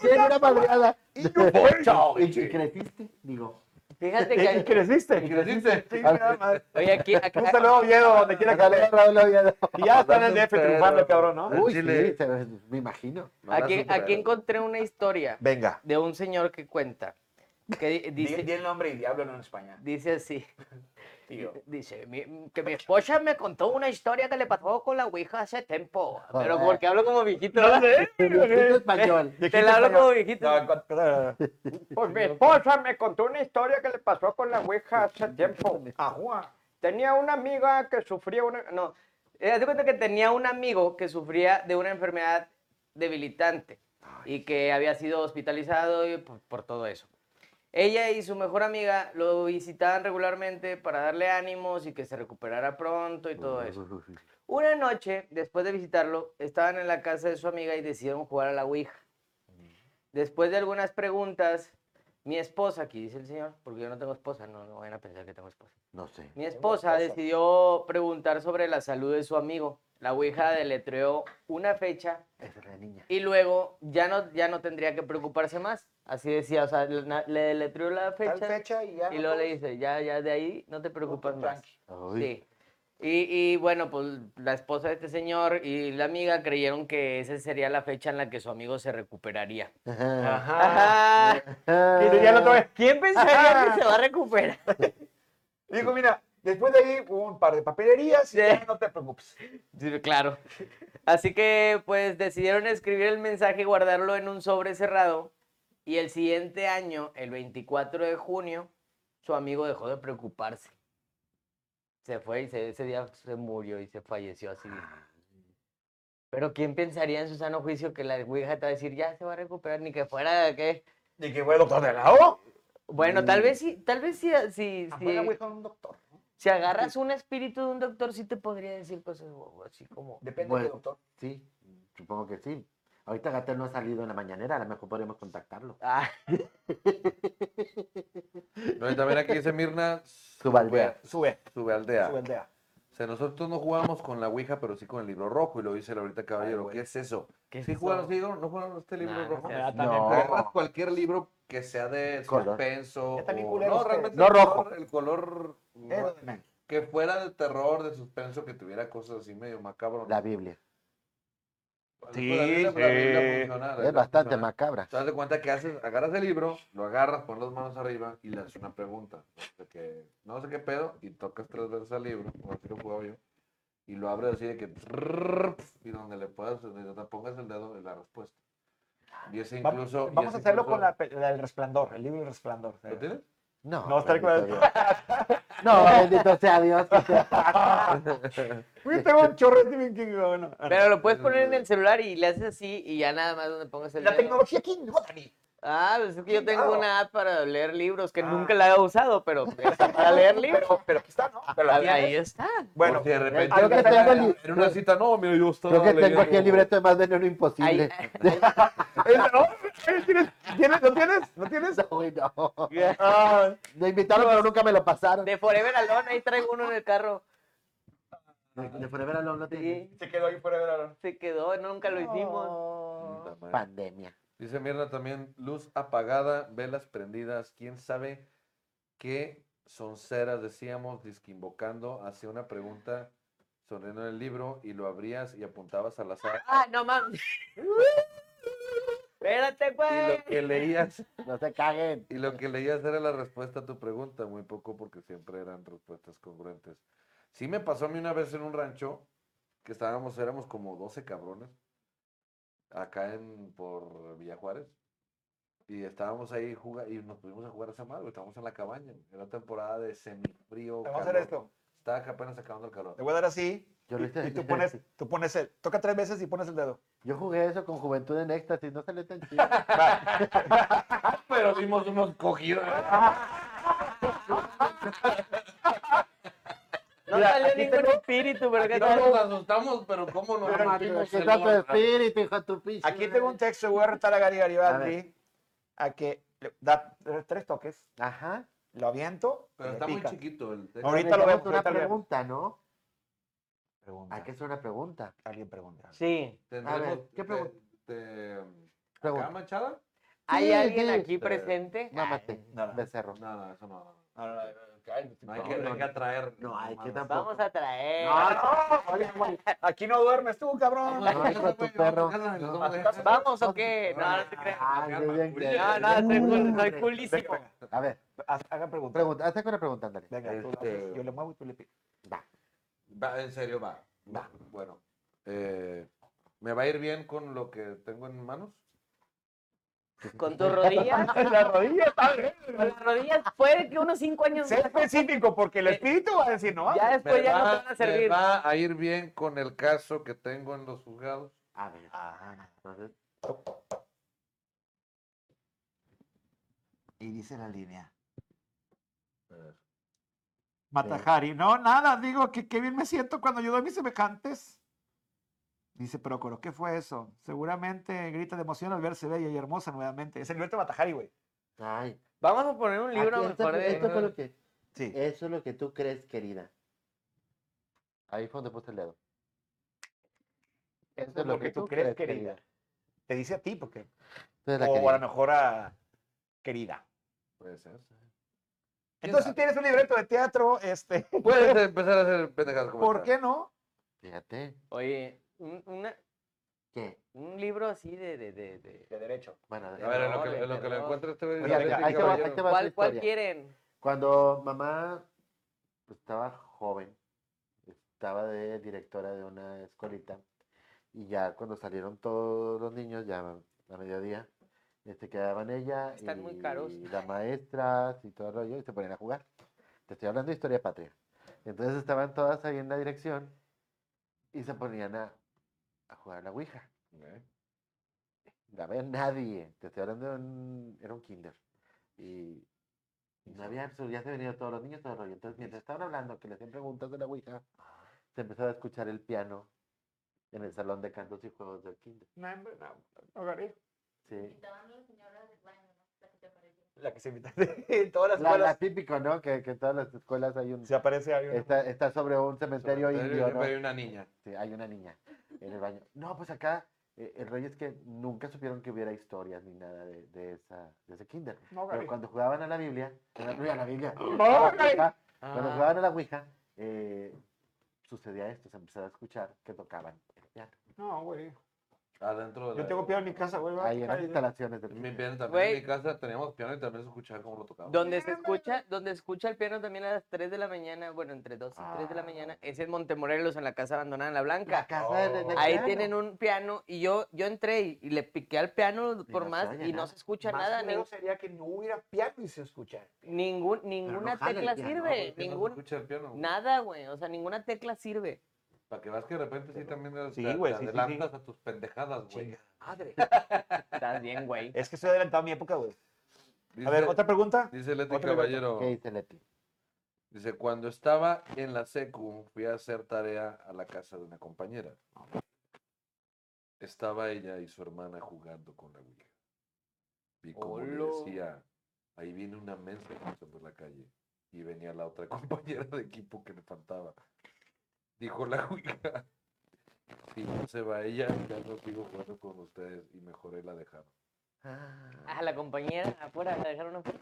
S3: Tiene una madreada.
S2: Y yo, por chao.
S3: ¿Y y creciste? Digo.
S6: Fíjate que.
S2: ¿Y creciste?
S5: ¿Y creciste?
S2: Sí, mira, madre.
S6: Oye, aquí. acá-
S2: Un saludo, Oviedo, donde quiera que
S3: Ándale,
S2: esté.
S3: Raúl Oviedo.
S2: Y ya está en el DF
S5: Pero-
S2: triunfando, cabrón, ¿no?
S5: Al
S3: Uy, sí,
S5: chile.
S3: se ve- me imagino.
S6: Aquí, aquí encontré una historia
S2: Venga.
S6: de un señor que cuenta. Que di- dice,
S2: el nombre y diablo en España.
S6: dice así.
S2: Tío.
S6: Dice, "Mi- que mi esposa me contó una historia que le pasó con la Ouija hace tiempo. Pero
S3: Joder.
S6: porque hablo como viejito. ¿verdad?
S3: Viejito español.
S6: Te la hablo como viejito.
S2: Pues mi esposa me contó una historia que le pasó con la Ouija hace tiempo. Ajua.
S6: Tenía una amiga que sufría una... No, eh, haz de cuenta que tenía un amigo que sufría de una enfermedad debilitante y que había sido hospitalizado y por, por todo eso. Ella y su mejor amiga lo visitaban regularmente para darle ánimos y que se recuperara pronto y todo eso. Una noche, después de visitarlo, estaban en la casa de su amiga y decidieron jugar a la Ouija. Después de algunas preguntas, mi esposa, aquí dice el señor, porque yo no tengo esposa, no, no vayan a pensar que tengo esposa.
S3: No sé.
S6: Mi esposa decidió preguntar sobre la salud de su amigo. La Ouija deletreó una fecha
S3: Esa es la niña.
S6: y luego ya no, ya no tendría que preocuparse más. Así decía, o sea, le, na- le deletreó la fecha,
S2: y ya.
S6: y luego le dice, ya, ya de ahí no te preocupas más.
S3: Uy,
S6: Sí. Y, y bueno, pues la esposa de este señor y la amiga creyeron que esa sería la fecha en la que su amigo se recuperaría.
S3: ajá,
S2: Ajá.
S6: Ajá. Ah.
S3: ajá.
S2: Y diría "Eh, la otra vez,
S6: ¿Quién pensaría que se va a recuperar?
S2: Digo, mira, después de ahí hubo un par de papelerías y ya no te preocupes.
S6: Sí, claro. Así que pues decidieron escribir el mensaje y guardarlo en un sobre cerrado. Y el siguiente año, el 24 de junio, su amigo dejó de preocuparse. Se fue y se- ese día se murió y se falleció así. Pero ¿quién pensaría en su sano juicio que la Ouija te va a decir, ya se va a recuperar, ni que fuera que...
S2: Y que fue el doctor de la O.
S6: Bueno, tal vez sí, tal vez sí, sí,
S2: Ah,
S6: sí.
S2: fue la Ouija un doctor. ¿no?
S6: Si agarras un espíritu de un doctor, sí te podría decir cosas wow, así como.
S2: Depende
S3: Bueno.
S2: del doctor.
S3: Sí, supongo que sí. Ahorita Gatel no ha salido en la mañanera, a lo mejor podríamos contactarlo.
S6: Ah,
S5: No, y también aquí dice Mirna
S3: Subaldea.
S2: Sube,
S5: Subaldea.
S2: sube el DEA.
S5: O sea, nosotros no jugamos con la Ouija, pero sí con el libro rojo. Y lo dice ahorita Caballero.
S2: güey.
S5: ¿Qué es eso?
S6: ¿qué es
S5: ¿Sí
S6: eso?
S5: jugaron, sí, no jugaron este libro
S6: Nah, no
S5: rojo?
S6: seas-
S5: Agarras
S3: No,
S5: cualquier libro que sea de
S3: Color.
S5: suspenso.
S2: Ya están bien
S5: o-
S2: culeros
S5: No,
S2: ustedes.
S5: realmente
S3: No
S5: el
S3: rojo.
S5: color- El color no,
S2: Eh, men.
S5: que fuera de terror, de suspenso, que tuviera cosas así medio macabro.
S3: la Biblia.
S5: Sí, la Biblia, la Biblia funciona, ¿eh? la
S3: Es
S5: Biblia
S3: bastante
S5: funciona.
S3: macabra.
S5: Te das de cuenta que haces, agarras el libro, lo agarras, pon las manos arriba y le haces una pregunta. De que, no sé qué pedo, y tocas tres veces al libro, o así lo jugaba yo, y lo abres así de que. trrrr, Y donde le puedas, donde te pongas el dedo, es la respuesta. Y ese
S2: Va-
S5: incluso. y
S2: Vamos
S5: ese
S2: a hacerlo
S5: incluso-
S2: con la, pe- la del resplandor, el libro El Resplandor.
S5: ¿Lo tienes?
S3: No,
S2: No, está
S3: bendito
S2: bien.
S3: Dios. No, bendito sea Dios. que sea.
S2: Uy, tengo un chorro de Stephen King, güey, no.
S6: Pero lo puedes poner en el celular y le haces así y ya nada más donde pongas el
S2: La
S6: dedo.
S2: tecnología aquí no, Dani.
S6: Ah, pues es que yo tengo
S2: Claro.
S6: una app para leer libros que
S2: Ah.
S6: nunca la he usado, pero es para leer libros.
S2: Pero, pero aquí está, ¿no? Pero la
S6: Ahí
S2: tienes.
S6: está.
S2: Bueno,
S5: Bueno, de repente.
S2: Creo que
S3: tengo el-
S5: en una cita, no, mira, yo estaba.
S3: Creo que tengo aquí el
S5: leyendo-
S3: libreto de más veneno
S6: Ahí-
S3: imposible.
S2: ¿Ese no? ¿Ese ¿Tienes, ¿Tienes? ¿Lo tienes? ¿Lo tienes?
S3: No, güey, no.
S2: Ah,
S3: Me invitaron, pero nunca me lo pasaron.
S6: de Forever Alone, ahí traigo uno en el carro.
S3: De Forever Alone no tiene
S6: Sí,
S2: se quedó ahí fuera de la...
S6: se quedó, nunca lo hicimos.
S2: hicimos.
S5: Puta madre.
S3: pandemia.
S5: Dice Mirna también, luz apagada, velas prendidas, quién sabe qué son ceras, decíamos, disquimbocando, hacía una pregunta sonriendo en el libro y lo abrías y apuntabas al azar.
S6: Ah, no mames. Espérate,
S5: Y
S6: güey.
S5: lo que leías,
S3: No se caguen.
S5: y lo que leías era la respuesta a tu pregunta, muy poco porque siempre eran respuestas congruentes. Sí me pasó a mí una vez en un rancho, que estábamos, éramos como 12 cabrones, acá en, por Villa Juárez, y estábamos ahí juga- y nos pudimos a jugar a esa madre, güey, estábamos en la cabaña, era temporada de semifrío,
S2: Vamos a hacer
S5: calor,
S2: esto.
S5: estaba que apenas acabando el calor.
S2: Te voy a dar así.
S3: Yo, lo hice-
S2: Y tú pones, tú pones el... Toca tres veces y pones el dedo.
S3: yo jugué eso con Juventud en Éxtasis, no salió tan chido.
S5: Pero dimos unos cogidos.
S2: Ah,
S6: No
S3: Mira,
S6: salió
S3: aquí
S6: ningún
S3: tengo-
S6: espíritu, pero que
S5: No nos asustamos, pero cómo
S2: Ah,
S5: nos
S3: Pero
S5: matimos
S3: que
S5: el
S3: está tu
S5: olor.
S3: espíritu, hijo de tu pinche.
S2: Aquí
S3: madre.
S2: tengo un texto, voy a retar a Gary
S3: A
S2: Garibaldi a que le da tres toques,
S3: Ajá.
S2: lo aviento,
S5: Pero
S2: y
S5: está
S2: le
S5: muy
S2: pica.
S5: chiquito el texto.
S2: Ahorita lo vemos,
S3: Necesitamos una
S2: ahorita lo vemos.
S3: pregunta, ¿no?
S2: Pregunta.
S3: Hay que hacer una pregunta.
S2: Alguien pregunta.
S6: Sí.
S5: Tendremos-
S3: ver, ¿qué
S5: te-
S3: pregunta?
S5: te- ¿Acá
S3: Pregunta.
S5: manchada?
S6: ¿Hay
S3: Sí,
S6: alguien
S3: sí.
S6: aquí presente?
S3: Mámate,
S2: no, no.
S3: becerro.
S5: No, no, eso no.
S2: No, no, no,
S5: No hay que, no hay que atraer.
S3: No, hay que
S5: manos.
S3: tampoco.
S6: Vamos a traer.
S2: oye, güey, Ah, Aquí no duermes tú, cabrón.
S3: No, hijo de tu perro.
S6: ¿Vamos o qué? No, no te creas.
S3: Ah, yo bien que-
S6: No, no, estoy, cool, soy
S3: Hombre.
S6: coolísimo.
S2: Venga,
S3: A ver,
S2: haz- Haga pregunta.
S3: pregunta, hazte una pregunta, ándale.
S2: Venga, tú
S5: Este-
S2: haces, yo le muevo y tú le pico.
S3: Va.
S5: Va, en serio, va. Va. Bueno. eh, ¿Me va a ir bien con lo que tengo en manos?
S6: Con tus rodillas.
S2: La rodilla, ¿sabes?
S6: Con las rodillas puede que unos cinco años
S2: Sé
S6: más,
S2: específico, porque el espíritu va a decir no.
S6: ya después
S5: ¿Me
S6: Pues ya no
S5: va-
S6: te van a
S5: ¿Me
S6: servir.
S5: va a ir bien con el caso que tengo en los juzgados?
S3: A ver. Entonces,
S2: Y dice la línea.
S5: A ver.
S2: Matajari, no, nada, digo que qué bien me siento cuando ayudo a mis semejantes. Dice Procoro, ¿qué fue eso? Seguramente grita de emoción al verse bella y hermosa nuevamente. Es el Alberto Matajari, güey.
S3: Ay.
S6: Vamos a poner un libro
S3: Aquí, esto,
S6: mejor de...
S3: esto fue lo que,
S2: Sí.
S3: eso es lo que tú crees, querida. Ahí fue donde puse el dedo.
S2: Eso es lo que tú crees, querida. Te dice a ti, porque.
S3: Entonces, la
S2: O a lo
S3: querida.
S2: mejor a querida.
S5: Puede ser.
S2: Entonces, si tienes un libreto de teatro, este,
S5: Puedes empezar a hacer pendejadas como
S2: ¿por
S5: esta.
S2: qué no?
S3: Fíjate.
S6: Oye, un, una-
S3: ¿Qué?
S6: un libro así de... de, de, de-
S2: De derecho.
S3: Bueno,
S5: A ver, en lo
S6: Error,
S5: que, en lo que le
S6: error.
S5: encuentro este güey.
S2: Oye, venga,
S5: Atlético
S2: ahí te
S3: va,
S5: Caballero.
S3: ahí te va.
S6: ¿Cuál,
S3: tu
S6: cuál
S3: historia.
S6: quieren?
S3: Cuando mamá pues, estaba joven, estaba de directora de una escuelita, y ya cuando salieron todos los niños, ya a mediodía, este, quedaban ella
S6: Están muy
S3: y
S6: caros.
S3: las maestras y todo el rollo, y se ponían a jugar. Te estoy hablando de historia patria. Entonces estaban todas ahí en la dirección y se ponían a, a jugar a la Ouija.
S5: Ok.
S3: La ve nadie. Te estoy hablando de un, era un kinder. Y No había absurdo, ya se venían todos los niños, todo el rollo. Entonces, mientras estaban hablando, que le hacían preguntas de la Ouija, se empezaba a escuchar el piano en el salón de cantos y juegos del kinder.
S2: No, hombre, no, no, agarré.
S3: Sí.
S7: Invitaban a la señora del baño, ¿no? La que te apareció.
S2: La que se invita en todas las
S3: La, la
S2: escuelas.
S3: típico, ¿no? Que, que en todas las escuelas hay un...
S2: Se aparece alguien.
S3: Está, está sobre un cementerio indio, ¿no?
S5: Hay una niña.
S3: Sí, hay una niña en el baño. No, pues acá eh, el rollo es que nunca supieron que hubiera historias ni nada de, de esa, de ese kinder.
S2: No,
S3: Pero
S2: Gaby.
S3: cuando jugaban a la Biblia, a la, a la Biblia, a
S2: No,
S3: la
S2: Gaby.
S3: Ouija, cuando
S6: Ah,
S3: jugaban pues, a la Ouija, eh, sucedía esto, se empezaba a escuchar que tocaban el piano.
S2: No, güey.
S5: Adentro de
S2: Yo
S5: la-
S2: tengo piano en mi casa, güey. va.
S3: Ahí en las
S2: Ay,
S3: instalaciones del
S5: En mi
S3: kinder.
S5: piano también.
S6: Güey.
S5: En mi casa teníamos piano y también se escuchaba cómo lo tocaban.
S6: donde se escucha, donde escucha el piano también a las 3 de la mañana, bueno, entre 2 y 3 de la
S3: Ah.
S6: mañana, es en Montemorelos, en la casa abandonada en La Blanca.
S3: La
S2: Oh.
S3: casa de- de- de
S6: Ahí
S3: piano.
S6: tienen un piano y yo, yo entré y, y le piqué al piano
S3: Y
S6: por
S3: no se
S6: más
S3: oye
S6: y no
S3: nada.
S6: se escucha
S2: más
S6: nada,
S2: culero
S6: nin-
S2: sería que no hubiera piano y se escuchara.
S6: ningún, ninguna
S3: jala el
S6: tecla
S3: piano,
S6: sirve,
S5: Que no se
S6: ningún,
S5: escucha el piano. güey.
S6: nada, güey, o sea, ninguna tecla sirve.
S5: Para que vas que de repente sí también te-
S2: Sí,
S5: te,
S2: güey, sí, sí, sí.
S5: adelantas a tus pendejadas, güey.
S2: Chinga madre.
S6: Estás bien, güey.
S2: Es que estoy adelantado a mi época, güey. A
S5: Dice-
S2: ver, otra pregunta.
S5: Dice Leti
S2: otra
S5: Caballero.
S3: ¿Qué dice Leti?
S5: Dice, cuando estaba en la secu, fui a hacer tarea a la casa de una compañera. Estaba ella y su hermana jugando con la Ouija. Vi como le
S6: Olo.
S5: decía, ahí viene una mensa cruzando la calle. Y venía la otra compañera de equipo que le faltaba. Dijo la Ouija. Si no se va ella, ya no sigo jugando con ustedes. Y mejor ahí la dejaron.
S6: A Ah, la compañera afuera, la dejaron afuera.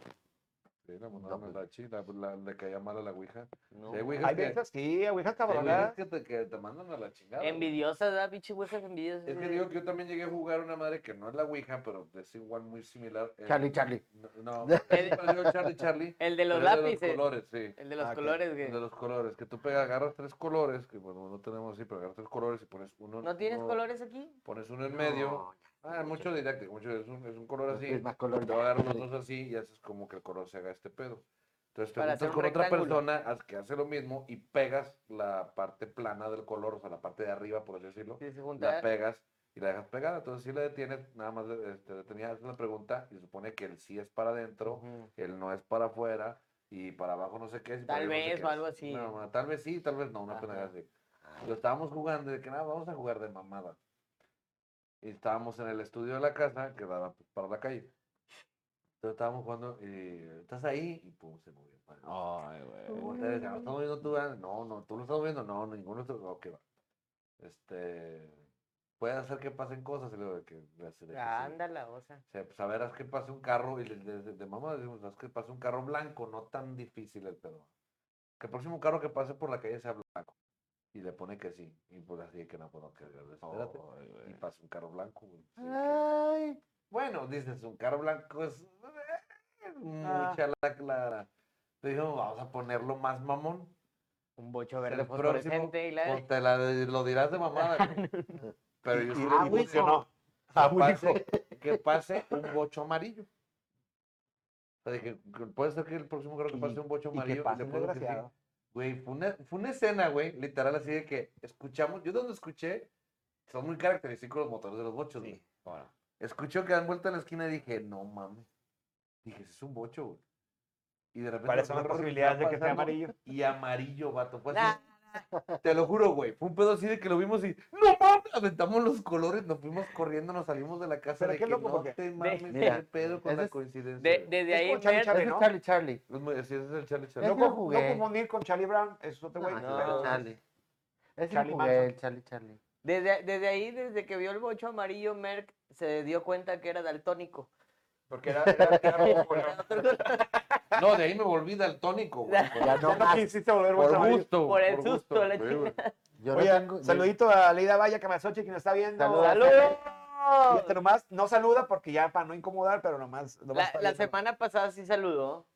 S5: Sí, la
S3: No,
S5: mandaron a
S3: pues.
S5: la china, la- le caía mal a la Ouija.
S6: No,
S5: Sí, hay ouijas
S2: Hay
S5: que-
S2: veces, sí, aguijas
S5: hay ouijas
S2: cabronadas.
S5: que te, que te mandan a la chingada. güey.
S6: Envidiosas, ¿verdad? Pinche huejas envidiosas.
S5: Es que digo que yo también llegué a jugar una madre que no es la Ouija, pero es igual muy similar. eh,
S3: Charlie, Charlie.
S5: No, no, es parecido a Charlie Charlie.
S6: El de los
S5: pero es
S6: lápices.
S5: De los colores, sí.
S6: El de los
S2: Ah, ok.
S6: colores,
S5: El
S6: güey.
S5: de los colores. Que tú pegas, agarras tres colores, que bueno, no tenemos así, pero agarras tres colores y pones uno.
S6: ¿No tienes
S5: uno-
S6: colores aquí?
S5: Pones uno en
S3: No,
S5: medio. Ah, mucho didáctico, mucho, es, un, es un color así.
S3: Es más color.
S5: Te agarras los dos así y haces como que el color se haga este pedo. Entonces te
S6: Para
S5: juntas
S6: hacer un
S5: con otra
S6: rectángulo.
S5: persona haz- que hace lo mismo y pegas la parte plana del color, o sea, la parte de arriba, por así decirlo.
S6: Sí, se
S5: la
S6: junta.
S5: pegas y la dejas pegada. Entonces, si la detienes, nada más este, detenías haces la pregunta y se supone que el sí es para adentro,
S6: Ujú.
S5: el no es para afuera y para abajo no sé qué es. y para
S6: Tal
S5: arriba no sé
S6: vez
S5: qué
S6: o
S5: es.
S6: algo así.
S5: No, no, tal vez sí, tal vez no, una
S6: Ajá. Ah.
S5: pendeja así. Lo estábamos jugando y de que nada, vamos a jugar de mamada. Y estábamos en el estudio de la casa que daba pues, para la calle. Entonces estábamos jugando y estás ahí y pum, se movió. Bueno,
S1: Ay,
S6: Mm.
S1: güey.
S5: ¿Cómo te ves? ¿Lo estás moviendo tú? Ah, No, no, tú lo estás moviendo. No, ninguno. está- Ok, va. Este. Puede hacer que pasen cosas. Y luego de que. de- de que sí.
S6: Ándala, o sea.
S5: O sea, pues a ver, haz que pase un carro. Y de, de- de- de mamá decimos, haz que pase un carro blanco. No tan difícil el pedo. Que el próximo carro que pase por la calle sea blanco. Y le pone que sí. Y pues así de que no, pues no, que espérate.
S2: Oh,
S5: y pasa un carro blanco. güey. Sí, de que-
S3: Ay,
S5: bueno, dices, un carro blanco es eh,
S2: Ah.
S5: mucha la clara. Te digo, vamos a ponerlo más mamón.
S6: Un bocho
S5: El
S6: verde
S5: próximo,
S6: fosforescente y la.
S5: Pues te la, de- lo dirás de
S2: Ah,
S5: mamada. güey. Pero yo
S2: Y-
S5: sí
S2: y-
S5: le
S2: y
S5: digo que,
S2: funcionó. Ah, güey, hijo.
S5: pase, que pase un bocho amarillo. O sea, de que- que puede ser que el próximo creo que
S2: Y-
S5: pase un bocho
S2: Y que
S5: amarillo.
S2: pase
S5: le
S2: un
S5: pongo que sí.
S2: desgraciado.
S5: Güey, fue una, fue una escena, güey, literal así de que escuchamos, yo donde escuché, son muy característicos los motores de los bochos, güey. Escucho que dan vuelta a la esquina y dije, no mames. Dije, "Ese es un bocho, güey. Y de repente.
S2: Parece
S5: me
S2: una
S5: acuerdo
S2: posibilidad
S5: iba
S2: de que sea
S5: pasando
S2: amarillo. Ah,
S5: Y amarillo, vato. Pues Fue
S6: Nah,
S5: así. Te lo juro, güey. Fue un pedo así de que lo vimos y. ¡No mames! Aventamos los colores, nos fuimos corriendo, nos salimos de la casa.
S2: Pero
S5: de
S2: qué
S5: que
S2: loco,
S5: no
S2: porque-
S5: te mames, qué
S3: Mira,
S5: pedo con
S3: ese
S5: la
S3: es-
S5: coincidencia.
S6: de-
S5: güey.
S6: desde
S2: Es
S6: ahí,
S2: como Charlie
S6: ver-
S2: Charlie,
S3: ese es
S2: ¿no?
S3: Charlie, Charlie.
S5: Es muy- así es el Charlie Charlie.
S3: Ese
S2: No,
S3: lo
S2: co-
S3: jugué.
S2: no confundir con Charlie Brown, es otro güey.
S3: No,
S2: pero-
S3: Ah, Charlie. Ese
S2: Charlie
S3: lo
S2: Manson.
S3: jugué, el Charlie, Charlie.
S6: desde, desde ahí, desde que vio el bocho amarillo, Merck se dio cuenta que era daltónico.
S2: Porque era, era, era rojo, güey.
S6: Era otro color.
S5: No, de ahí me volví daltónico, güey.
S3: Ya no
S2: Ya no
S3: más.
S2: quisiste volver más
S5: Por
S2: amarillo.
S5: gusto.
S6: Por el susto,
S5: gusto,
S6: la
S5: güey, güey.
S3: Yo no
S2: Oye,
S3: tengo- yo-
S2: saludito a Leida Valle Camasoche, quien nos está viendo.
S3: Saludos.
S2: Fíjate
S6: ¡Saludos!
S2: nomás, no saluda porque ya para no incomodar, pero nomás. nomás
S6: La,
S2: está
S6: la
S2: viendo.
S6: semana pasada sí saludó.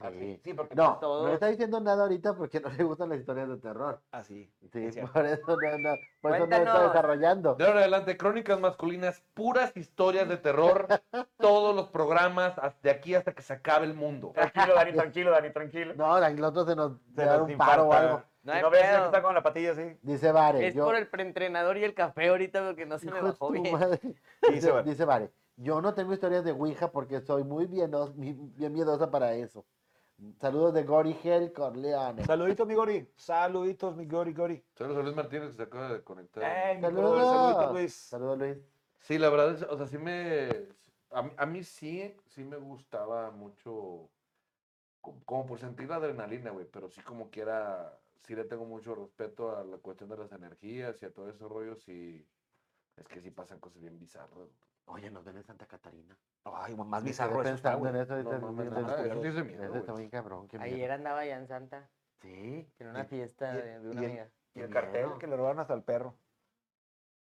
S6: Ah,
S3: Sí.
S5: Sí, porque
S3: No,
S6: todo-
S3: no le está diciendo nada ahorita porque no le gustan las historias de terror.
S2: Así.
S3: Sí,
S2: es cierto.
S3: por eso no, no, por eso no está
S6: Cuéntanos.
S3: desarrollando.
S5: De ahora en adelante, crónicas masculinas, puras historias de terror, todos los programas, hasta- de aquí hasta que se acabe el mundo.
S2: Tranquilo, Dani, tranquilo, Dani, tranquilo.
S3: No, el otro se nos
S2: Se
S3: va a dar
S2: nos
S3: un paro o
S2: infarta.
S3: algo.
S6: No
S2: Si
S6: hay
S2: no ves
S6: pedo.
S2: que está con la patilla así.
S3: Dice Vare,
S6: Es
S3: yo.
S6: por el preentrenador y el café ahorita porque no se me
S3: hijo de
S6: bajó
S3: tu
S6: bien.
S3: madre.
S2: Dice,
S3: Dice,
S2: bueno,
S3: dice Vare, yo no tengo historias de Ouija porque soy muy bien, bien miedosa para eso. Saludos de Gori Gel Corleone.
S2: Saluditos, mi Gori. Saluditos, mi Gori, Gori.
S5: Saludos a Luis Martínez que se acaba de conectar.
S2: Eh, mi brother, saluditos,
S3: Saludos.
S2: Luis.
S3: Saludos, Luis.
S5: Sí, la verdad, es, o sea, sí me. A, mí- a mí sí, sí me gustaba mucho. co- Como por sentir la adrenalina, güey, pero sí como quiera, sí le tengo mucho respeto a la cuestión de las energías y a todo ese rollo, sí, es que sí pasan cosas bien bizarras. güey.
S3: Oye, nos ven en Santa Catarina.
S2: Ay, más
S3: Me
S2: bizarro
S3: quedé
S2: eso está,
S3: pensando
S2: güey.
S3: en eso. ahorita-
S5: No mames,
S3: ahorita-
S5: ajá,
S3: ahorita-
S5: eso es de miedo,
S3: eso
S5: güey.
S3: está bien cabrón. qué
S6: Ayer
S3: miedo.
S6: andaba ya en Santa,
S3: Sí.
S6: en una
S3: y-
S6: fiesta
S3: y-
S6: de, de una
S3: y el-
S6: amiga.
S2: Y el cartel
S3: miedo.
S2: que le robaron hasta el perro.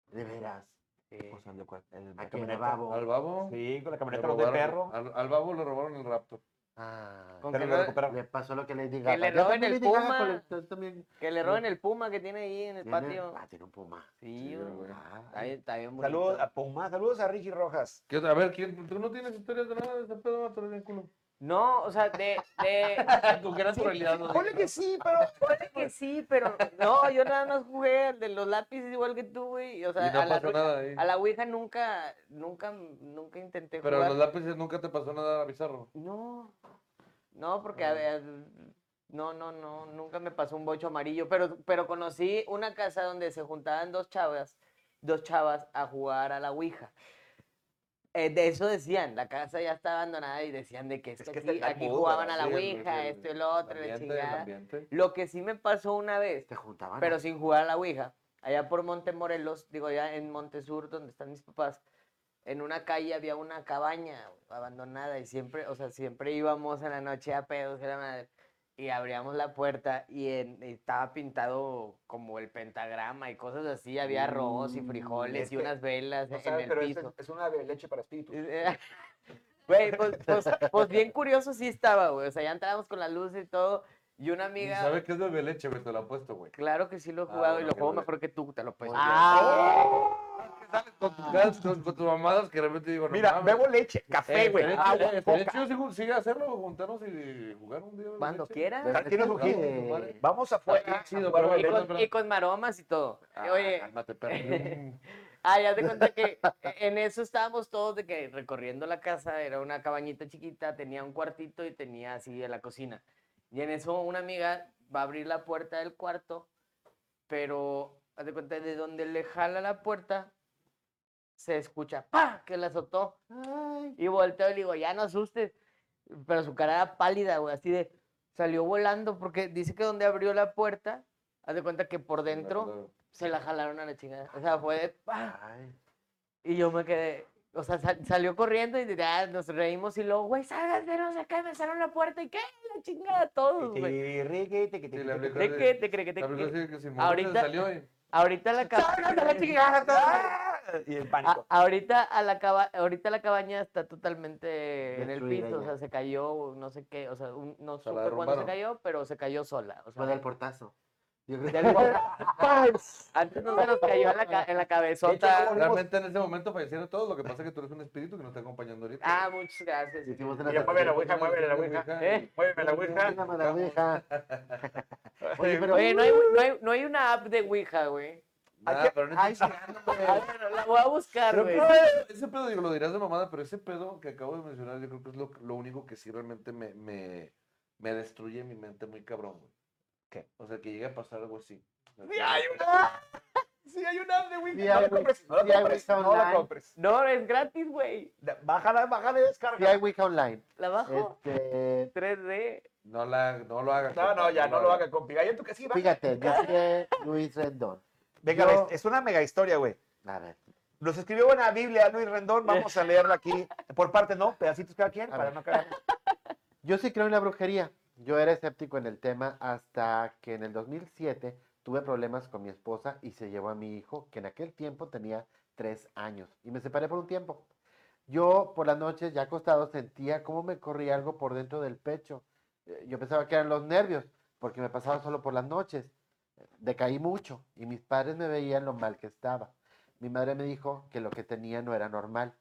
S3: De veras. Pues,
S6: Sí.
S2: O sea, el de cua- el
S3: A Ah,
S2: de
S3: que me
S2: camioneta.
S3: babo.
S5: Al babo.
S2: Oh, Sí, con la
S5: le
S2: camioneta de
S5: robaron-
S2: perro.
S5: Al, al babo le robaron el rapto.
S3: Ah,
S6: Con
S2: Pero
S6: que
S2: lo
S6: no-
S2: recuperaron.
S3: le pasó lo que Lady
S6: Que
S3: Gaga.
S6: le
S3: Ya
S6: roben
S3: también
S6: el
S3: Lady Gaga
S6: Puma.
S3: colectó- también
S6: Que le roben el puma que tiene ahí en el
S3: tiene-
S6: patio.
S3: Ah, tiene un puma.
S6: Sí,
S5: Sí,
S6: güey.
S5: güey.
S3: Ah,
S6: Está bien- está bien bonito.
S2: Saludos a Puma, saludos a Ricky Rojas.
S5: ¿Qué- a ver, ¿quién, ¿tú no tienes historias de nada de ese pedo, vato, de culo?
S6: No, o sea, de... de...
S5: ¿Con qué naturalidad? no?
S2: Ponle que sí, pero.
S6: Puede que sí, pero no, yo nada más jugué al de los lápices igual que tú, güey. O sea,
S5: Y no
S6: a, la,
S5: pasó nada ahí.
S6: a la Ouija nunca, nunca, nunca intenté
S5: Pero a
S6: jugar.
S5: los lápices nunca te pasó nada bizarro.
S6: No, no, porque a
S5: Ah.
S6: ver, no, no, no, nunca me pasó un bocho amarillo, pero, pero conocí una casa donde se juntaban dos chavas, dos chavas a jugar a la Ouija. Eh, de eso decían, la casa ya está abandonada y decían de que, es
S5: Es
S6: que
S5: que
S6: aquí,
S5: está
S6: aquí
S5: puta,
S6: jugaban a la
S5: sí, el-
S6: Ouija,
S5: el
S6: esto y lo otro, la
S5: Ambiente, el
S6: chingada.
S5: ambiente.
S6: Lo que sí me pasó una vez
S3: Se
S2: Ah,
S3: juntaban.
S6: pero sin jugar a la Ouija, allá por Montemorelos, digo, allá en Montesur, donde están mis papás, en una calle había una cabaña abandonada y siempre, o sea, siempre íbamos en la noche a pedos de la madre y abríamos la puerta y, en- y estaba pintado como el pentagrama y cosas así, había arroz y
S2: Mm,
S6: frijoles
S2: es
S6: y
S2: que-
S6: unas velas
S2: No
S6: en
S2: sabes,
S6: el
S2: pero es,
S6: piso.
S2: es una de leche para espíritus.
S6: Güey, pues, pues- pues bien curioso sí estaba, güey. O sea, ya entrábamos con la luz y todo. Y una
S5: Ni
S6: amiga.
S5: sabe qué es bebé leche, güey, te lo apuesto, güey.
S6: Claro que sí lo he
S5: Ah,
S6: jugado y
S5: bueno,
S6: lo
S5: qué
S6: juego
S5: bueno.
S6: mejor que tú, te lo Oh, puedo
S3: Ah.
S5: Con tus gas- con, con tus mamadas que de repente digo, no
S3: Ah.
S2: Mira,
S5: mames.
S2: bebo leche,
S5: Eh,
S2: café, güey, Ah,
S5: estaría-
S2: agua,
S5: eh, estaría
S2: coca.
S5: chido si ju- sigue hacerlo, juntarnos y jugar un día. bebé
S6: Cuando
S5: leche.
S6: quieras.
S2: Tranquilos,
S3: Creo
S2: Ujín.
S3: que-
S2: Vamos afuera.
S5: Está chido,
S2: a jugar
S5: pero-
S2: bebé.
S6: Y
S5: perdón,
S6: con,
S5: perdón.
S6: y con maromas y todo. Eh,
S5: Ah,
S6: Oye,
S5: cálmate, perro.
S6: ah, ya te cuenta que e, en eso estábamos todos de que recorriendo la casa, era una cabañita chiquita, tenía un cuartito y tenía así la cocina. Y en eso una amiga va a abrir la puerta del cuarto, pero haz de cuenta de donde le jala la puerta, se escucha ¡pa! que la azotó. Y volteo y le digo, ya no asustes. Pero su cara era pálida, güey, así de salió volando porque dice que donde abrió la puerta, haz de cuenta que por dentro se la jalaron a la chingada. O sea, fue de ¡pa!
S3: Ay,
S6: Y yo me quedé, o sea, sal- salió corriendo y ya nos reímos y luego, güey, sálganse, no sé qué, me cerraron la puerta y qué, la chingada, todos, güey.
S2: Y Ricky, te que
S5: Sí, le hablé
S2: te
S5: con-
S6: ¿De qué? ¿Te crees que te
S5: La verdad
S6: crees?
S5: sí que si me
S6: Ahorita-
S5: gusta, salió, eh.
S6: Ahorita la cabaña.
S3: Ah.
S2: Y el
S6: A-
S2: pánico.
S6: ahorita, a la caba- ahorita la cabaña está totalmente en el
S3: Destruida
S6: piso, o
S3: ya.
S6: sea, se cayó, no sé qué, o sea, un- no
S5: Se la
S6: supe cuándo se
S5: derrumbaron.
S6: cayó, pero se cayó sola. O sea,
S3: Fue del portazo. Yo creo
S6: del gol- Antes no se nos cayó en la, ca- en la cabezota.
S5: Realmente en ese momento fallecieron todos. Lo que pasa es que tú eres un espíritu que nos está acompañando ahorita.
S6: Ah, muchas gracias.
S3: Hicimos
S2: Ya
S3: una
S2: mueve la ouija, mueve la ouija.
S6: ¿Eh?
S2: Muéveme la ouija.
S3: Una maravilla. Oye, pero
S6: Oye, no hay, no hay- no hay una app de Ouija, güey.
S5: Nah,
S2: Aquí-
S5: pero no
S3: Ay,
S5: estoy
S6: Ah, bueno, la voy a buscar,
S5: Creo
S6: güey.
S5: que ese pedo, digo, lo dirás de mamada, pero ese pedo que acabo de mencionar, yo creo que es lo, lo único que sí realmente me, me, me destruye mi mente muy cabrón, güey.
S2: ¿Qué?
S5: O sea, que llegue a pasar algo así.
S2: Sí hay una. Sí hay una de
S3: Sí
S2: Ouija.
S3: hay
S2: No la
S3: Ouija-
S2: compres. No
S3: sí
S2: la compres. No
S3: hay Ouija
S2: la
S3: online.
S2: compres.
S6: No, es gratis, güey.
S2: Da- Bájala, bájala y
S3: Sí hay
S2: descarga.
S3: Wicca online.
S6: La bajo.
S3: Este,
S6: 3D.
S5: No, la, no lo hagas.
S2: No, no,
S5: compa,
S2: ya no lo
S5: hagas.
S2: haga, compi. Ahí en tu casilla.
S3: fíjate, dice Luis Rendón.
S2: Venga,
S3: Yo-
S2: ves, es una mega historia, güey.
S3: A ver,
S2: Los escribió en la Biblia Luis Rendón, vamos a leerla aquí por parte, ¿no? Pedacitos cada quien,
S3: A
S2: para
S3: ver.
S2: no cagar.
S3: yo sí creo en la brujería. Yo era escéptico en el tema hasta que en el 2007 tuve problemas con mi esposa y se llevó a mi hijo, que en aquel tiempo tenía tres años, y me separé por un tiempo. Yo por las noches, ya acostado, sentía cómo me corría algo por dentro del pecho. Eh, Yo pensaba que eran los nervios, porque me pasaba solo por las noches. Decaí mucho y mis padres me veían lo mal que estaba. Mi madre me dijo que lo que tenía no era normal.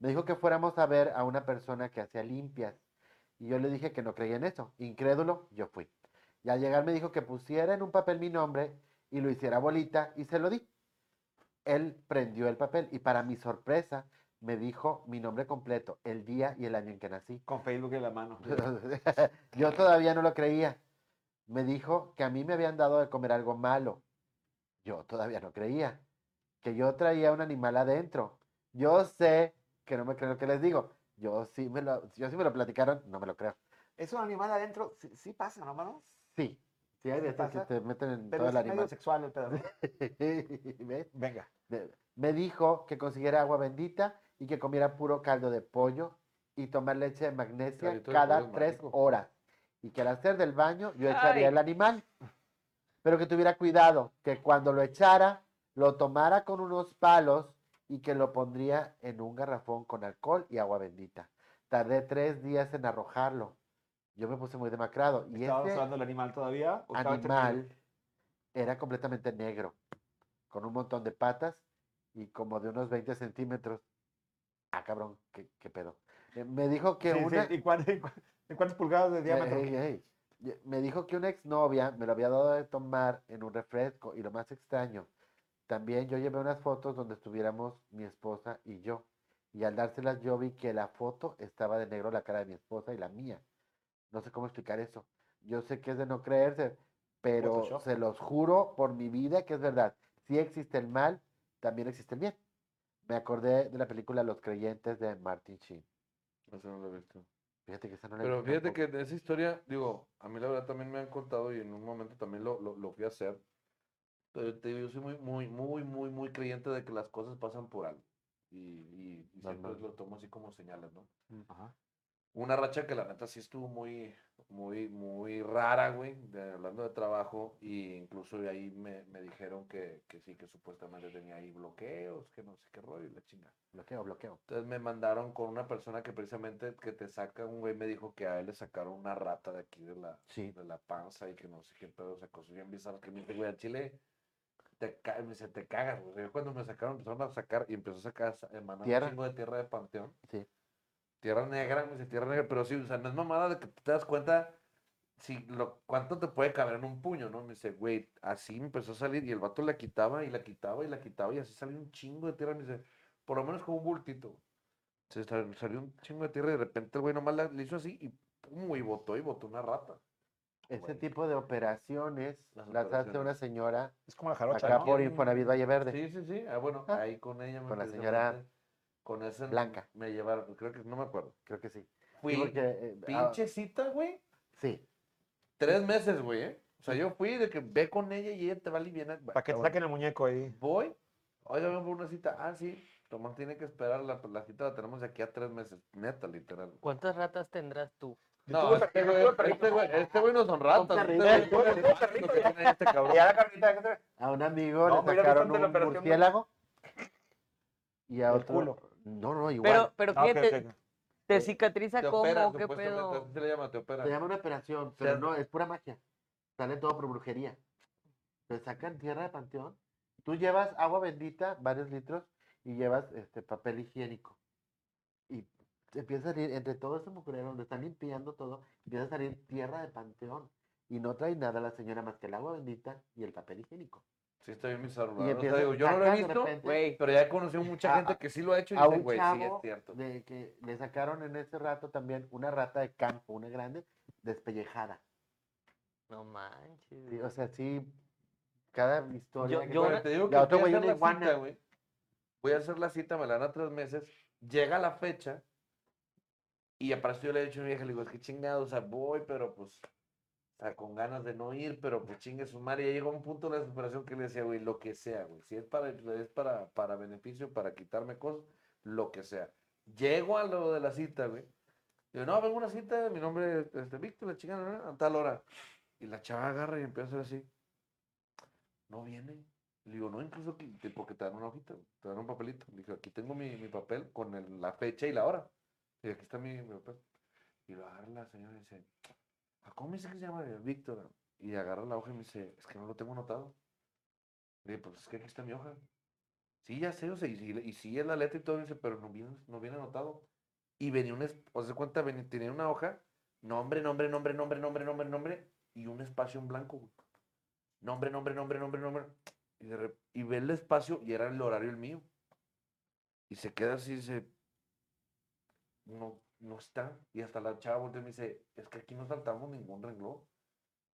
S3: Me dijo que fuéramos a ver a una persona que hacía limpias. Y yo le dije que no creía en eso. Incrédulo, yo fui. Y al llegar me dijo que pusiera en un papel mi nombre y lo hiciera bolita y se lo di. Él prendió el papel y para mi sorpresa me dijo mi nombre completo, el día y el año en que nací.
S2: Con Facebook en la mano.
S3: Yo todavía no lo creía. Me dijo que a mí me habían dado de comer algo malo. Yo todavía no creía. Que yo traía un animal adentro. Yo sé que no me creen lo que les digo. Yo sí me lo, yo sí me lo platicaron, no me lo creo.
S2: Es un animal adentro. Sí, sí pasa, ¿no, mano?
S3: Sí. Sí, hay
S2: ¿Sí
S3: veces que
S2: pasa?
S3: te meten en
S2: Pero
S3: todo
S2: es
S3: el
S2: medio
S3: animal.
S2: sexual el pedo.
S3: ¿Ves?
S2: Venga.
S3: de- me dijo que consiguiera agua bendita y que comiera puro caldo de pollo y tomar leche de magnesia
S5: Caldito de
S3: cada
S5: pollo
S3: tres
S5: mágico.
S3: horas. Y que al hacer del baño yo echaría
S6: Ay.
S3: el animal. Pero que tuviera cuidado, que cuando lo echara, lo tomara con unos palos y que lo pondría en un garrafón con alcohol y agua bendita. Tardé tres días en arrojarlo. Yo me puse muy demacrado. Y
S2: ¿Estabas
S3: ese-
S2: usando el animal todavía? ¿O estaba
S3: animal era completamente negro, con un montón de patas y como de unos 20 centímetros. Ah, cabrón, qué, qué pedo. Eh, Me dijo que
S2: Sí, sí,
S3: una... Eh,
S2: ¿Y, cuán- y cuán- y cuántas pulgadas de diámetro?
S3: Ey, ey, ey. Me dijo que una exnovia me lo había dado de tomar en un refresco y lo más extraño, también yo llevé unas fotos donde estuviéramos mi esposa y yo. Y al dárselas yo vi que la foto estaba de negro la cara de mi esposa y la mía. No sé cómo explicar eso. Yo sé que es de no creerse, pero
S2: Photoshop.
S3: se los juro por mi vida que es verdad. Si existe el mal, también existe el bien. Me acordé de la película Los Creyentes de Martin Sheen.
S5: Ese no lo he visto.
S3: Fíjate que esa no la he
S5: Pero
S3: visto
S5: fíjate
S3: tampoco.
S5: que de esa historia, digo, a mí la verdad también me han contado y en un momento también lo, lo, lo fui a hacer. Pero te digo, yo soy muy, muy, muy, muy, muy creyente de que las cosas pasan por algo. Y, y, y siempre
S3: Normal.
S5: lo tomo así como señales, ¿no?
S2: Mm, Ajá.
S5: Una racha que la neta sí estuvo muy, muy, muy rara, güey, de- hablando de trabajo. Y incluso de ahí me, me dijeron que, que sí, que supuestamente tenía ahí bloqueos, que no sé qué rollo y la chingada.
S3: Bloqueo, bloqueo.
S5: Entonces me mandaron con una persona que precisamente que te saca, un güey me dijo que a él le sacaron una rata de aquí de la,
S3: Sí.
S5: de la panza y que no sé qué pedo, o sea, cosas bien bizarras que me dice, güey, al chile te, ca- me dice, te cagas, güey. Yo cuando me sacaron, empezaron a sacar y empezó a sacar, sa- emanar
S3: Tierra.
S5: un chingo de tierra de panteón.
S3: Sí.
S5: Tierra negra, me dice, tierra negra, pero sí, o sea, no es mamada de que te das cuenta si lo, cuánto te puede caber en un puño, ¿no? Me dice, güey, así me empezó a salir y el vato la quitaba y la quitaba y la quitaba y así salió un chingo de tierra, me dice, por lo menos como un bultito. Se sal- salió un chingo de tierra y de repente el güey nomás la- le hizo así y pum, y botó y botó una rata.
S3: Ese
S5: Güey.
S3: tipo de operaciones las,
S5: Las
S3: hace una
S5: operaciones.
S3: señora
S2: Es como la jarocha,
S3: acá
S2: ¿no?
S3: por
S5: Tienen-
S3: Infonavit Valle Verde.
S5: Sí, sí, sí. Ah, bueno,
S3: Ah,
S5: ahí con ella. me
S3: con la señora
S5: precisamente, Con esa.
S3: Blanca.
S5: Me llevaron, creo que no me acuerdo.
S3: Creo que sí. Sí,
S5: Fui.
S3: porque, eh, ah,
S5: pinche cita, güey.
S3: sí.
S5: Tres meses, güey, ¿eh? O sea, yo fui de que ve con ella y ella te va a aliviar.
S2: Para que te saquen el muñeco ahí.
S5: Voy. Oiga, vengo por una cita. Ah, sí. Tomás tiene que esperar. La, la cita la tenemos de aquí a tres meses. Neta, literal.
S6: ¿Cuántas ratas tendrás tú?
S5: No, este güey, este güey, este güey no son ratas.
S3: perrito,
S5: Este
S2: tuve
S5: güey
S2: un
S5: es lo que
S2: perrito,
S5: tiene este cabrón.
S2: Ya la carnita, ¿qué te-
S3: A un amigo
S2: No,
S3: le
S2: mira,
S3: sacaron
S2: bastante la
S3: un
S2: operación de-
S3: murciélago. Y a
S2: del
S3: otro.
S2: culo.
S3: No, no, igual.
S6: Pero, pero
S2: Ah,
S6: ¿qué?
S2: ok,
S6: te,
S2: ok, ok.
S6: te cicatriza
S5: Te
S6: cómo?
S5: operan,
S6: ¿Qué
S5: supuestamente.
S6: pedo?
S5: Así se le llama, te operan.
S3: Se llama una operación, pero no, es pura magia. Sale todo por brujería. Te sacan tierra de panteón. Tú llevas agua bendita, varios litros, y llevas este papel higiénico. Y te empieza a salir, entre todo ese mugrero, donde están limpiando todo, empieza a salir tierra de panteón. Y no trae nada la señora más que el agua bendita y el papel higiénico.
S5: Sí, está bien mi
S3: Y
S5: celular. O sea,
S3: empieza-
S5: digo, yo no lo
S3: acá
S5: he
S3: de
S5: visto,
S3: repente-
S5: güey, pero ya he conocido mucha
S3: A-
S5: gente que sí lo ha hecho y
S3: a
S5: dice,
S3: un
S5: güey, sí, es
S3: chavo
S5: cierto.
S3: de que le sacaron en ese rato también una rata de campo, una grande, despellejada.
S6: No manches.
S3: Sí,
S6: güey.
S3: o sea, sí, cada historia.
S6: Yo-
S3: que
S6: yo
S3: cuenta-
S5: Pero te digo
S3: la
S5: que
S3: otra,
S5: voy
S3: güey,
S5: a hacer
S3: una
S5: la
S3: iguana.
S5: cita, güey. Voy a hacer la cita, me la dan a tres meses. Llega la fecha y aparte yo le he dicho a mi vieja, le digo, es que chingado, o sea, voy, pero pues, o sea, con ganas de no ir, pero pues chingue su madre. Y ya llegó un punto de la desesperación que le decía, güey, lo que sea, güey. Si es para, es para, para beneficio, para quitarme cosas, lo que sea. Llego a lo de la cita, güey. Digo, no, vengo a una cita, mi nombre es este, Víctor, la chingada, ¿no? a tal hora. Y la chava agarra y empieza a hacer así. No viene. Le digo, no, incluso que- te- porque te dan una hojita, te dan un papelito. Le dije, aquí tengo mi, mi papel con el- la fecha y la hora. Y aquí está mi, mi papel. Y lo agarra la señora y dice, ¿a cómo dice que se llama el Víctor? Y agarra la hoja y me dice, es que no lo tengo anotado. Le digo, pues es que aquí está mi hoja. Sí, ya sé, o sea, y, si sí es la letra y todo, y dice, pero no viene, no viene anotado. Y venía un, es- o sea, cuenta, venía, tenía una hoja, nombre, nombre, nombre, nombre, nombre, nombre, nombre, y un espacio en blanco. güey. Nombre, nombre, nombre, nombre, nombre. Y, de rep- y ve el espacio y era el horario el mío. Y se queda así y dice, no, no está. Y hasta la chava voltea y me dice, es que aquí no saltamos ningún renglón.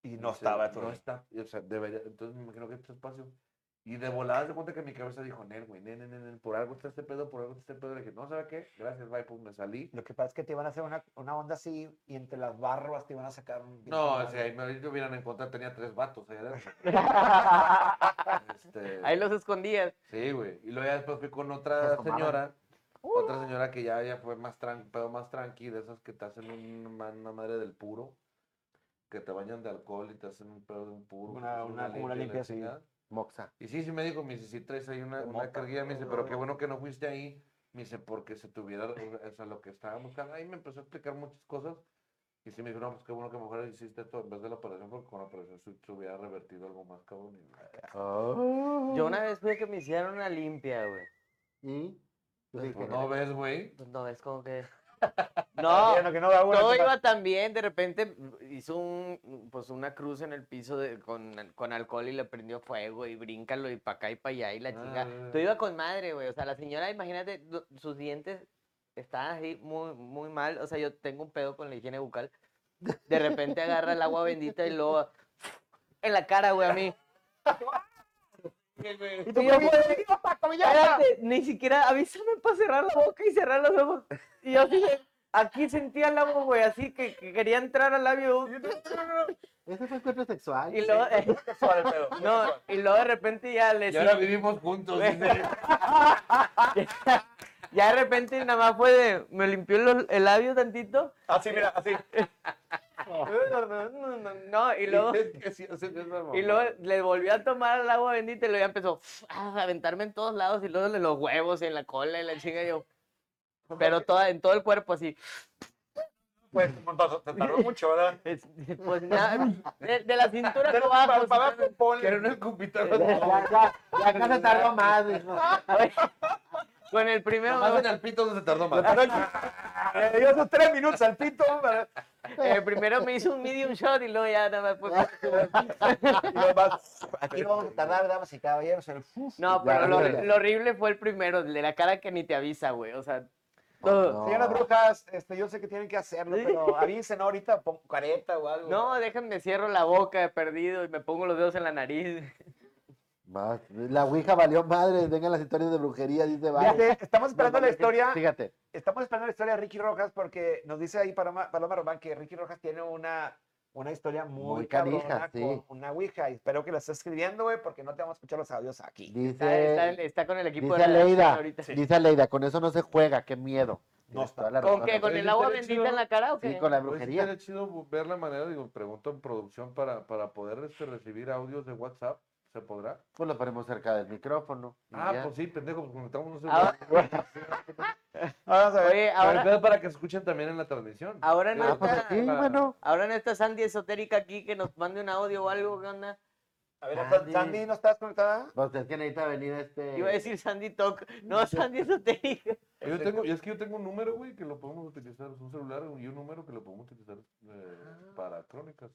S8: Y
S5: Y
S8: no
S5: dice,
S8: estaba tu
S5: No
S8: reloj.
S5: está. Y, o sea, debería, entonces me imagino que este espacio. Y de volada se cuenta que mi cabeza dijo, Nel, güey, nel, nel, nel, por algo está este pedo, por algo está este pedo. Le dije, no, ¿sabe qué? Gracias, bye, pues me salí.
S2: Lo que pasa es que te van a hacer una, una onda así y entre las barbas te van a sacar un...
S5: No, o sea, ahí me yo hubieran encontrado, tenía tres vatos allá adentro. Este,
S6: Ahí los escondías.
S5: Sí, güey. Y luego ya después fui con otra
S3: Las tomaban.
S5: señora. Otra señora que ya, ya fue más tran, pedo más tranqui, de esas que te hacen un, ma- una madre del puro, que te bañan de alcohol y te hacen un pedo de un puro. que te
S2: Una-
S5: hacen
S2: una- como una
S5: y la
S2: limpia, sí.
S5: chingada.
S3: Moxa.
S5: Y sí, sí me dijo, me dice, sí traes ahí una,
S2: Como
S5: una
S2: pa-
S5: carguilla, me dice, pero qué bueno que no fuiste ahí. Me dice, porque se tuviera, o sea, lo que estaba buscando. Ahí me empezó a explicar muchas cosas. Y sí me dijo, no, pues qué bueno que mejor hiciste esto en vez de la operación, porque con la operación se, se hubiera revertido algo más cabrón. Y,
S6: Yo una vez fui a que me hicieron una limpia, güey.
S3: Y yo dije,
S5: pues no ves, güey.
S6: Pues no ves como que. No,
S2: Ah, que no da buena
S6: todo
S2: cosa.
S6: iba tan bien. De repente hizo un, pues una cruz en el piso de- con, con alcohol y le prendió fuego y bríncalo y pa' acá y pa' allá y la chinga.
S5: Ah.
S6: Todo iba con madre, güey. O sea, la señora, imagínate, do- sus dientes estaban así muy, muy mal. O sea, yo tengo un pedo con la higiene bucal. De repente agarra el agua bendita y luego en la cara, güey, a mí.
S2: Y tú,
S6: Y yo,
S2: "Coño,
S6: güey,
S2: idiota, coñaza".
S6: Espérate, ni siquiera avísame para cerrar la boca y cerrar los ojos. Y yo así, de- aquí sentía el agua, güey, así que, que quería entrar al labio.
S3: ese fue encuentro sexual.
S6: Y luego, eh, no, y luego de repente ya le
S5: Y ahora vivimos juntos.
S6: Güey.
S5: dice.
S6: Ya de repente nada más fue de, me limpió los- el labio tantito.
S2: Así, mira, así.
S6: No, y luego,
S5: Es que sí, hacen esas
S6: y
S5: mamadas.
S6: luego le volvió a tomar el agua bendita y luego ya empezó a aventarme en todos lados y luego en los huevos y en la cola y la chinga yo. Pero toda, en todo el cuerpo así.
S2: Pues, te tardó mucho, ¿verdad?
S6: Es- Pues nada, de, de la cintura
S2: Pero
S6: para
S2: para-
S5: pues,
S6: abajo.
S2: para
S6: sí,
S2: abajo, ponle.
S5: Quiero una escupita.
S3: Ya, ya, ya acá se tardó más. dijo.
S6: Con el primero,
S5: Más en
S6: me-
S5: el pito no se tardó más.
S2: Le dio sus tres minutos al pito. para-
S6: el primero me hizo un medium shot y luego ya nada más fue-
S2: y lo más- Aquí no vamos a tardar, damas y caballeros. el-
S3: Ya,
S6: No, pero lo,
S3: ya.
S6: lo horrible fue el primero, el de la cara que ni te avisa, güey. O sea,
S3: No.
S2: Señoras brujas, este, yo sé que tienen que hacerlo, pero avisen ahorita, pon careta o algo.
S6: no, déjenme cierro la boca de perdido y me pongo los dedos en la nariz.
S3: Más. La Ouija valió madre. Vengan las historias de brujería, dice
S2: Ya
S3: vale.
S2: sé, Este, estamos esperando la historia.
S3: Fíjate.
S2: Estamos esperando la historia de Ricky Rojas porque nos dice ahí Paloma, Paloma Román que Ricky Rojas tiene una, una historia muy,
S3: Muy canija,
S2: cabrona
S3: sí.
S2: con una Ouija. Y espero que la estés escribiendo, güey, porque no te vamos a escuchar los audios aquí.
S6: Está, está-
S3: Dice,
S6: está con el equipo
S3: dice
S6: redacción
S3: Aleida.
S6: ahorita.
S3: Dice Aleida, con eso no se juega, qué miedo.
S2: No
S3: Tienes toda la
S6: ¿Con
S3: razón.
S6: qué? ¿Con
S5: Oye,
S6: el agua
S5: estaría
S6: bendita
S5: chido.
S6: en la cara o qué?
S3: Sí, con la
S5: Oye, sí
S3: brujería.
S5: estaría chido bu- ver la manera, digo, pregunto en producción para, para poder este, recibir audios de WhatsApp. ¿Se podrá?
S3: Pues lo ponemos cerca del micrófono. y
S5: Ah,
S3: ya.
S5: pues sí, pendejo, pues conectamos unos
S6: Ahora-
S2: Vamos a ver.
S6: Oye, ahora,
S5: para que escuchen también en la transmisión.
S6: ahora no
S3: Ah, pues
S6: está...
S3: sí, mano.
S6: Ahora no está Sandy esotérica aquí que nos mande un audio o algo, ¿qué onda?
S2: A ver,
S3: Sandy.
S2: ¿estás- Sandy, ¿no estás conectada?
S3: Pues es que necesita venir este.
S6: Iba a decir Sandy Talk. No, Sandy esotérica.
S5: Yo tengo, y es que yo tengo un número, güey, que lo podemos utilizar, un celular y un número que lo podemos utilizar eh, para crónicas.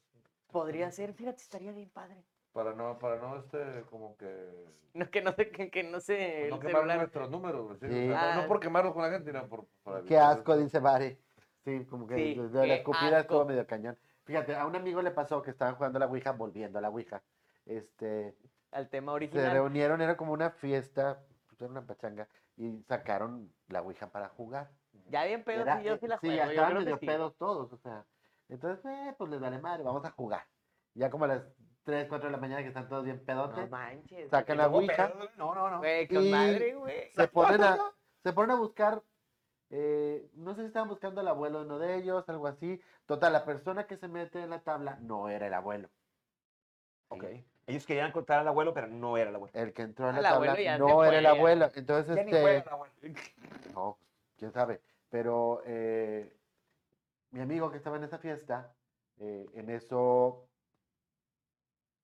S6: Podría ser, fíjate, estaría bien padre.
S5: Para no, para no, este, como que... pues,
S6: No, que no sé, que, que no sé
S5: No
S6: el
S5: quemar
S6: celular.
S5: nuestros números, güey, sí,
S3: Sí.
S5: o sea, no-
S6: Ah.
S5: no por quemarlos con la gente, sino por... para
S3: Qué
S5: evitar
S3: asco,
S5: eso.
S3: dice Vare. Sí, como que
S6: Sí,
S3: de- de la
S6: qué
S3: escupida estuvo
S6: asco.
S3: medio cañón. Fíjate, a un amigo le pasó que estaban jugando a la Ouija, volviendo a la Ouija. Este,
S6: Al tema
S3: se
S6: original.
S3: reunieron, era como una fiesta, pues, era una pachanga, y sacaron la Ouija para jugar.
S6: Ya bien pedo,
S3: Era- eh,
S6: sí, yo sí la
S3: sí,
S6: juego.
S3: ya
S6: yo
S3: estaban
S6: creo que
S3: medio
S6: sí.
S3: pedos todos, o sea. Entonces, eh, pues les vale madre, vamos a jugar. Ya como a las 3, 4 de la mañana que están todos bien
S6: No
S3: pedotes,
S6: manches.
S3: sacan la
S2: ¿Hubo
S3: Ouija.
S2: pedo? No, no, no.
S6: Güey,
S3: Y-
S6: con madre, güey.
S3: se ponen a, se ponen a buscar, eh, no sé si estaban buscando al abuelo de uno de ellos, algo así. Total, la persona que se mete en la tabla no era el abuelo.
S2: Ok. Ellos querían contar al abuelo, pero no era el abuelo.
S3: El que entró en
S6: Al
S3: la
S6: abuelo
S3: tabla
S6: ya se
S3: no era
S6: fue,
S3: el
S6: ya.
S3: abuelo. Entonces,
S2: Ya ni juega
S3: este,
S2: el abuelo.
S3: no, quién sabe. Pero eh, mi amigo que estaba en esa fiesta, eh, en eso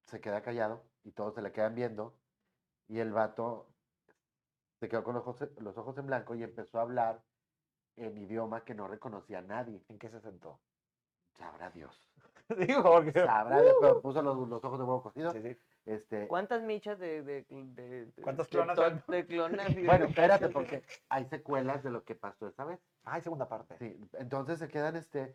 S3: se queda callado y todos se le quedan viendo. Y el vato se quedó con los ojos, los ojos en blanco y empezó a hablar en idioma que no reconocía a nadie.
S2: ¿En qué se sentó?
S3: Sabrá Dios.
S2: Digo, porque...
S3: Sabrá Dios, pero puso los, los ojos de huevo cocido.
S2: Sí, sí.
S3: Este,
S6: ¿Cuántas michas de. de, de, de-
S2: ¿Cuántas
S6: de
S2: clonas
S6: to-
S2: hay?
S6: De clonas y de-
S3: bueno, espérate, porque hay secuelas de lo que pasó esta vez.
S2: Ah, hay segunda parte.
S3: Sí, entonces se quedan, este,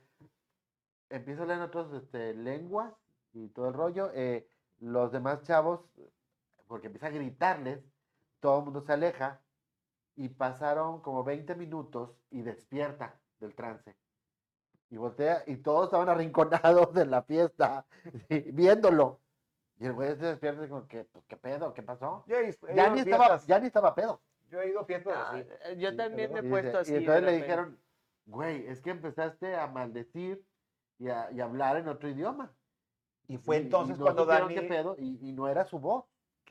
S3: empieza a leer otros, este, lenguas y todo el rollo. eh, los demás chavos, porque empieza a gritarles, todo el mundo se aleja y pasaron como 20 minutos y despierta del trance. Y voltea y todos estaban arrinconados en la fiesta, sí, viéndolo. Y el güey se despierta y como que, pues, ¿qué pedo? ¿Qué pasó?
S2: Yo he, ido- he
S3: Ya
S2: ido
S3: ni,
S2: a
S3: estaba,
S2: fiestas-
S3: ya ni estaba pedo.
S2: Yo he ido a fiestas
S6: Ah,
S2: así.
S6: yo también me he
S3: Y
S6: puesto
S3: dice-
S6: así.
S3: Y
S6: de
S3: entonces le
S6: repente.
S3: dijeron, güey, es que empezaste a maldecir y a, y a hablar en otro idioma.
S2: Y fue
S3: Y- y
S2: entonces
S3: no
S2: cuando
S3: supieron
S2: Dani,
S3: qué pedo, y, y no era su voz.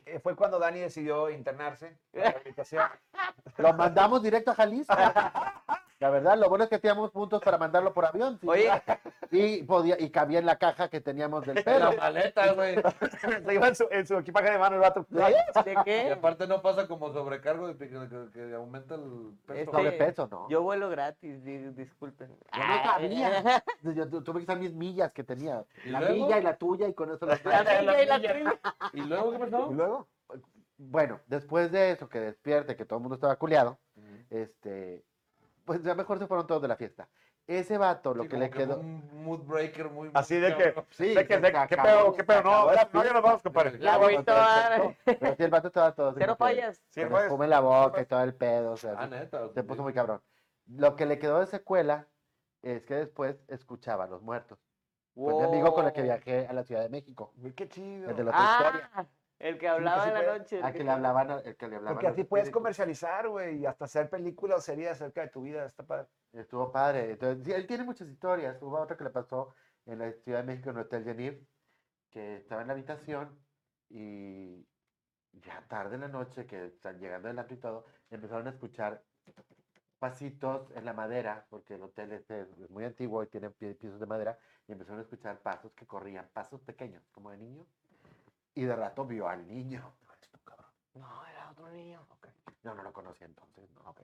S2: eh, fue cuando Dani decidió internarse en rehabilitación.
S3: Lo mandamos directo a Jalisco. La verdad, lo bueno es que teníamos puntos para mandarlo por avión. sí.
S6: Oye,
S3: Y podía, y cabía en la caja que teníamos del
S5: La
S3: pelo.
S5: maleta, güey.
S2: Se iba en su, en su equipaje de mano el vato.
S6: ¿de
S5: Y
S6: qué?
S5: aparte no pasa como sobrecargo de que, que- que aumenta el peso.
S6: Este-
S3: Sobrepeso, ¿no? Yo,
S6: Yo vuelo gratis, di- disculpen. Ah,
S3: no cabía. Yo tu- tuve que usar mis millas que tenía.
S5: ¿Y
S3: La
S5: luego?
S3: milla y la tuya, y con eso las
S6: La milla y la tuya.
S5: ¿Y luego qué pasó?
S3: Y luego, bueno, después de eso, que despierte, que todo el mundo estaba culeado, este, pues ya mejor se fueron todos de la fiesta. Ese vato, lo
S5: Sí,
S3: que
S5: como
S3: le quedó.
S5: Un mood breaker muy.
S2: Así
S5: muy
S2: de que-
S5: cabrón.
S3: Sí,
S2: Sé que-
S3: se
S2: sé- ¿Qué
S3: acabó,
S2: pedo? ¿Qué
S3: se
S2: pedo? No,
S3: acabó la
S2: no, ya nos vamos, compadre.
S6: La
S3: fiesta,
S6: agüita
S3: se
S6: va-
S3: acabó. Pero sí, el vato estaba todo. así
S6: Cero
S3: como Pues, que
S6: fallas.
S2: Sí, pues.
S3: se
S2: el jueves.
S3: nos come la boca y todo el pedo. o sea,
S5: Ah,
S3: se-
S5: neta.
S3: se puso muy cabrón. Lo que le quedó de secuela es que después escuchaba a los muertos. Fue Pues, mi amigo con el que
S6: Wow.
S3: viajé a la Ciudad de México.
S2: Güey, qué chido.
S3: El de la otra historia. pues,
S6: Ah, el que hablaba
S2: sí
S6: en la
S2: puede-
S6: noche. el
S3: A
S6: que-
S3: Ah, que le hablaban, a- el que le hablaban.
S2: Porque
S3: a
S2: así
S3: los
S2: puedes
S3: espíritus.
S2: comercializar, güey, y hasta hacer películas o series acerca de tu vida. Está padre.
S3: Estuvo padre. Entonces, sí, él tiene muchas historias. Hubo otra que le pasó en la Ciudad de México, en el Hotel Genil, que estaba en la habitación y ya tarde en la noche, que están llegando del antro y todo, empezaron a escuchar pasitos en la madera, porque el hotel este es es muy antiguo y tiene pie- pisos de madera, y empezaron a escuchar pasos que corrían, pasos pequeños, como de niño. Y de rato vio al niño.
S6: No, era otro niño.
S3: No, no lo conocía entonces, no.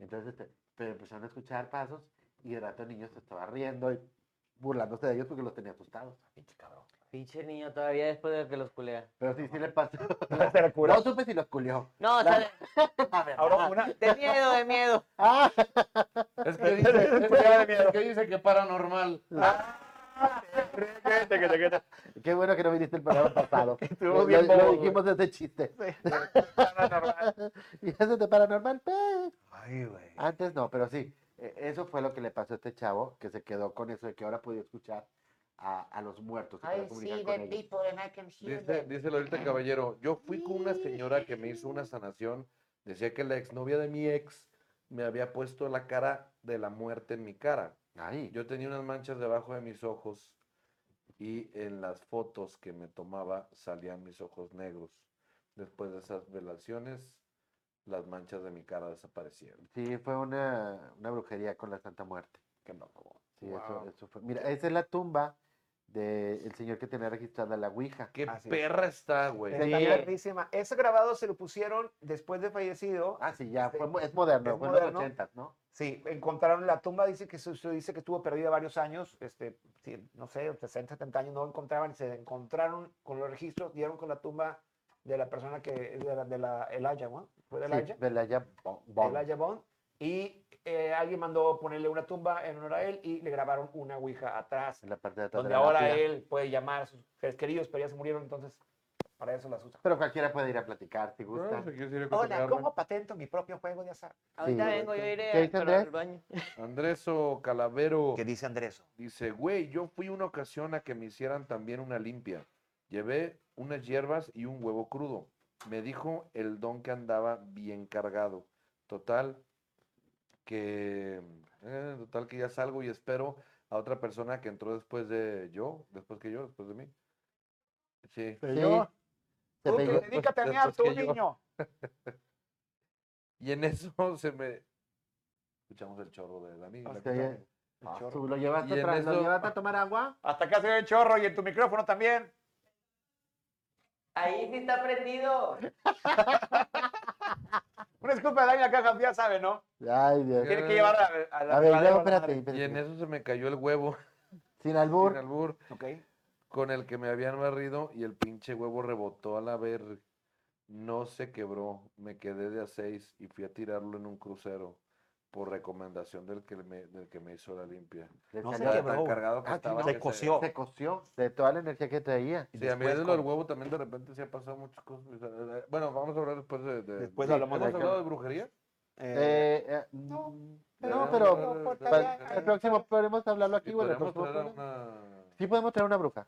S3: Entonces, este, pero empezaron a escuchar pasos y de rato el niño se estaba riendo y burlándose de ellos porque los tenía asustados.
S6: Pinche niño todavía después de que los culea.
S3: Pero sí, sí le pasó.
S2: Te la cura.
S3: No supe si los culió.
S6: No, o
S3: La-
S6: sea, de-
S3: La verdad.
S2: Ahora una.
S6: de miedo, de miedo.
S3: Ah,
S5: Es que dice, es que
S2: Culea de
S5: dice-
S2: miedo.
S5: es que dice que paranormal.
S3: qué bueno que no viniste el programa pasado.
S2: Estuvo
S3: lo,
S2: bien
S3: lo
S2: bobo, güey.
S3: dijimos desde chiste.
S2: Paranormal.
S3: Y eso de paranormal, pues.
S2: Ay, güey.
S3: Antes no, pero sí. e- Eso fue lo que le pasó a este chavo, que se quedó con eso de que ahora podía escuchar a, a los muertos. se podía comunicar con ellos.
S5: Dice, dice
S3: Ah.
S5: Lolita Caballero, yo fui con una señora que me hizo una sanación. Decía que la exnovia de mi ex me había puesto la cara de la muerte en mi cara.
S3: Ay,
S5: Yo tenía unas manchas debajo de mis ojos y en las fotos que me tomaba salían mis ojos negros. Después de esas velaciones, las manchas de mi cara desaparecieron.
S3: sí, fue una, una brujería con la Santa Muerte.
S5: Qué loco.
S3: Sí, eso, eso fue. Mira, esa es la tumba del señor que tenía registrada la Ouija.
S5: Qué
S2: Así es.
S5: perra está, güey.
S3: Sí.
S2: Está perrísima. Ese grabado se lo pusieron después de fallecido.
S3: Ah, sí, ya,
S2: Sí.
S3: fue, mo- es moderno,
S2: Es
S3: fue en
S2: moderno.
S3: los ochentas, ¿no?
S2: Sí, encontraron la tumba, dice que se, se dice que estuvo perdida varios años, este, sí, no sé, 60, 70 años, no la encontraban, se encontraron con los registros, dieron con la tumba de la persona que, de la, de la Elijah, ¿no? ¿Fue de
S3: Sí,
S2: Elijah?
S3: Belaya Bo- Bond.
S2: Elijah Bond, y eh, alguien mandó ponerle una tumba en honor a él y le grabaron una ouija atrás,
S3: en la parte de atrás de
S2: donde
S3: la
S2: ahora
S3: lápida.
S2: él puede llamar a sus seres queridos, pero ya se murieron, entonces para eso las usan.
S3: Pero cualquiera puede ir a platicar, si gusta.
S2: Hola, ¿cómo patento mi propio juego de azar?
S6: Ahorita
S3: Sí.
S6: vengo, yo iré
S3: ¿Qué
S6: a-
S3: dice
S6: pero
S3: Andrés?
S6: al baño.
S5: Andreso Calavero
S2: ¿Qué dice Andrés?
S5: dice, güey, yo fui una ocasión a que me hicieran también una limpia. Llevé unas hierbas y un huevo crudo. Me dijo el don que andaba bien cargado. Total, que eh, total que ya salgo y espero a otra persona que entró después de yo, después que yo, después de mí. Sí.
S3: Sí.
S2: yo?
S3: Se
S2: Tú que
S3: pegó-
S2: dedícate a
S5: pues,
S2: mear,
S5: pues,
S2: tú,
S5: que yo-
S2: niño.
S5: Y en eso se me escuchamos el chorro de Dani. la
S3: se
S5: cosa.
S3: oye-
S5: El Ah, chorro.
S3: ¿Tú lo llevaste
S5: Y en
S3: atrás? ¿Lo
S5: eso-
S3: llevaste a tomar agua?
S2: Hasta acá se ve el chorro y en tu micrófono también.
S6: Ahí sí está prendido.
S2: Una disculpa de Dani acá ya sabe, ¿no?
S3: Ay, Dios.
S2: Tiene que llevar a, a la
S3: A ver,
S2: madre
S3: luego,
S2: con la
S3: espérate,
S2: madre.
S5: Y en
S3: espérate.
S5: eso se me cayó el huevo
S3: Sin
S5: sin
S3: albur.
S5: albur.
S2: Ok.
S5: con el que me habían barrido y el pinche huevo rebotó a la verga. No se quebró, me quedé de a seis y fui a tirarlo en un crucero por recomendación del que me, del que me hizo la limpia.
S3: Le
S8: No se
S3: salió-
S5: Estaba
S8: quebró.
S5: tan cargado que
S8: Ah, sí,
S5: estaba
S8: no,
S5: que
S8: se coció.
S3: se coció de toda la energía que traía.
S5: Sí, a mí
S8: Después
S5: de lo del
S8: con-
S5: huevo también de repente se ha pasado muchas cosas. o sea, eh, Bueno, vamos a hablar después de... de-
S8: Después
S5: Sí,
S8: hablamos
S5: ¿hemos
S8: de-
S5: hablado de brujería?
S8: Eh,
S3: Eh, eh,
S2: No,
S3: mm,
S2: pero-
S3: no,
S2: no,
S3: pero
S2: por
S3: para-
S2: tarea,
S3: el próximo podemos hablarlo aquí.
S5: Y
S3: o en el
S5: podríamos
S3: próximo
S5: traer a
S3: programa.
S5: una...
S3: Sí podemos traer una bruja.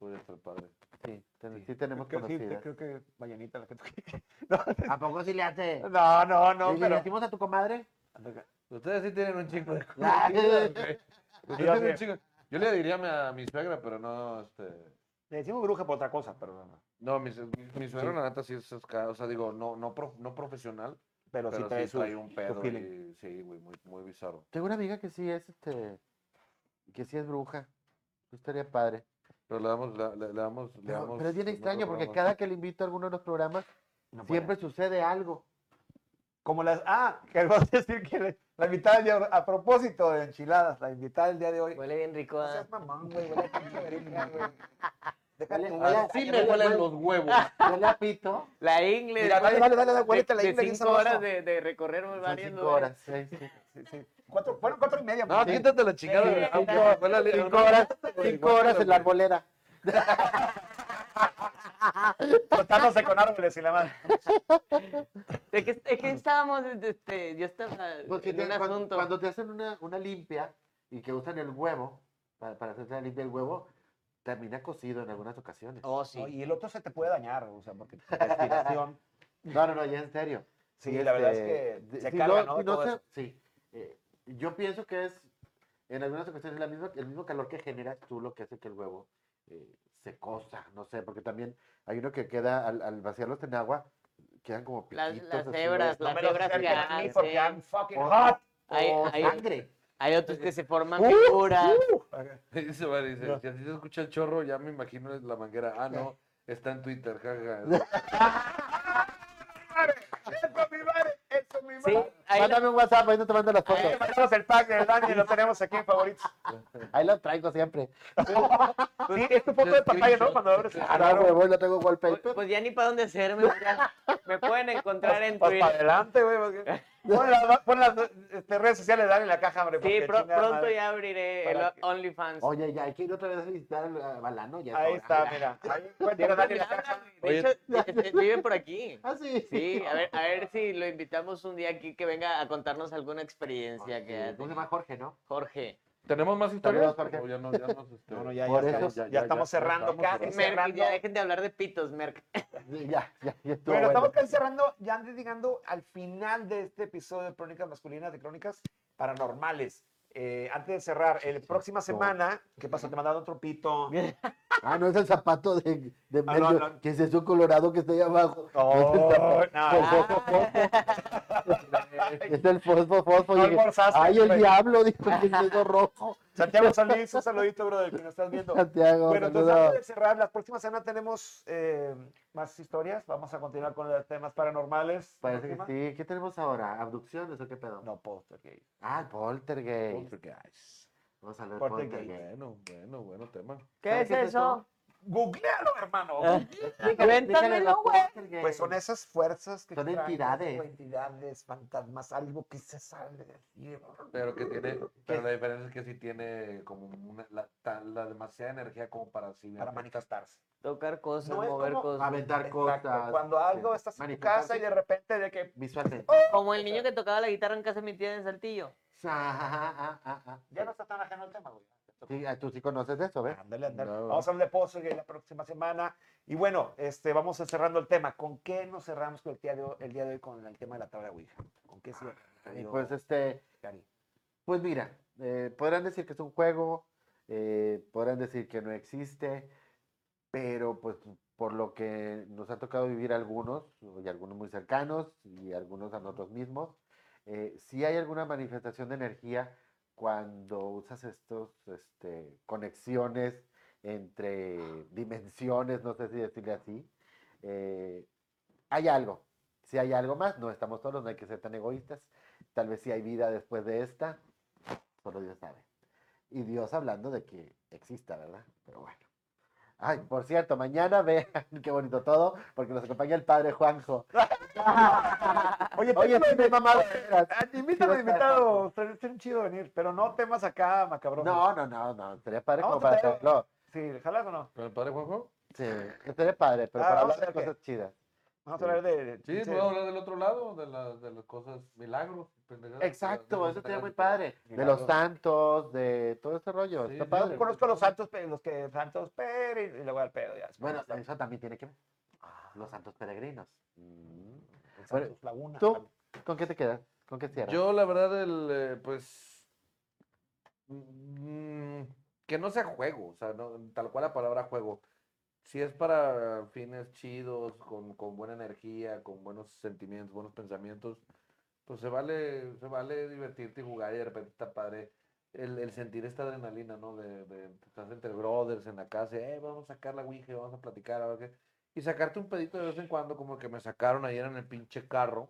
S5: Podría estar padre.
S3: Sí, ten- sí tenemos
S2: Creo que, sí,
S3: conocida.
S2: creo que mañanita la que tú
S3: ¿A poco sí le hace?
S2: No, no, no,
S3: ¿Y le
S2: pero.
S3: decimos a tu comadre?
S5: Ustedes sí tienen un chingo de
S3: Ah,
S5: cosas, güey. Ustedes
S2: Ya
S5: tienen un
S2: sé.
S5: chingo- Yo le diría a mi, a mi suegra, pero no, este...
S2: Le decimos bruja por otra cosa, pero.
S5: No, mi, su- mi, mi suegra, la neta, sí es esca- O sea, digo, no, no, pro- no profesional,
S2: Pero,
S5: pero,
S2: sí trae
S5: sí
S2: su-
S5: trae un pedo
S2: feeling.
S5: y... Sí, güey, muy, muy bizarro.
S3: Tengo una amiga que sí es, este, que sí es bruja. Eso estaría padre.
S5: Pero le damos... la- Le, le damos le
S3: Pero,
S5: damos
S3: pero es bien
S5: otro
S3: extraño porque
S5: programa.
S3: cada que le invito a alguno de los programas,
S2: No puede.
S3: siempre sucede algo.
S2: Como las. Ah, que vas a decir que le- la invitada del día. A propósito de enchiladas, la invitada del día de hoy.
S6: Huele bien rico.
S2: No
S6: ah.
S2: seas mamón, güey. Huele a pinche verga, güey.
S3: Huele-
S2: Déjate.
S3: huele a-
S5: Así
S3: sí,
S5: me
S3: huele-
S5: huelen
S3: huele-
S5: los huevos.
S3: Huele a pito.
S6: La ingle.
S2: Mira, dale, dale, dale, dale, huélete la
S6: de
S2: ingle, bien
S6: cinco horas
S2: sabroso.
S6: de, de recorrer
S3: Son
S6: varios
S3: cinco
S6: lugares.
S3: horas. sí, sí.
S2: Sí, sí. Cuatro, fueron cuatro y media.
S5: No,
S2: pues, sí.
S5: quítate la chingada.
S6: Sí,
S5: aunque
S6: sí,
S5: fue la ley,
S3: Cinco
S5: no,
S3: horas,
S5: güey,
S3: cinco horas en la
S5: güey.
S3: arbolera.
S2: Cortándose con árboles y la madre.
S6: ¿De qué, de qué estábamos? Este, yo estaba
S3: Porque
S6: en
S3: Pues te-
S6: un
S3: cuan-
S6: asunto.
S3: Cuando te hacen una, una limpia y que usan el huevo, para, para hacerse la limpia el huevo, termina cocido en algunas ocasiones.
S6: Oh, sí.
S2: No, y el otro se te puede dañar, o sea, porque tu respiración.
S3: No, no, no, ya en serio.
S2: Sí,
S3: Y
S2: la verdad
S3: este,
S2: es que
S3: de-
S2: se
S3: si
S2: carga,
S3: no-
S2: ¿no?
S3: si no
S2: Todo
S3: se-
S2: eso.
S3: sí. Eh, yo pienso que es, en algunas ocasiones, la misma, el mismo calor que generas tú lo que hace que el huevo eh, se cosa, no sé, porque también hay uno que queda, al, al vaciarlos en agua, quedan como
S6: Las-
S3: piquitos.
S6: las
S3: así,
S6: hebras,
S3: o-
S2: No
S6: las
S2: me lo
S6: hebras
S2: acerquen a mí
S6: que
S2: porque
S6: hacen.
S2: I'm fucking
S3: o-
S2: hot.
S6: Hay-
S3: o
S6: hay-
S3: oh, sangre. Uh,
S6: Hay otros que se forman figuras.
S5: Y Dice, vale, dice, si así se escucha el chorro, ya me imagino la manguera. Ah, no, está en Twitter, jaja.
S2: ¡Eso, mi madre! ¡Eso, mi
S6: sí,
S2: madre! Eh,
S6: hay,
S3: Mándame un WhatsApp, ahí no te mando las fotos.
S6: Ahí-
S2: Mandamos el pack del Dani, lo tenemos aquí en favoritos.
S3: Ahí las traigo siempre.
S2: Sí, es tu foto de pantalla, ¿no? Cuando abres.
S3: Ahora, huevo, y lo tengo
S6: pues,
S3: wallpaper.
S6: pues ya ni para dónde hacerme. ya. Me pueden encontrar en
S2: Pues para
S6: Twitter.
S2: adelante, güey. porque- Pon las, pon las, este, redes sociales de Dani en la caja, hombre.
S6: Sí,
S2: porque
S6: pro-
S2: chingada
S6: pronto
S2: madre.
S6: ya abriré
S2: Para
S6: el
S2: que-
S6: OnlyFans.
S3: Oye, ya hay que ir otra vez a visitar a Balano. Ya es
S2: Ahí
S3: hora.
S2: está, mira. Ahí encuentra a Dani en la caja.
S6: De hecho, este, vive por aquí.
S3: Ah, sí.
S6: Sí, a ver, a ver si lo invitamos un día aquí que venga a contarnos alguna experiencia que ha
S3: ¿Cómo se
S6: tenido.
S3: llama Jorge, no?
S6: Jorge.
S5: ¿Tenemos más
S3: Saludos,
S5: historias?
S3: Jorge.
S5: O ya no, ya nos, este,
S2: No, no, ya,
S3: Por
S2: ya,
S3: eso-
S2: estamos, ya, estamos cerrando
S5: estamos
S2: casi.
S5: cerrando.
S6: Merck,
S2: cerrando.
S6: ya dejen de hablar de pitos, Merck.
S3: Sí, Ya, ya, ya estuvo
S2: Bueno,
S3: bueno.
S2: estamos casi cerrando, ya antes llegando al final de este episodio de Crónicas Masculinas, de Crónicas Paranormales. Eh, antes de cerrar, la próxima semana, ¿qué pasó? Te mandaron otro pito.
S3: Ah, no es el zapato de, de
S2: Ah, no,
S3: medio,
S2: no.
S3: que es de su colorado que está ahí abajo.
S2: No,
S3: es el
S2: no,
S3: zapato, fosfo, fosfo. Es el fosfo, fosfo.
S2: No
S3: y dije,
S2: almorzaste,
S3: Ay, el
S2: güey.
S3: diablo, dijo que es eso rojo.
S2: Santiago Solís, un saludito, brother, que nos estás viendo.
S3: Santiago,
S2: Bueno, entonces
S3: saludos.
S2: antes de cerrar, la próxima semana tenemos eh, más historias. Vamos a continuar con los temas paranormales.
S3: Parece
S2: Próxima.
S3: que sí. ¿Qué tenemos ahora? ¿Abducciones o qué pedo?
S2: No, póster gay.
S3: Ah, el poltergeist.
S5: Poltergeist.
S3: Vamos a hablar de
S2: Poltergeist.
S3: poltergeist.
S5: Bueno, bueno, bueno tema.
S6: ¿Qué
S3: es eso?
S2: Googlealo, hermano.
S3: Ah.
S6: Ah. Cuéntamelo, güey.
S2: Pues son esas fuerzas que
S3: Son
S2: extrañas,
S3: entidades.
S2: o entidades, fantasmas, algo que se sale de ti.
S5: Pero que tiene, pero la diferencia es que sí tiene como una, la, tan- la demasiada energía como para sí.
S2: para manifestarse.
S6: Tocar cosas,
S2: No es
S6: mover
S2: como-
S6: cosas.
S3: Aventar cosas.
S2: Exacto, Cuando algo
S3: este,
S2: estás en tu
S3: manifestarse
S2: casa y de repente de que
S3: Visualmente.
S6: Como el niño que tocaba la guitarra en casa de mi tía en Saltillo.
S3: Ah, ah, ah, ah, ah.
S2: ya no está tan ajeno el tema, güey.
S3: Sí, ah, tú sí conoces eso, ¿ves?
S2: Ándale, ándale.
S5: No.
S2: Vamos a hablar de Pozo la próxima semana. Y bueno, este, vamos a cerrando el tema. ¿Con qué nos cerramos con el, día de hoy, el día de hoy con el tema de la tabla Ouija? ¿Con qué cierra?
S3: Y
S2: amigo
S3: Pues este,
S2: Gary?
S3: pues mira, eh, podrán decir que es un juego, eh, podrán decir que no existe, pero pues por lo que nos ha tocado vivir algunos, y algunos muy cercanos, y algunos a nosotros mismos, eh, sí hay alguna manifestación de energía cuando usas estos este, conexiones entre dimensiones, no sé si decirle así, eh, hay algo, si hay algo más, no estamos solos, no hay que ser tan egoístas, tal vez si hay vida después de esta, solo Dios sabe. Y Dios hablando de que exista, ¿verdad? Pero bueno, Ay, por cierto, mañana vean qué bonito todo, porque nos acompaña el padre Juanjo.
S2: Oye,
S3: Oye,
S2: Oye
S3: sí, me mamá.
S2: invítame
S3: Sí,
S2: de invitado. Sería sería un chido venir, pero no temas acá macabros.
S3: No, no, no, no. Sería padre
S2: Vamos
S3: como
S2: a
S3: para
S2: traer-
S3: hacerlo.
S2: Sí, ¿jalas o no?
S5: ¿Pero el padre Juanjo?
S3: Sí, sería padre, pero
S2: Ah,
S3: para
S2: vamos
S3: hablar de
S2: a ver qué.
S3: cosas chidas.
S2: Vamos a hablar de...
S5: Sí,
S2: sí.
S5: puedo hablar del otro lado, de, la- de las cosas milagros. pendejadas, de
S3: Exacto,
S5: las
S3: eso sería
S5: cosas
S3: muy
S5: sagradas.
S3: padre. De los santos, de todo ese rollo.
S5: Sí,
S3: Está
S5: yo
S3: padre.
S2: Yo conozco a los santos, pe- los que santos, pero... Y luego al pedo, ya.
S3: Bueno,
S2: Santos
S3: eso también tiene que ver. Los santos peregrinos.
S2: Ah,
S3: bueno,
S2: mm, Laguna.
S3: ¿Tú con qué te quedas? ¿Con qué cierras?
S5: Yo, la verdad, el, eh, pues. mm, que no sea juego, o sea, no- tal cual la palabra juego. Si es para fines chidos, con, con buena energía, con buenos sentimientos, buenos pensamientos, pues se vale, se vale divertirte y jugar y de repente está padre el, el sentir esta adrenalina, ¿no? De, de- estás entre brothers en la casa, eh, vamos a sacar la Ouija, vamos a platicar, a ver qué. Y sacarte un pedito de vez en cuando, como que me sacaron ayer en el pinche carro.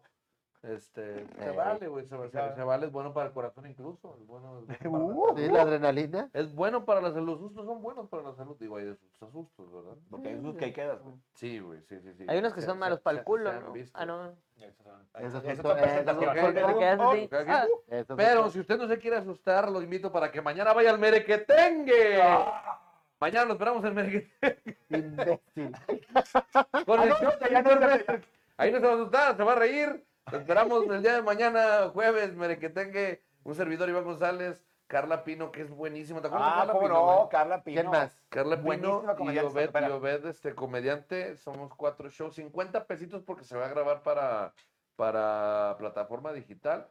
S5: Este, se
S3: Ey.
S5: vale, güey, se, se-
S2: Claro.
S5: se vale, es bueno para el corazón incluso, es bueno, es bueno para la
S2: Uh,
S5: salud.
S3: ¿Sí, la adrenalina?
S5: Es bueno para la salud, los sustos son buenos para la salud, digo, hay de sus asustos, ¿verdad?
S2: Porque es que ahí quedas. güey.
S5: Sí, güey, sí, sí, sí.
S6: Hay unos que
S5: Se-
S6: son
S5: se-
S6: malos para
S5: se-
S6: el culo,
S5: se han
S6: ¿no?
S5: visto.
S6: Ah, no.
S3: Esas
S2: Esa es
S3: son
S2: otra
S3: to- esas son
S2: presentación.
S5: porque
S6: te quedas así.
S2: Oh,
S5: Ah,
S3: Esas son
S5: Pero
S3: to-
S5: si usted no se quiere asustar, lo invito para que mañana vaya al Merequetengue.
S3: eh,
S5: Mañana lo esperamos en Merequetengue.
S3: imbécil.
S5: Con el show de
S2: ya Ah, no, ya
S5: Víctor
S2: no.
S5: Vélez. Ahí no se va a asustar, se va a reír. Lo esperamos el día de mañana, jueves, Merequetengue. Un servidor, Iván González. Carla Pino, que es buenísima. ¿Te acuerdas de
S2: Ah,
S5: Carla
S2: cómo
S5: Pino,
S2: no,
S5: güey?
S2: Carla Pino.
S3: ¿Quién más?
S5: Carla Pino
S2: Buenísima
S5: y
S2: comediante,
S5: Obed,
S2: espera.
S5: y Obed, este comediante, somos cuatro shows, 50 pesitos porque se va a grabar para, para plataforma digital.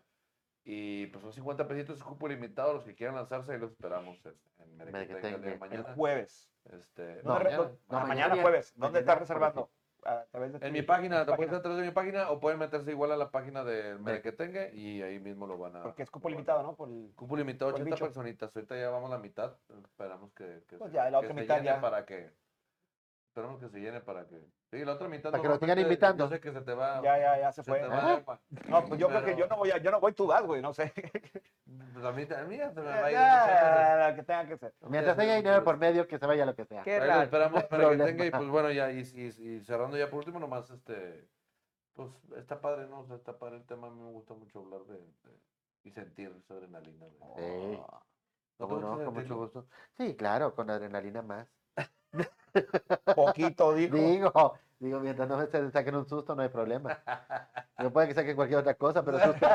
S5: Y pues son 50 pesitos, es cupo limitado, los que quieran lanzarse ahí los esperamos en, en Merequetengue el día de
S3: Merequetengue.
S2: El
S5: mañana.
S2: jueves.
S5: Este,
S3: No,
S2: ¿Dónde re-
S3: mañana.
S2: dónde-
S3: No,
S2: ah,
S3: mañana.
S2: mañana jueves. ¿Dónde
S3: Mañana
S2: estás
S3: por
S2: reservando? A través de
S5: en
S2: tu-
S5: mi página,
S2: tu
S5: te puedes entrar de mi página o pueden meterse igual a la página de Merequetengue y ahí mismo lo van a...
S2: Porque es cupo limitado, ¿no? Por el-
S5: Cupo limitado,
S2: Por el
S5: 80
S2: bicho.
S5: personitas. Ahorita ya vamos a la mitad. Esperamos que, que
S2: Pues
S5: se-
S2: ya, la
S5: que
S2: otra
S5: se
S2: mitad
S5: llene
S2: ya.
S5: para que. Esperamos que se llene para que. Sí, la otra mitad.
S3: Para que lo sigan
S5: normalmente,
S3: invitando.
S5: Yo sé que se te va.
S2: Ya, ya, ya se
S5: Ah, se
S2: fue.
S5: te
S2: ¿no?
S5: va, pa-
S2: No, pues yo creo
S5: pero-
S2: que yo no voy a, yo no voy, tú vas, güey, no sé.
S5: pues a mí, a mí ya se me va a ir. muchas
S2: Ya, lo que tenga que ser.
S5: veces.
S3: Mientras haya dinero por medio, que se vaya lo que sea.
S6: Qué
S5: Ahí lo
S6: raro.
S5: esperamos para que
S3: problema.
S5: tenga y pues bueno, ya y, y- y cerrando ya por último nomás este pues está padre, no, O sea, está padre el tema, a mí me gusta mucho hablar de, de- y sentir esa adrenalina. de-
S3: Sí.
S5: ¿No te
S3: ¿Cómo no?
S5: gusta
S3: Con mucho
S5: sentirlo?
S3: gusto. Sí, claro, con adrenalina más.
S2: Poquito, dijo.
S3: Digo, digo, mientras no se saquen un susto, no hay problema. No puede que saquen cualquier otra cosa, pero susto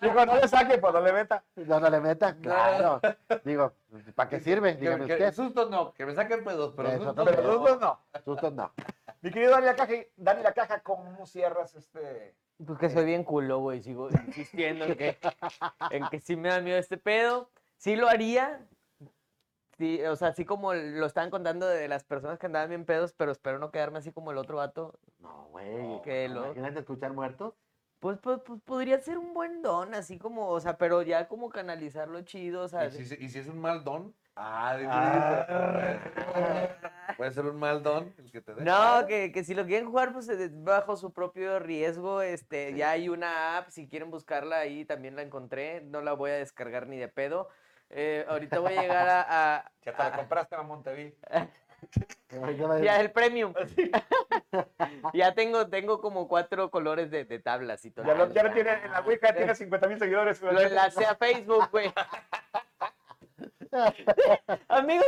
S2: Dijo, no le saque, pues no le meta.
S3: no, no le metan, claro. Digo, ¿para qué sirve? Dígame
S5: que, que
S3: usted.
S5: sustos no, que me saquen pedos, pero
S3: Eso
S5: sustos
S3: no,
S2: Pero
S5: no.
S2: los dos no.
S3: Sustos no.
S2: Mi querido Dani la caja, Dani la caja, ¿cómo cierras este?
S6: Pues que soy bien culo, güey. Sigo insistiendo en que, en que sí me da miedo este pedo. Sí lo haría. Sí, o sea, así como lo estaban contando de las personas que andaban bien pedos, pero espero no quedarme así como el otro vato.
S3: No, güey.
S6: Qué loco.
S3: Imagínate escuchar muertos.
S6: Pues, pues, pues, podría ser un buen don, así como, o sea, pero ya como canalizarlo chido, o sea.
S5: ¿Y si, se- y si es un mal don? Ah,
S2: Ah.
S5: puede ser un mal don el que te dé.
S6: No, que, que si lo quieren jugar, pues eh, bajo su propio riesgo. Este, ya hay una app, si quieren buscarla ahí también la encontré. No la voy a descargar ni de pedo. Eh, ahorita voy a llegar a. a-
S5: Ah,
S2: Ya
S3: ah,
S2: te la
S6: a-
S2: compraste a Montevideo.
S6: ya el premium.
S2: Ah,
S6: ya tengo, tengo como cuatro colores de, de tablas y todo.
S2: Ya lo, ya lo tiene, en la Ouija tiene 50 mil seguidores.
S6: Lo enlacé a Facebook, güey. Amigos,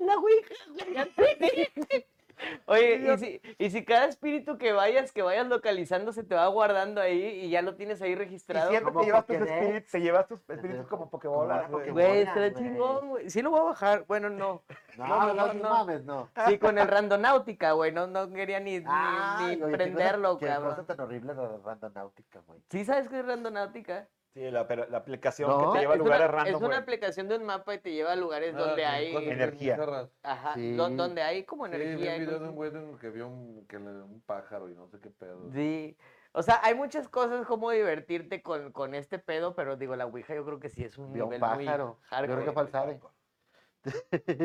S6: la Ouija. güey, ya te- Oye, y si, y si cada espíritu que vayas, que vayas localizando, se te va guardando ahí y ya lo tienes ahí
S2: Y
S6: registrado.
S2: siempre
S3: Como
S2: te llevas tus
S3: Pokédex.
S2: espíritus, te llevas tus espíritus como
S3: Como
S2: pokebolas,
S3: una
S2: güey.
S3: Pokébola.
S6: Güey,
S3: Hola,
S6: está
S3: güey.
S6: chingón, güey. Sí lo voy a bajar. Bueno, no.
S3: No, no, no, no mames, no.
S6: Sí, con el Randonáutica, güey. No, no quería ni, ni-
S2: Ah,
S3: Ay,
S6: ni
S3: oye, qué cosa-
S6: prenderlo,
S3: Qué cosa
S6: cabrón.
S3: tan horrible la randonáutica, güey.
S6: Sí sabes qué es Randonáutica.
S2: Sí, la, pero la aplicación
S3: No,
S2: que te lleva a
S6: Ah, es
S2: lugares
S6: una, es
S2: random,
S6: una
S2: güey.
S6: aplicación de un mapa y te lleva a lugares
S5: Ah,
S6: donde
S5: con
S6: hay...
S5: cosas bien
S2: Energía.
S5: bizarras.
S6: Ajá,
S3: Sí.
S6: do- donde hay como
S5: Sí, vi
S6: energía.
S5: un
S6: y
S5: video
S6: cosas
S5: de un
S6: así.
S5: güey en el que vio un, que le- un pájaro y no sé qué pedo.
S6: Sí. O sea, hay muchas cosas como divertirte con, con este pedo, pero digo, la Ouija yo creo que sí es un
S3: Vio un
S6: nivel
S3: pájaro.
S6: muy
S3: Yo creo que
S6: hardcore.
S3: falsabe.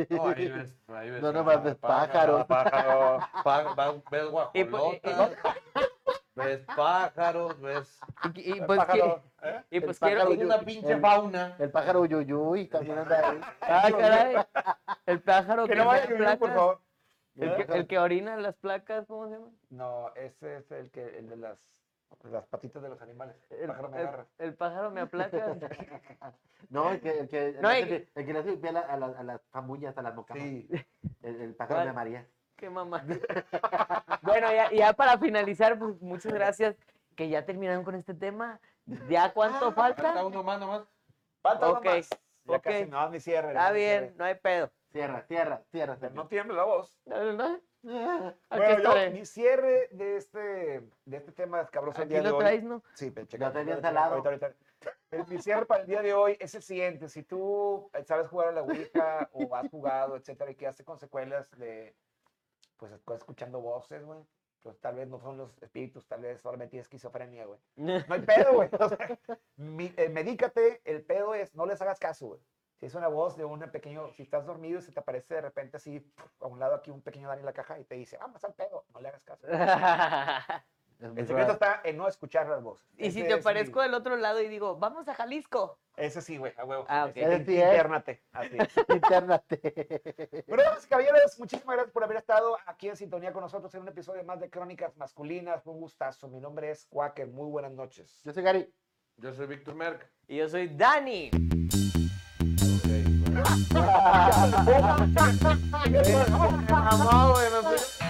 S5: No, ahí ves, ahí ves.
S3: No, no
S5: ah,
S3: mames, pájaro.
S5: Pájaro. pá- va- ves guajolotas.
S6: y-
S5: Ves pájaros, ves.
S6: Y, y pues,
S2: pájaro,
S6: que-
S2: ¿eh?
S6: y pues
S3: El
S6: quiero...
S3: pájaro-
S5: una pinche
S3: el-
S5: fauna.
S3: El pájaro Uyuyuy también anda ahí.
S6: Ay, Ah, caray. El pájaro
S2: Que no vaya a
S6: hace
S2: llover, por
S6: placas,
S2: favor.
S6: El que, el que orina las placas, ¿cómo se llama?
S2: No, ese es el, que, el de las, las patitas de los animales. El
S6: El,
S2: pájaro me
S6: el-
S2: agarra.
S6: el pájaro me aplaca.
S3: No, el que, el que, el
S6: No,
S3: que-
S6: y-
S3: el que- el que le hace piel a, a las- a las famullas, a las mocas.
S2: Sí.
S3: El, el pájaro
S6: ¿Cuál?
S3: de María.
S6: Qué mamá. bueno, ya, ya para finalizar, pues, muchas gracias que ya terminaron con este tema. ¿Ya
S2: Ah,
S6: cuánto
S5: Falta
S6: falta?
S5: uno más nomás.
S2: Falta uno
S6: Ok,
S2: más. Ya
S6: ok.
S2: casi me va mi cierre.
S6: Está
S2: ya mi
S6: bien, no hay pedo.
S3: Cierra, cierra,
S2: cierre.
S3: cierra.
S2: No
S3: señor.
S2: tiemble la voz.
S6: No, no, no. Aquí
S2: Ah, Bueno, yo,
S6: estaré.
S2: mi cierre de este, de este tema escabroso el
S6: Aquí
S2: día de
S6: lo
S2: hoy.
S6: traes, ¿no?
S2: Sí, pero
S3: Lo traes bien salado.
S2: Ahorita, ahorita. El- Mi cierre para el día de hoy es el siguiente. Si tú eh, sabes jugar a la Ouija o has jugado, etcétera, y quedaste con secuelas de, pues, escuchando voces, güey. Pues tal vez no son los espíritus, tal vez solamente tienes esquizofrenia, güey. No hay pedo, güey. O sea, mi- eh, medícate, el pedo es, no les hagas caso, güey. Si es una voz de un pequeño, si estás dormido y se te aparece de repente así, puf, a un lado aquí un pequeño Dani en la caja y te dice, vamos al pedo, no le hagas caso.
S3: Es muy
S2: El secreto
S3: suave.
S2: está en no escuchar las voces. Ese
S6: y si
S2: Este es
S6: te
S2: mi-
S6: aparezco del otro lado y digo, vamos a Jalisco.
S2: Ese sí, güey, a huevo.
S6: Ah, ok.
S2: Ese
S3: Ese sí,
S2: sí,
S3: ¿eh?
S2: Internate. Así es.
S3: Internate.
S2: Bueno, damas y caballeros, muchísimas gracias por haber estado aquí en sintonía con nosotros en un episodio más de Crónicas Masculinas. Fue un gustazo. Mi nombre es Quaker. Muy buenas noches.
S3: Yo soy Gary.
S5: Yo soy Víctor Merck.
S6: Y yo soy Dani.
S5: Ok.
S6: Mamá, güey, me fui.